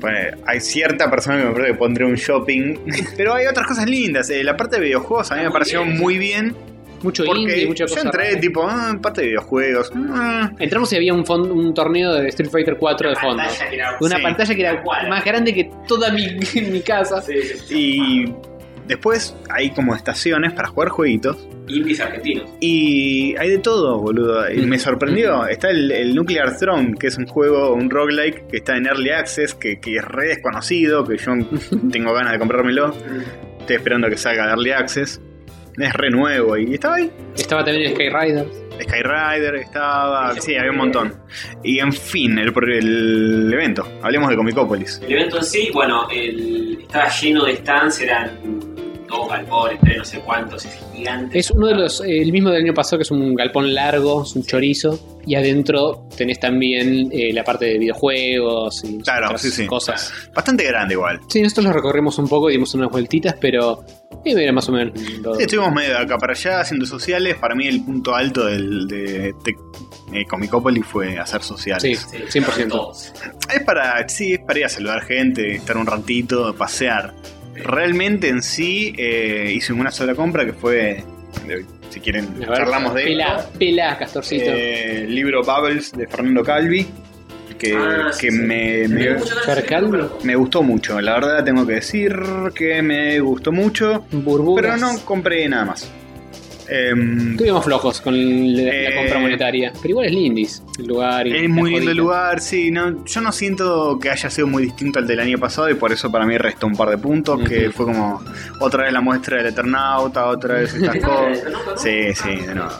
Bueno, hay cierta persona que me parece que pondré un shopping. Pero hay otras cosas lindas. eh, la parte de videojuegos a mí me Muy pareció bien. muy bien. Mucho Ah, indie, Porque mucha yo cosa. entré, rara. tipo, ah, parte de videojuegos. ah, Entramos y había un, fon- un torneo de Street Fighter 4 de fondo. Pantalla que era- Una Sí. pantalla que era Tal cual. más grande que toda mi, mi casa. Sí, sí, sí. y después hay como estaciones para jugar jueguitos. Indies argentinos. Y hay de todo, boludo. Y me sorprendió. Está el, el Nuclear Throne, que es un juego, un roguelike, que está en Early Access, que, que es re desconocido, que yo tengo ganas de comprármelo. Estoy esperando a que salga de Early Access. Es re nuevo y estaba ahí. Estaba también el Sky Rider. Skyrider estaba. Sí, Sí, había un montón. Y en fin, el, el evento. Hablemos de Comicopolis. El evento en sí, bueno, el- estaba lleno de stands, eran dos galpones, tres, no sé cuántos, es gigante. Es uno de los, eh, el mismo del año pasado, que es un galpón largo, es un chorizo. Y adentro tenés también eh, la parte de videojuegos y Claro, otras sí, sí. cosas. Bastante grande igual. Sí, nosotros lo recorrimos un poco, dimos unas vueltitas, pero eh, era más o menos. lo- Sí, estuvimos medio de acá para allá haciendo sociales. Para mí, el punto alto del, de, de- eh, Comicopolis fue hacer sí, sociales. Sí, 100%. todos. Es para, sí, es para ir a saludar gente, estar un ratito, pasear. Realmente en sí eh, hice una sola compra que fue. eh, Si quieren, A ver, charlamos de esto. Pelá, pelá, Castorcito. Eh, el libro Bubbles de Fernando Calvi, que, Ah, sí, que sí. me, me- Tengo muchas ganas de hacer Carcaldo. esto, pero- me gustó mucho. La verdad tengo que decir que me gustó mucho, pero Burbujas. no compré nada más. Em, Estuvimos flojos con la, la Eh, compra monetaria. Pero igual es lindis el lugar. y es la muy lindo jodita. el lugar, sí. No, yo no siento que haya sido muy distinto al del año pasado y por eso para mí restó un par de puntos, que Ujú. fue como otra vez la muestra del Eternauta, otra vez estas Está bien, cosas. ¿no? ¿no? Ah. Sí, sí, de nuevo.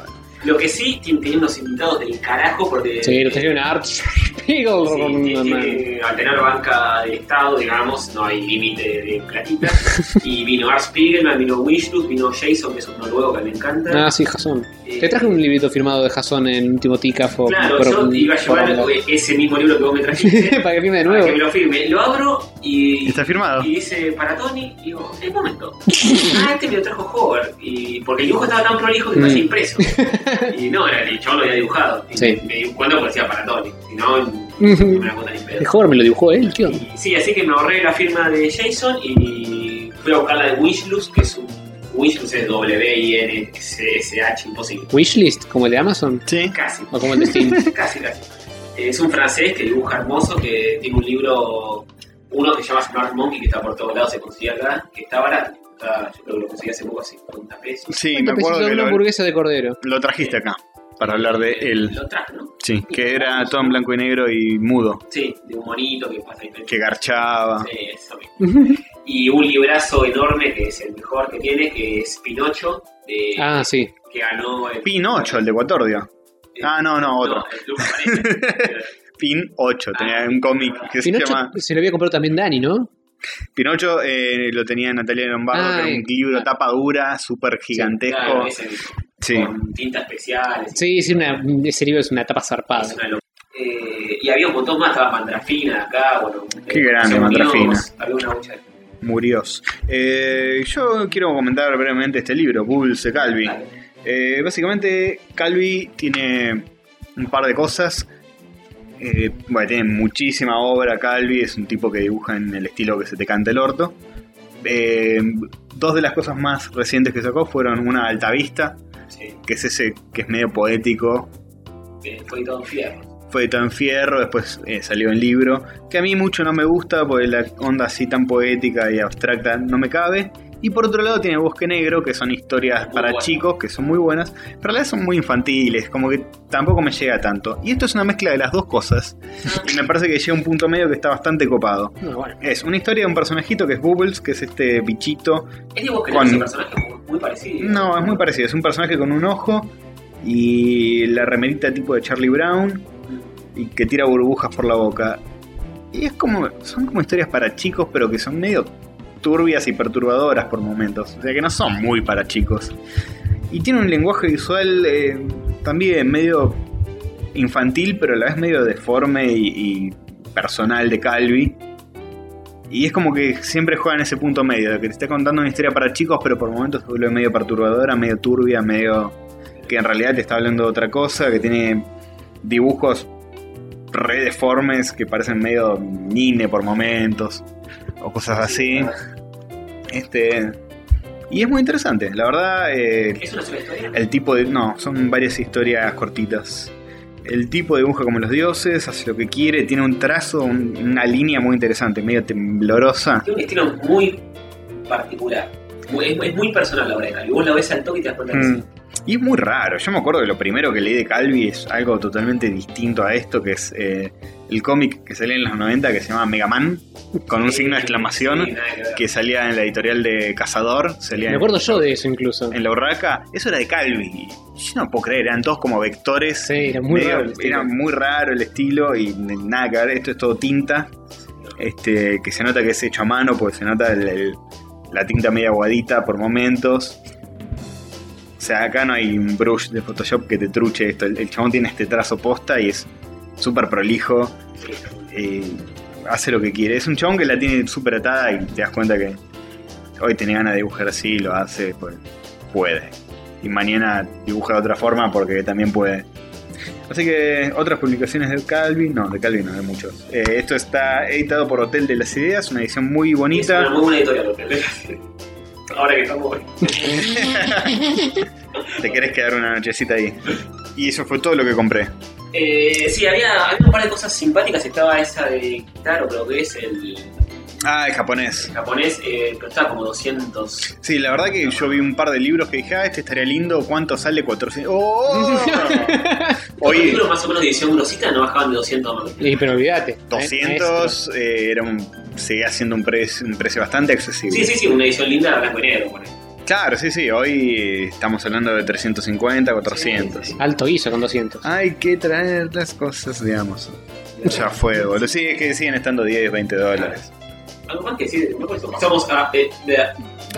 Lo que sí, tienen tienen unos invitados del carajo porque... Sí, lo trajeron a Art Spiegel. Sí, no, tiene- no. tiene- al tener banca de Estado, digamos, no hay límite de platita. y vino Art Spiegelman, vino Wishlus, vino Jason, que es un noruego que me encanta. Ah, sí, Jason. Eh, Te traje un librito firmado de Jason en último Ticafo. Claro, yo iba a llevar ese mismo libro que vos me trajiste. Para que firme de para que me nuevo. lo firme. Lo abro y... Está firmado. Y dice para Tony, y digo, eh, un momento. Ah, este me lo trajo Hover. Y porque el dibujo estaba tan prolijo que Mm. parecía impreso. Y no, era el chabón lo había dibujado. Y Sí. me di cuenta porque decía para Tony. Si no, no Ujú. me la cuenta ni en pedo. El joven Este me lo dibujó él, tío. Y Sí, así que me ahorré la firma de Jason y fui a buscar la de Wishlus, que es un. Wishlus es W-I-N-S-S-H, imposible. Wishlist, como el de Amazon. Sí. Casi. O como el de Steam. Casi, casi. Eh, Es un francés que dibuja hermoso, que tiene un libro, uno que se llama Smart Monkey, que está por todos lados, se consigue acá, que está barato. Está, yo creo que lo conseguí hace poco, así, 40 pesos. Sí, me ¿Cuánto acuerdo pesó que una lo, hamburguesa de cordero. lo trajiste acá. para hablar de él. Lo trajo, ¿no? Sí, que era todo en blanco y negro y mudo, Sí, de un monito que pasa ahí. dentro. que garchaba. Sí, eso mismo. y un librazo enorme que es el mejor que tiene, que es Pinocho, de, Ah, sí. que ganó el. Pin 8, el de Ecuatordia. Ah, no, no, otro. el Club Pareja. Pin 8, tenía un cómic que se Ah. Pinocho llama se lo había comprado también Dani, ¿no? Pinocho, eh, lo tenía Natalia Lombardo, Ah, que era un eh. libro tapa dura, súper Claro, gigantesco. ese mismo. Sí. Con tintas especiales. Sí, sí, una, ese libro es una tapa zarpada. Es una locura. Eh, y había un montón más, estaba Mandrafina acá, bueno. Qué eh, grande, Sonidos, Mandrafina. Había una mucha de Muriós. Eh, yo quiero comentar brevemente este libro, Pulse Calvi. Eh, básicamente, Calvi tiene un par de cosas. Eh, bueno, tiene muchísima obra. Calvi es un tipo que dibuja en el estilo que se te canta el orto. Eh, dos de las cosas más recientes que sacó fueron una altavista, Sí, que es ese que es medio poético, que fue todo fierro. fue tan fierro, después eh, salió en libro, que a mí mucho no me gusta porque la onda así tan poética y abstracta no me cabe. Y por otro lado tiene Bosque Negro, que son historias Muy para bueno. chicos, que son muy buenas, pero en realidad son muy infantiles, como que tampoco me llega tanto. Y esto es una mezcla de las dos cosas, y me parece que llega a un punto medio que está bastante copado. No, bueno. Es una historia de un personajito que es Bubbles, que es este bichito Es de vos que Con- ese personaje muy, muy parecido. no, es muy parecido. Es un personaje con un ojo y la remerita tipo de Charlie Brown y que tira burbujas por la boca. Y es como. Son como historias para chicos, pero que son medio turbias y perturbadoras por momentos. O sea que no son muy para chicos. Y tiene un lenguaje visual eh, también medio infantil, pero a la vez medio deforme y, y personal de Calvi. Y es como que siempre juega en ese punto medio, de que te está contando una historia para chicos, pero por momentos se vuelve medio perturbadora, medio turbia, medio que en realidad te está hablando de otra cosa, que tiene dibujos re deformes que parecen medio nine por momentos, o cosas así. Este. Y es muy interesante, la verdad. eh, Es una sola historia. el tipo de. No, son varias historias cortitas. El tipo dibuja como los dioses, hace lo que quiere, tiene un trazo, un- una línea muy interesante, medio temblorosa. Tiene un estilo muy particular. Muy- es, es muy personal la obra de Calvi. Vos la ves al toque y te das cuenta que Mm. sí. Y es muy raro. Yo me acuerdo que lo primero que leí de Calvi es algo totalmente distinto a esto, que es eh, el cómic que salía en los 90 que se llama Mega Man, con un Sí, signo de exclamación, sí, nada que ver. que salía en la editorial de Cazador, salía en, Me acuerdo yo de eso incluso. en la urraca. Eso era de Calvi. Yo no puedo creer, eran todos como vectores. Sí, era muy Medio- raro. el estilo. Era muy raro el estilo y n- nada que ver, esto es todo tinta. Este, que se nota que es hecho a mano, porque se nota el- el- la tinta media aguadita por momentos. O sea, acá no hay un brush de Photoshop que te truche esto. El, el chabón tiene este trazo posta y es súper prolijo. eh, hace lo que quiere. Es un chabón que la tiene súper atada y te das cuenta que hoy tenía ganas de dibujar así y lo hace, pues puede. Y mañana dibuja de otra forma porque también puede. Así que otras publicaciones de Calvin, no, de Calvin no, de muchos. Eh, esto está editado por Hotel de las Ideas, una edición muy Es una bonita. muy buena editorial. lo que- Ahora que estamos. Te querés quedar una nochecita ahí. Y eso fue todo lo que compré. Eh, sí, había, había un par de cosas simpáticas. Estaba esa de. Claro, creo que es el Ah, el japonés. japonés, eh, pero estaba como 200. Sí, la verdad que yo vi un par de libros que dije, ah, este estaría lindo, ¿cuánto sale? 400. ¡Oh! Los Oye, títulos más o menos de edición grosita no bajaban de 200 más. Y, pero olvídate. ¿eh? 200 eh, era un, seguía siendo un, precio- un precio bastante accesible. Sí, sí, sí, una edición linda de blanco y negro. pone. Claro, sí, sí, hoy estamos hablando de 350, 400. Sí, sí, sí. Alto guiso con 200. Hay que traer las cosas, digamos. Ya fue, boludo. Sí, es que siguen estando 10, 20 dólares. Algo más que decir, no por eso pasamos a. eh, de-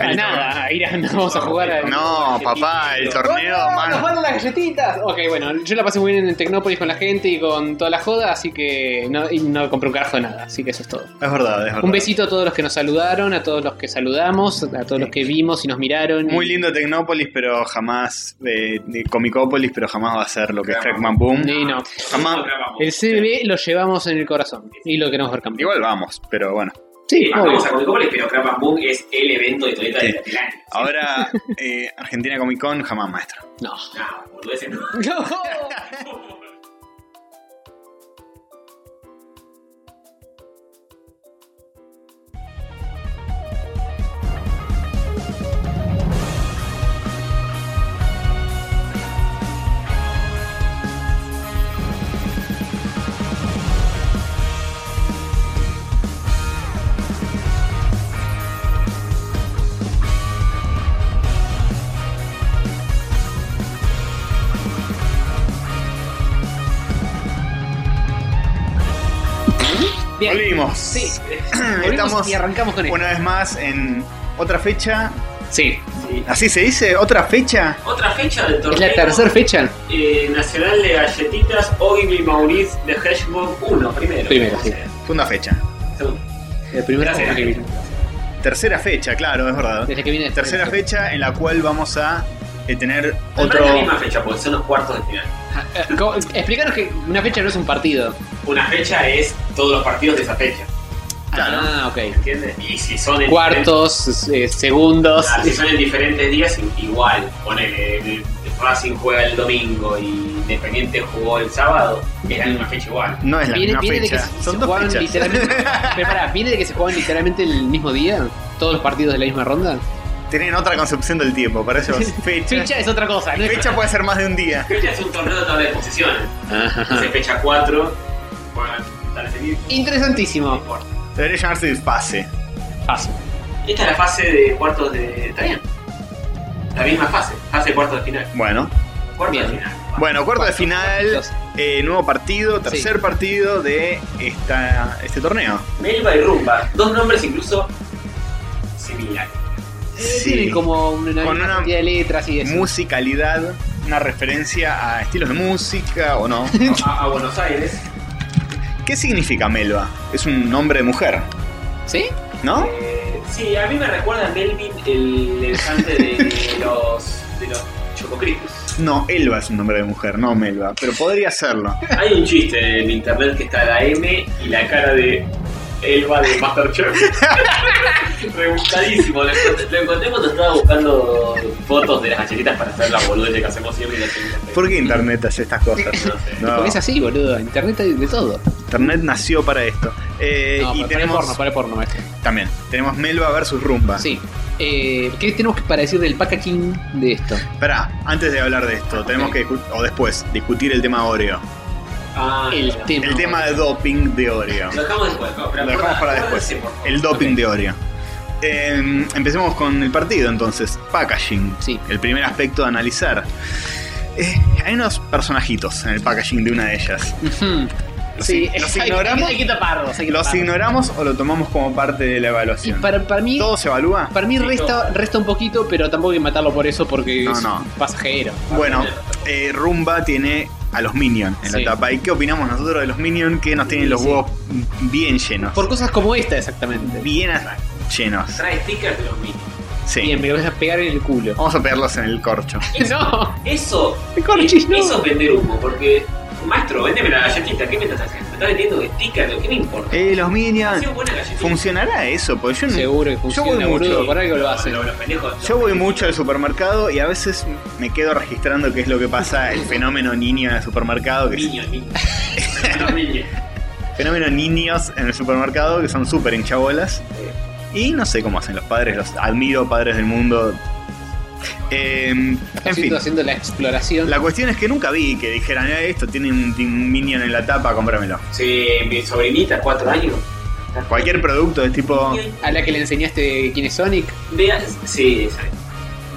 Ah, nada, a ir a- no vamos a jugar a... No, papá, el torneo, man. las galletitas! Ok, bueno, yo la pasé muy bien en Tecnópolis con la gente y con toda la joda, así que no, y no compré un carajo de nada, así que eso es todo. Es verdad, es verdad. Un besito a todos los que nos saludaron, a todos los que saludamos, a todos los que vimos y nos miraron. Muy y- lindo Tecnópolis, pero jamás. Eh, Comicópolis, pero jamás va a ser lo que es Trackman Boom. Y no. Jamás. no grabamos. El CBB lo llevamos en el corazón y lo queremos ver campeón. Igual Ah, vamos, pero bueno. Sí, obvio. Vamos a Comic Con, pero Crap and Boom es el evento de Toyota de Sí. del año. Ahora, eh, Argentina Comic Con, jamás, maestro. No. No, boludeces no. No. Bien. Volvimos. Sí. volvimos Estamos y arrancamos con esto. una vez más en otra fecha. Sí. Sí. ¿Así se dice? ¿Otra fecha? Otra fecha del Es torneo. la tercera fecha. eh, Nacional de Galletitas Ogilvy Mauriz de Hedgehog 1, primero. Primero, sí. Segunda fecha. Segundo. La primera Gracias. fecha que viene. Tercera fecha, claro, es verdad. Desde que viene. Tercera fecha en la cual vamos a eh, tener Otro... otro. la misma fecha, porque son los cuartos de final. Eh, ¿cómo- Explicaros que una fecha no es un partido. Una fecha es todos los partidos de esa fecha. Claro. Ah, ok. ¿Entiendes? Y si son en Cuartos, eh, segundos. diferentes- ah, si son en diferentes días, i- igual. Ponele, el, el Racing juega el domingo y Independiente jugó el sábado, es la misma fecha igual. No es la Viene, misma viene de que fecha. se, se Son dos jugaban fechas. literalmente. Pero pará, ¿viene de que se juegan literalmente el mismo día? ¿Todos los partidos de la misma ronda? Tienen otra concepción del tiempo, para ellos. Fecha. Fecha es otra cosa, ¿no? es- Fecha puede ser más de un día. Fecha este es un torneo de tabla de posiciones. Entonces, fecha 4, juegan tal vez el mismo, no Interesantísimo. importa. Debería llamarse fase. Paso. Esta es la fase de cuartos de. Está bien. La misma fase, fase de cuartos de final. Bueno. Cuartos Bien. de final. Bueno, cuarto de Cuartos, final, cuartos. eh, nuevo partido, tercer Sí. partido de esta, este torneo. Melba y Rumba, dos nombres incluso similares. Tienen Eh, como una, Con una una cantidad de letras y eso. Musicalidad, una referencia a estilos de música o no. A, a Buenos Aires. ¿Qué significa Melba? Es un nombre de mujer, ¿Sí? ¿no? Eh, sí, a mí me recuerda a Melvin, el elefante de los, de los Chococritus. No, Elba es un nombre de mujer, no Melba, pero podría serlo. Hay un chiste en internet que está la M y la cara de Elba de Masterchef. Rebuscadísimo. Lo encontré, lo encontré cuando estaba buscando fotos de las galletitas para hacer la boludez que hacemos siempre. Y la gente hace. ¿Por qué Internet hace estas cosas? No sé. No, Porque es así, boludo. Internet hay de todo. Internet nació para esto. Eh, no, y para, tenemos Ah. porno, para porno, maestro. también tenemos Melba versus Rumba. Sí. Eh, ¿Qué tenemos que para decir del packaging de esto? Esperá, antes de hablar de esto, tenemos ok. que discu- o después discutir el tema Oreo, Ah, El no. tema. el tema de doping de Oreo. Lo dejamos después. no, pero Lo dejamos acuérdate, para después. acuérdense, por favor. El doping de Oreo. Eh, empecemos con el partido entonces. Packaging. Sí. El primer aspecto a analizar. Eh, hay unos personajitos en el packaging de una de ellas. Ujú. Los sí, ig- los hay- ignoramos. Hay, que taparlos. Hay que ¿Los taparlos. ignoramos o lo tomamos como parte de la Y evaluación? para, para mí, ¿Todo se evalúa? para mí Sí, resta, resta un poquito, pero tampoco hay que matarlo por eso porque No, es no. un pasajero. Bueno, eh, Rumba tiene a los Minions en Sí. la tapa. ¿Y qué opinamos nosotros de los Minions que nos tienen los Sí. huevos bien llenos? Por cosas como esta, exactamente. Bien a- llenos. Trae stickers de los mini. Sí. Bien, me lo vas a pegar en el culo. Vamos a pegarlos en el corcho. No, Eso, Me corchis, no. eso es vender humo, porque, maestro, vendeme la galletita, ¿qué me estás haciendo? Me estás vendiendo stickers, ¿qué me importa? Eh, los Ha Minions. sido buena galletita. ¿Funcionará eso? Porque yo no- seguro que funciona, voy mucho. boludo, Por algo lo hacen. Los- los pendejos, los Yo voy mucho al supermercado y a veces me quedo registrando qué es lo que pasa, el fenómeno niño en el supermercado, que es- Niños, niños. Los niños. fenómeno niños en el supermercado que son súper hinchabolas. Y no sé cómo hacen los padres, los admiro, padres del mundo. Eh, en Haciendo- fin, haciendo la exploración. la cuestión es que nunca vi que dijeran, "Eh, esto tiene un, un minion en la tapa, cómpramelo. Sí, mi sobrinita, cuatro años. Cualquier producto es tipo... A la que le enseñaste quién es Sonic. Ve, a- sí, sabe.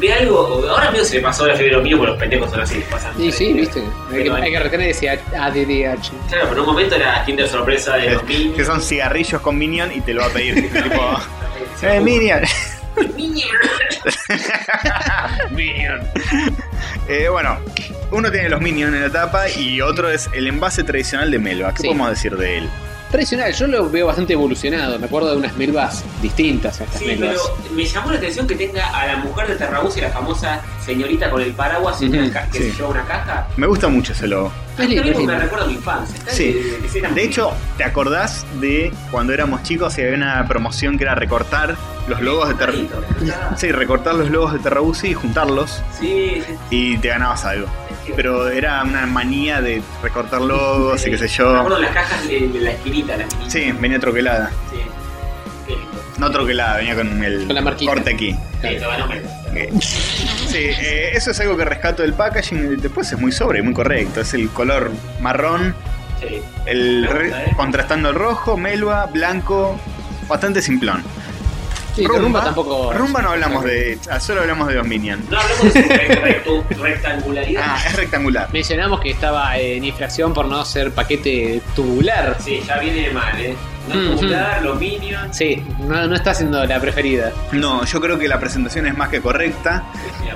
Ve algo, ahora mío se le pasó la fiebre mío, porque los pendejos son así. Pasan Sí, sí, viste. Hay que, Pero- hay que retener ese A- ADDH. Claro, pero en un momento era Kinder Sorpresa de los que- niños. Que son cigarrillos con minion y te lo va a pedir. tipo, "Eh, minion. Eh, bueno, uno tiene los Minions en la tapa y otro es el envase tradicional de Melba. ¿Qué Sí. podemos decir de él? Tradicional, yo lo veo bastante evolucionado. Me acuerdo de unas melvas distintas a estas Sí, melvas. pero me llamó la atención que tenga a la mujer de Terrabús y la famosa señorita con el paraguas y una Ujú, ca- que sí. se lleva una caja. Me gusta mucho ese logo. Es lindo, Lo es mismo me lindo. recuerda a mi infancia. Está Sí. de- de- era De muy- hecho, ¿te acordás de cuando éramos chicos y había una promoción que era recortar los logos de Terrabusi? Bonito, ¿verdad? Sí, recortar los logos de Terrabusi y juntarlos Sí, sí, y te ganabas algo. sí. Pero era una manía de recortar logos y qué sé Me yo. acuerdo las cajas de, de la esquinita, la esquinita. Sí, venía troquelada. Sí. Qué lindo. No troquelada, venía con el Con la marquita. corte aquí. Sí, lo ganó Mel. Eh, Sí, eh, eso es algo que rescato del packaging. Después es muy sobre, muy correcto. Es el color marrón, Sí. el Me gusta, re- eh. contrastando el rojo, melva, blanco, bastante simplón. Sí, pero rumba tampoco. Rumba no hablamos de. ah, Solo hablamos de los minions. No hablamos de su rectu- rectangularidad. Ah, es rectangular. Mencionamos que estaba en inflación por no ser paquete tubular. Sí, ya viene mal, ¿eh? No Mm, acumular, los minions. Sí, no, no está siendo la preferida. No, yo creo que la presentación es más que correcta.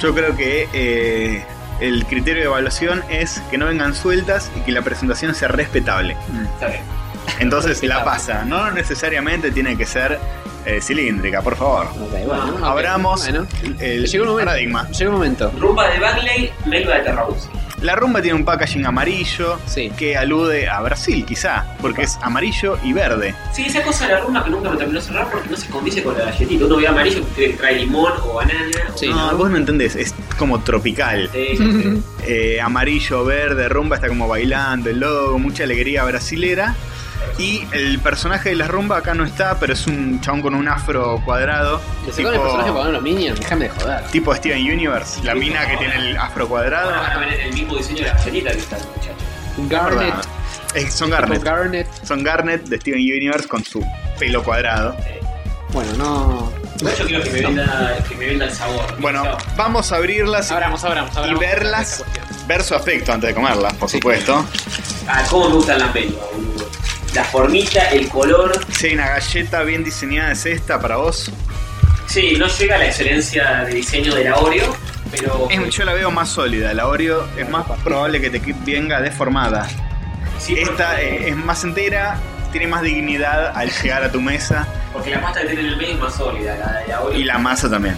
Yo creo que eh, el criterio de evaluación es que no vengan sueltas y que la presentación sea respetable. Está bien. Entonces la Respetable. pasa. No necesariamente tiene que ser eh, cilíndrica, por favor. Ok, bueno, Ah, ok. Abramos Bueno, el llegó un momento. paradigma. Llegó un momento. Rumba de Bagley, Melba de Terrausi. La rumba tiene un packaging amarillo Sí. que alude a Brasil, quizá, porque es amarillo y verde. Sí, esa cosa de la rumba que nunca me terminó de cerrar porque no se condice con la galletita. Uno ve amarillo que cree que trae limón o banana. o- Sí, no, ¿no? vos no entendés, es como tropical. Sí, sí, sí. Eh, amarillo, verde, rumba está como bailando, el logo, mucha alegría brasilera. Y el personaje de la rumba acá no está, pero es un chabón con un afro cuadrado. Le sacaron el personaje Tipo, para los minions, déjame de joder. tipo Steven Universe, la mina que tiene el afro cuadrado. Ahora van a ver el mismo diseño de la galletita que está, muchachos. Garnet, Verdad. Eh, son tipo Garnet. Garnet. Son Garnet de Steven Universe con su pelo cuadrado. Bueno, no. Eh, Yo quiero que me venda, que me venda el sabor. Bueno, Chao. vamos a abrirlas Abramos, abramos, y abramos. verlas ver su afecto antes de comerlas, por supuesto. Ah, cómo me gustan las melvas, boludo. La formita, el color. Si hay una galleta bien diseñada, es esta para vos. Sí, no llega a la excelencia de diseño de la Oreo, pero Es- yo la veo más sólida. La Oreo es más probable que te qui- venga deformada. sí, porque- Esta eh, es más entera, tiene más dignidad al llegar a tu mesa porque la pasta que tiene en el medio es más sólida, la de la Oreo. y la masa también.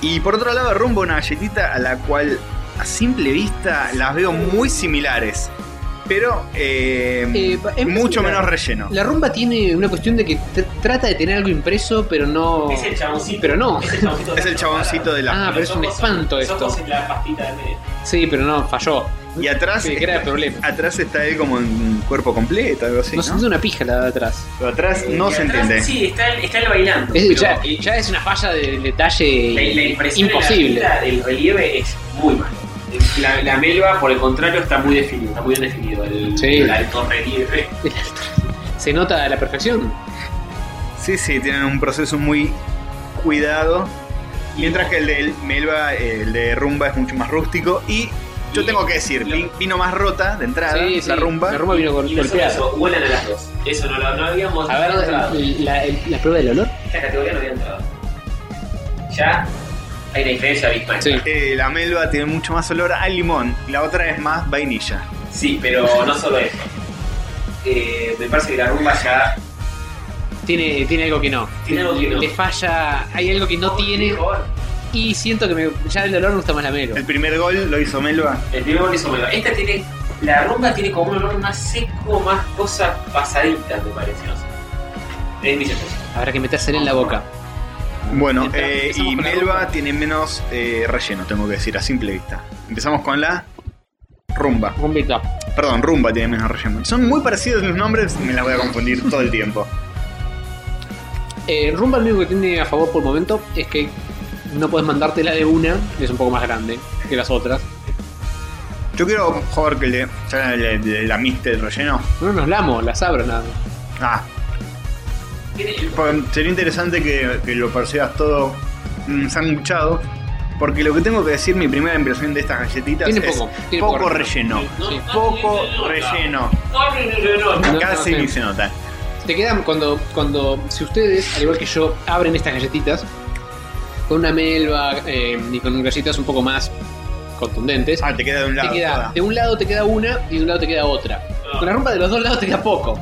Y por otro lado, rumbo una galletita a la cual a simple vista las veo muy similares, pero eh, Eh, pa- es mucho similar. menos relleno. La rumba tiene una cuestión de que tr- trata de tener algo impreso, pero no. Es el chaboncito. Pero no. Es el chaboncito, Es el chaboncito de la... Ah, pero es un espanto Los ojos esto. en la pastita de medio. Sí, pero no, falló. Y atrás, Sí, que era el problema. atrás está él como en cuerpo completo, algo así, No se ¿no? hace una pija la de atrás. Pero atrás eh, no Y se atrás, entiende. Sí, está el, está el bailando. Es- pero ya, ya es una falla de detalle la, la impresión de la imposible. pastita, el relieve es muy malo. La, la melva, por el contrario, está muy definida, está muy bien definido el, Sí. el alto relieve. se nota a la perfección. Sí, sí, tienen un proceso muy cuidado. Mientras que el de Melba, eh, el de Rumba, es mucho más rústico. Y yo Y- tengo que decir, vi- vino más rota de entrada Sí, sí, la Rumba. La rumba vino Y gol- no solo golpeada. eso, vuelan a las dos. Eso no lo no habíamos A ver, eh, entrado. la, el- la prueba del olor. Esta categoría no había entrado. Ya hay una diferencia abismal. Sí. Eh, la Melba tiene mucho más olor a limón. y La otra es más vainilla. Sí, pero no solo eso. Eh, me parece que la rumba ya Tiene, tiene algo que no. Tiene algo que no. Le falla, hay algo que no tiene. Mejor. Y siento que me- ya el olor no está más la melo. El primer gol lo hizo Melba. El primer gol hizo Melba. Esta tiene. La rumba tiene como un olor más seco, más cosa pasadita, me parece. No sé. Es mi sensación. Habrá que meterse en la boca. Bueno, Entra- eh, empezamos y con la Melba rumba. tiene menos eh, relleno, tengo que decir, a simple vista. Empezamos con la Rumba. Bombita. Perdón, Rumba tiene menos relleno. Son muy parecidos los nombres, me las voy a confundir todo el tiempo. Eh, Rumba lo único que tiene a favor por el momento es que no puedes mandártela de una, es un poco más grande que las otras. Yo quiero, joder, que le, ya le, le lamiste el relleno. No nos lamos, las abro nada. más. Ah, Tiene el- pues, sería interesante que, que lo percibas todo mm, sanguchado. Porque lo que tengo que decir, mi primera impresión de estas galletitas Tiene es poco, tiene poco poco relleno. No, Sí, no, Poco no, no, no, relleno. No, no, no, no, no. No, Casi no, ni sí. se nota. Te quedan cuando, cuando, si ustedes, al igual que yo, abren estas galletitas con una melva eh, y con galletitas un poco más contundentes, Ah, te queda de un te lado. queda, joda. de un lado Ah. te queda una y de un lado te queda otra. Con la rumba de los dos lados te queda poco.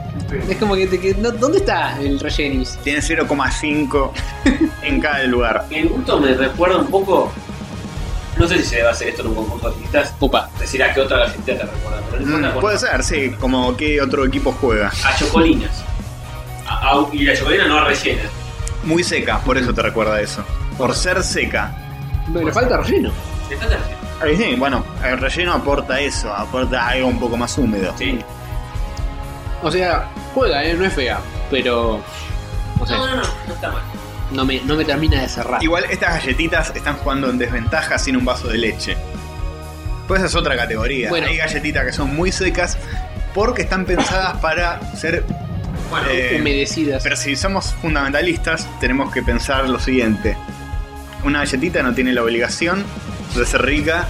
Es como que te qued- no- ¿Dónde está el rellenis? Tiene 0,5 en cada lugar. El gusto me recuerda un poco. No sé si se debe hacer esto en un concurso de artistas. Upa. Decir a qué otra galletita te recuerda, pero no Mm, importa. porque- puede ser, sí, como que otro equipo juega. A chocolinas. A- a- y la chocolina no rellena. Muy seca, por eso te recuerda a eso. Por ser seca. Bueno, le falta relleno. ¿Le falta relleno? Eh, Sí, bueno, el relleno aporta eso, aporta algo un poco más húmedo. Sí. O sea, juega, ¿eh? no es fea, pero. No sé, No, no, no, no está mal. no me, no me termina de cerrar. Igual estas galletitas están jugando en desventaja sin un vaso de leche. Pues esa es otra categoría. Bueno. Hay galletitas que son muy secas porque están pensadas para ser Bueno, Eh, Humedecidas. Pero si somos fundamentalistas, tenemos que pensar lo siguiente. Una galletita no tiene la obligación de ser rica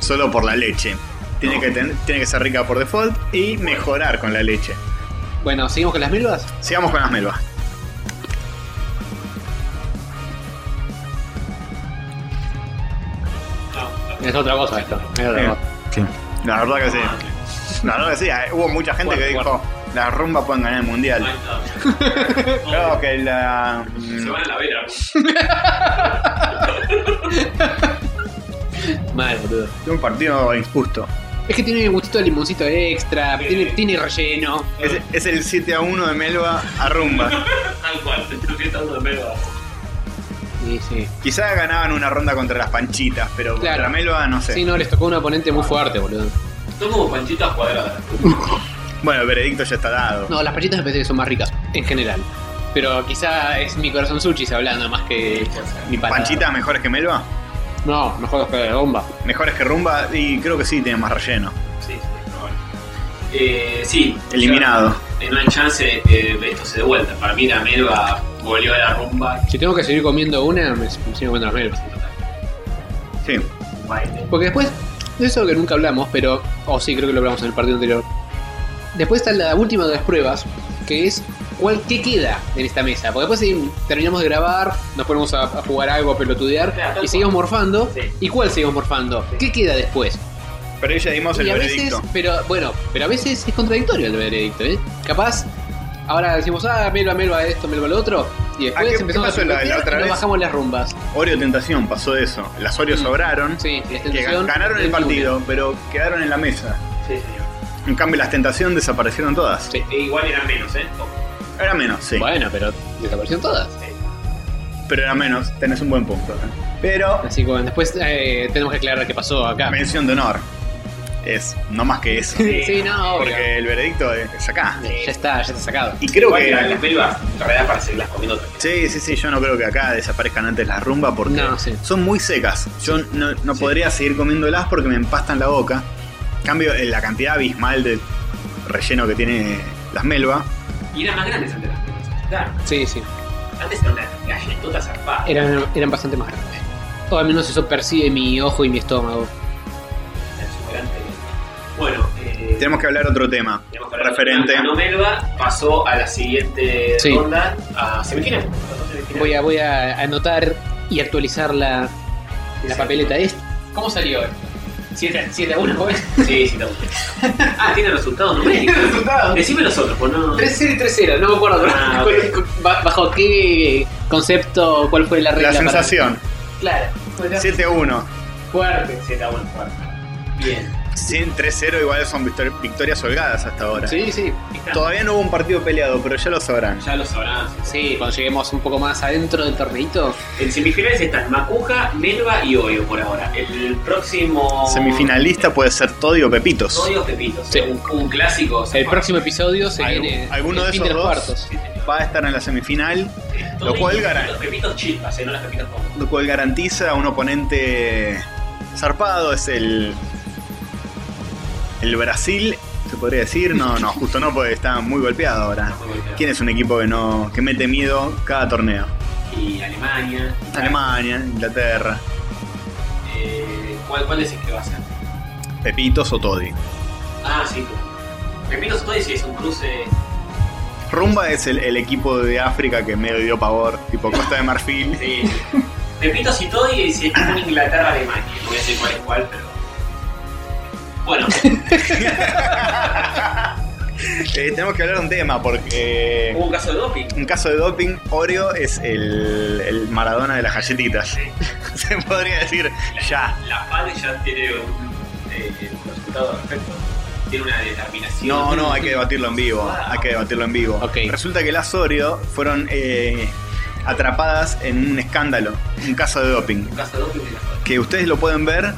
solo por la leche. Tiene, que, ten- tiene que ser rica por default y mejorar con la leche. Bueno, ¿seguimos con las melvas? Sigamos con las melvas. Es otra cosa esto. Es otra Eh, cosa. sí. La verdad que sí. La verdad que sí. eh, Hubo mucha gente Ah. Fuerte, que dijo, las rumbas pueden ganar el mundial. Claro que la... mm, se van a la vera. Mal, boludo. Un partido injusto. Es que tiene gustito de limoncito extra, Sí. tiene, tiene relleno. Es, es el 7 a 1 de Melba a rumba. Tal cual, te estoy gritando de melva. Sí, sí. Quizá ganaban una ronda contra las panchitas, pero Claro. contra Melba no sé. Sí, no, les tocó un oponente muy fuerte, boludo. Son como panchitas cuadradas. Bueno, el veredicto ya está dado. No, las pachitas me parece que son más ricas, en general. Pero quizá es mi corazón sushi hablando más que mi patada. ¿Panchitas mejores que Melba? No, mejor que de bomba. ¿Mejores que Rumba? Y creo que sí, tiene más relleno. Sí, sí, bueno. Eh, sí. Eliminado. o sea, no hay chance de que esto se dé vuelta. Para mí la melva volvió a la rumba. Si tengo que seguir comiendo una, me me sigo comiendo las melvas. Sí. Baile. Porque después, de eso que nunca hablamos, pero. Oh, sí, creo que lo hablamos en el partido anterior. Después está la última de las pruebas, que es cuál qué queda en esta mesa. Porque después si terminamos de grabar, nos ponemos a, a jugar algo, a pelotudear, Claro, tal y seguimos morfando. Sí. ¿Y cuál seguimos morfando? ¿Qué queda después? Pero ahí ya dimos el Y a veces, veredicto. pero bueno, pero a veces es contradictorio el veredicto, ¿eh? Capaz, ahora decimos, ah, melva, melva esto, melva lo otro, y después Ah, ¿qué- empezamos qué pasó a la- la picotear otra y nos vez? bajamos las rumbas. Oreo Tentación pasó eso. Las Oreo sobraron. Mm. Sí, la Que tentación gan- ganaron el del partido, pero quedaron en la mesa. Sí, señor. En cambio, las Tentación desaparecieron todas. Sí. E igual era menos, ¿eh? Era menos, sí. Bueno, pero desaparecieron todas. Pero era menos. Tenés un buen punto. ¿eh? Pero, Así que bueno, después eh, tenemos que aclarar qué pasó acá. mención de honor. Es no más que eso. Sí, no, obvio. Porque el veredicto es acá. Ya está, ya está sacado. Y creo Igual que. las melvas en realidad para seguirlas comiendo también. Sí, sí, sí, yo no creo que acá desaparezcan antes las rumbas porque No, sí. son muy secas. Yo no, no podría seguir comiéndolas porque me empastan la boca. En cambio, eh, la cantidad abismal de relleno que tiene las melva. Y eran más grandes antes las melvas. Claro. Sí, sí. Antes eran unas galletotas zarpadas. Eran, eran bastante más grandes. O al menos eso percibe mi ojo y mi estómago. Eran exuberantes. Bueno, eh, Tenemos que hablar otro tema tenemos que hablar de referente. Fernando Melva pasó a la siguiente Sí. ronda a semifinales. Pasó a semifinales. Voy a, voy a anotar y actualizar la, Sí. la papeleta esta. ¿Cómo salió esto? 7 a ¿eh? 1, joven. Sí, sí, está bueno. Ah, tiene resultados numéricos. Decime los otros, pues no. 3-0 y 3-0, no me acuerdo. Ah, cuál- ok. cu- ba- ¿Bajo qué concepto, cuál fue la regla? La para- sensación. Claro, fue la- 7-1. fuerte. Sí, está bueno, fuerte. Bien. Sin 3-0 igual son victor- victorias holgadas hasta ahora. Sí, sí. Está. Todavía no hubo un partido peleado, pero ya lo sabrán. Ya lo sabrán. Sí, cuando lleguemos un poco más adentro del torneito. En semifinales están Macuja, Melva y Orio por ahora. El próximo. Semifinalista puede ser Toddy o Pepitos. Orio Pepitos. Sí. Un, un clásico. El próximo episodio se Algún- viene. alguno el de fin esos los dos. cuartos. Sí, señor. Va a estar en la semifinal Eh, Lo cual Tony, gana. Los pepitos chispas, eh, no las pepitas como. lo cual garantiza a un oponente zarpado, es el el Brasil, se podría decir, no, no, justo no porque está muy golpeado ahora. Ah, ¿Quién es un equipo que no que mete miedo cada torneo? Y Alemania. Alemania, Inglaterra, Eh, ¿cuál, ¿Cuál decís que va a ser? Pepitos o Toddy. Ah, sí. claro. Pepitos Toy sí es un cruce. Rumba es el, el equipo de África que medio dio pavor, tipo Costa de Marfil. Sí. Pepitos y Toy y si es como Inglaterra-Alemania. No voy a decir cuál es cuál, pero. Bueno, Eh, tenemos que hablar de un tema porque eh, hubo un caso de doping. un caso de doping, Oreo es el, el Maradona de las galletitas. Se podría decir ya. La FAD ya tiene un, eh, un resultado perfecto. Tiene una determinación. Ah, No, no, hay que debatirlo en vivo. Hay que debatirlo en vivo. Ok. Resulta que las Oreo fueron eh, atrapadas en un escándalo, un caso de doping, Un caso de doping de la FAD. que ustedes lo pueden ver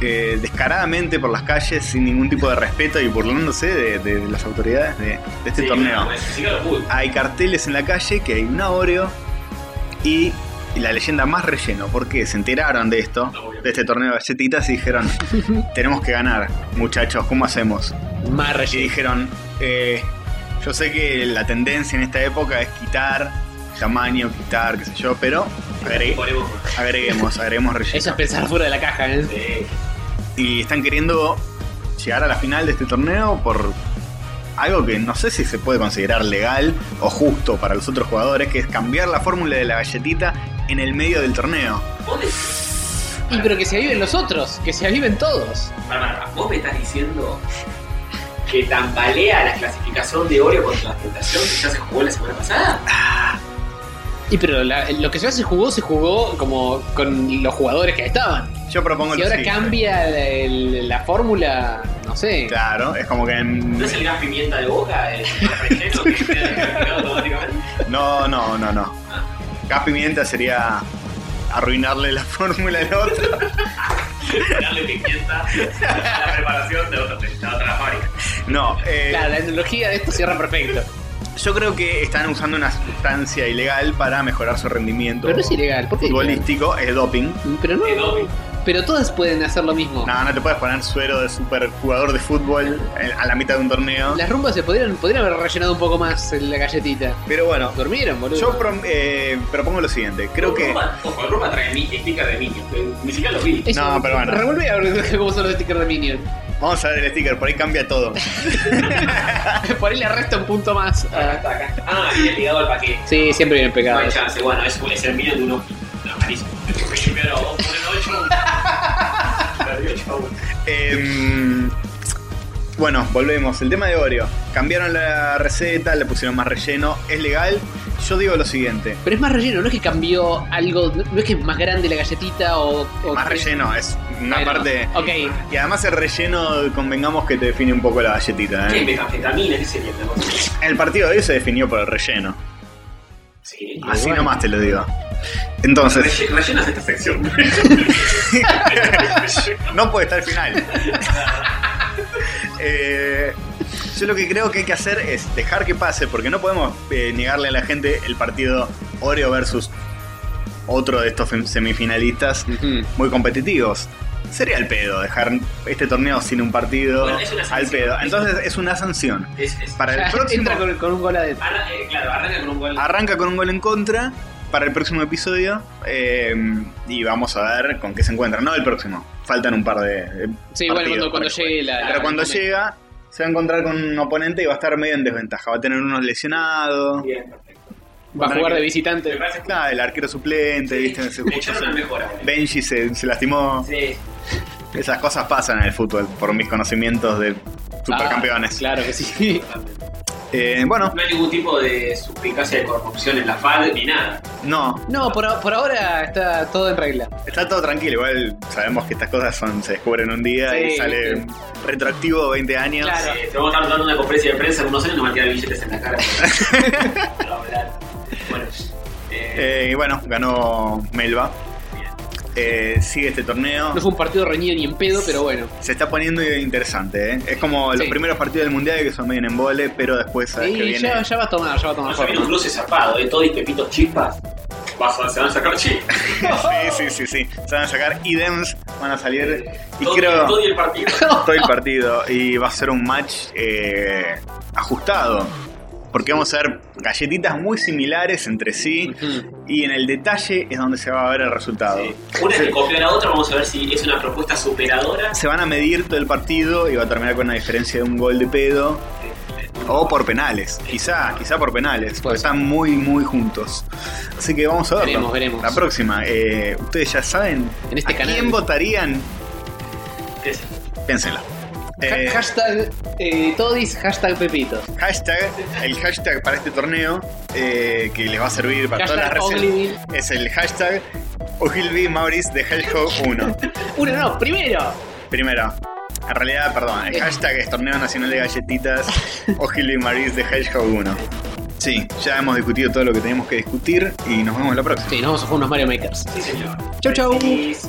eh, descaradamente por las calles sin ningún tipo de respeto y burlándose de, de las autoridades de, de este Sí, torneo. bueno, es- sí que lo pude. Hay carteles en la calle que hay una Oreo y la leyenda más relleno, porque se enteraron de esto, Obvio. de este torneo de galletitas y dijeron, tenemos que ganar, muchachos, ¿cómo hacemos? Más Y relleno. dijeron, eh, Yo sé que la tendencia en esta época es quitar tamaño, quitar, qué sé yo, pero agregue- Ponemos- agreguemos, agreguemos relleno. Eso es pensar fuera de la caja, ¿eh? eh, y están queriendo llegar a la final de este torneo por algo que no sé si se puede considerar legal o justo para los otros jugadores, que es cambiar la fórmula de la galletita en el medio del torneo. ¿Vos, decís- Y pero que se aviven los otros, que se aviven todos. pará, pará, vos me estás diciendo que tambalea la clasificación de Oreo contra la tentación que ya se jugó la semana pasada. Y pero la- lo que ya se jugó, se jugó como con los jugadores que estaban. Yo propongo Si lo ahora siguiente. cambia la, el- la fórmula, no sé. Claro, es como que... en- ¿No es el gas pimienta de boca? ¿El relleno que se ha clasificado automáticamente? No, no, no, no. Gas pimienta sería arruinarle la fórmula al otro. Darle pimienta a la preparación de otra, de otra fábrica. No, eh, Claro, la tecnología de esto cierra perfecto. yo creo que están usando una sustancia ilegal para mejorar su rendimiento Pero no es ilegal, ¿por qué? futbolístico, es doping. Pero Es no, doping. pero todas pueden hacer lo mismo. Eh, No, no te puedes poner suero de superjugador de fútbol en- a la mitad de un torneo. Las rumbas se podrían, podrían haber rellenado un poco más la galletita. Pero bueno, Dormieron, boludo. yo pro- eh, propongo lo siguiente. Creo que... Roma- Ojo, el Roma trae mi típica de niños. que Ni siquiera los vi. Eso, No, pero bueno. Revuelve a ver cómo son los stickers de Minion. Vamos a ver el sticker, por ahí cambia todo. Por ahí le resta un punto más. Ah, Acá, acá. Ah, y el ligado al paquete. sí, siempre vienen No hay pegados. chance. Bueno, es, es el mío de un ojo. No, malísimo. Primero, ponen 8 Perdió chau. Ah. Em, bueno, volvemos. El tema de Oreo. Cambiaron la receta, le pusieron más relleno. ¿Es legal? Yo digo lo siguiente. Pero es más relleno, no es que cambió algo, no es que es más grande la galletita o... o Más que- relleno, es una Bueno, parte... Ok, Y además el relleno, convengamos que te define un poco la galletita. ¿Qué ¿eh? metanfetamina? ¿Qué sería? ¿Te acuerdas? El partido de hoy se definió por el relleno. Sí. Así bueno. nomás te lo digo. Entonces, Relle- Rellenas esta sección. no puede estar final. Eh, yo lo que creo que hay que hacer es dejar que pase, porque no podemos eh, negarle a la gente el partido Oreo versus otro de estos fem- semifinalistas Ujú. muy competitivos. Sería el pedo dejar este torneo sin un partido Bueno, es una sanción. al pedo. Entonces es una sanción. Es- es- Para el próximo Entra con, con un gol adentro. Arran- eh, claro, arranca con un gol. arranca con un gol en contra para el próximo episodio eh, y vamos a ver con qué se encuentra. No el próximo, faltan un par de. de Sí, partidos bueno, cuando, para cuando que llegue la... pero la- cuando la- llega, se va a encontrar con un oponente y va a estar medio en desventaja. Va a tener unos lesionados. Bien, perfecto. Va a jugar de Me visitante. parece que Claro, el arquero suplente, ¿viste? Se- le echaron una mejora. güey. Benji se, se lastimó. Sí. Esas cosas pasan en el fútbol, por mis conocimientos de supercampeones. Ah, claro que sí. Eh, bueno, No hay ningún tipo de suplicacia de corrupción en la FAD ni nada. no, No, por, a- por ahora está todo en regla. Está todo tranquilo, igual sabemos que estas cosas son, se descubren un día y Sí, sale sí. retroactivo 20 años. Claro. Eh, te vamos a estar dando una conferencia de prensa con unos años y nos van a tirar billetes en la cara. Para hablar. Bueno. eh, Eh, y bueno, ganó Melba. Eh, sigue este torneo. No fue un partido reñido ni en pedo, pero bueno. Se está poniendo interesante, ¿eh? Es como los Sí. primeros partidos del mundial que son medio en embole, pero después sabes que Y viene. ya, ya va a tomar, ya va a tomar no se viene un forma. cruce zarpado, eh. Todos y pepitos chispas. Vas a, se van a sacar chispas. Sí, sí, sí, sí. Se van a sacar idems, van a salir. Y Todo, creo todo y el partido. todo el partido. Y va a ser un match eh, ajustado. Porque vamos a ver galletitas muy similares entre sí. Ujú. Y en el detalle es donde se va a ver el resultado. Sí. Una que copió a la otra, vamos a ver si es una propuesta superadora. Se van a medir todo el partido y va a terminar con una diferencia de un gol de pedo. O por penales. Quizá, quizá por penales. Porque están muy, muy juntos. Así que vamos a verlo. Veremos, veremos. La próxima. eh, Ustedes ya saben En este a canal. quién votarían. Es- Piénsenlo. Ha- Eh, Hashtag eh, Todis, hashtag Pepito. hashtag, el hashtag para este torneo eh, que les va a servir para todas las Hashtag recetas Oglyville. es el hashtag Ogilvy Maurice de Hellhog 1. Uno, no, primero. Primero, en realidad, perdón, el hashtag es Torneo Nacional de Galletitas o Hilly Maris de Hedgehog 1. Sí, ya hemos discutido todo lo que teníamos que discutir y nos vemos la próxima. Sí, nos vamos a jugar unos Mario Makers. Sí, señor. Chau, chau. Feliz.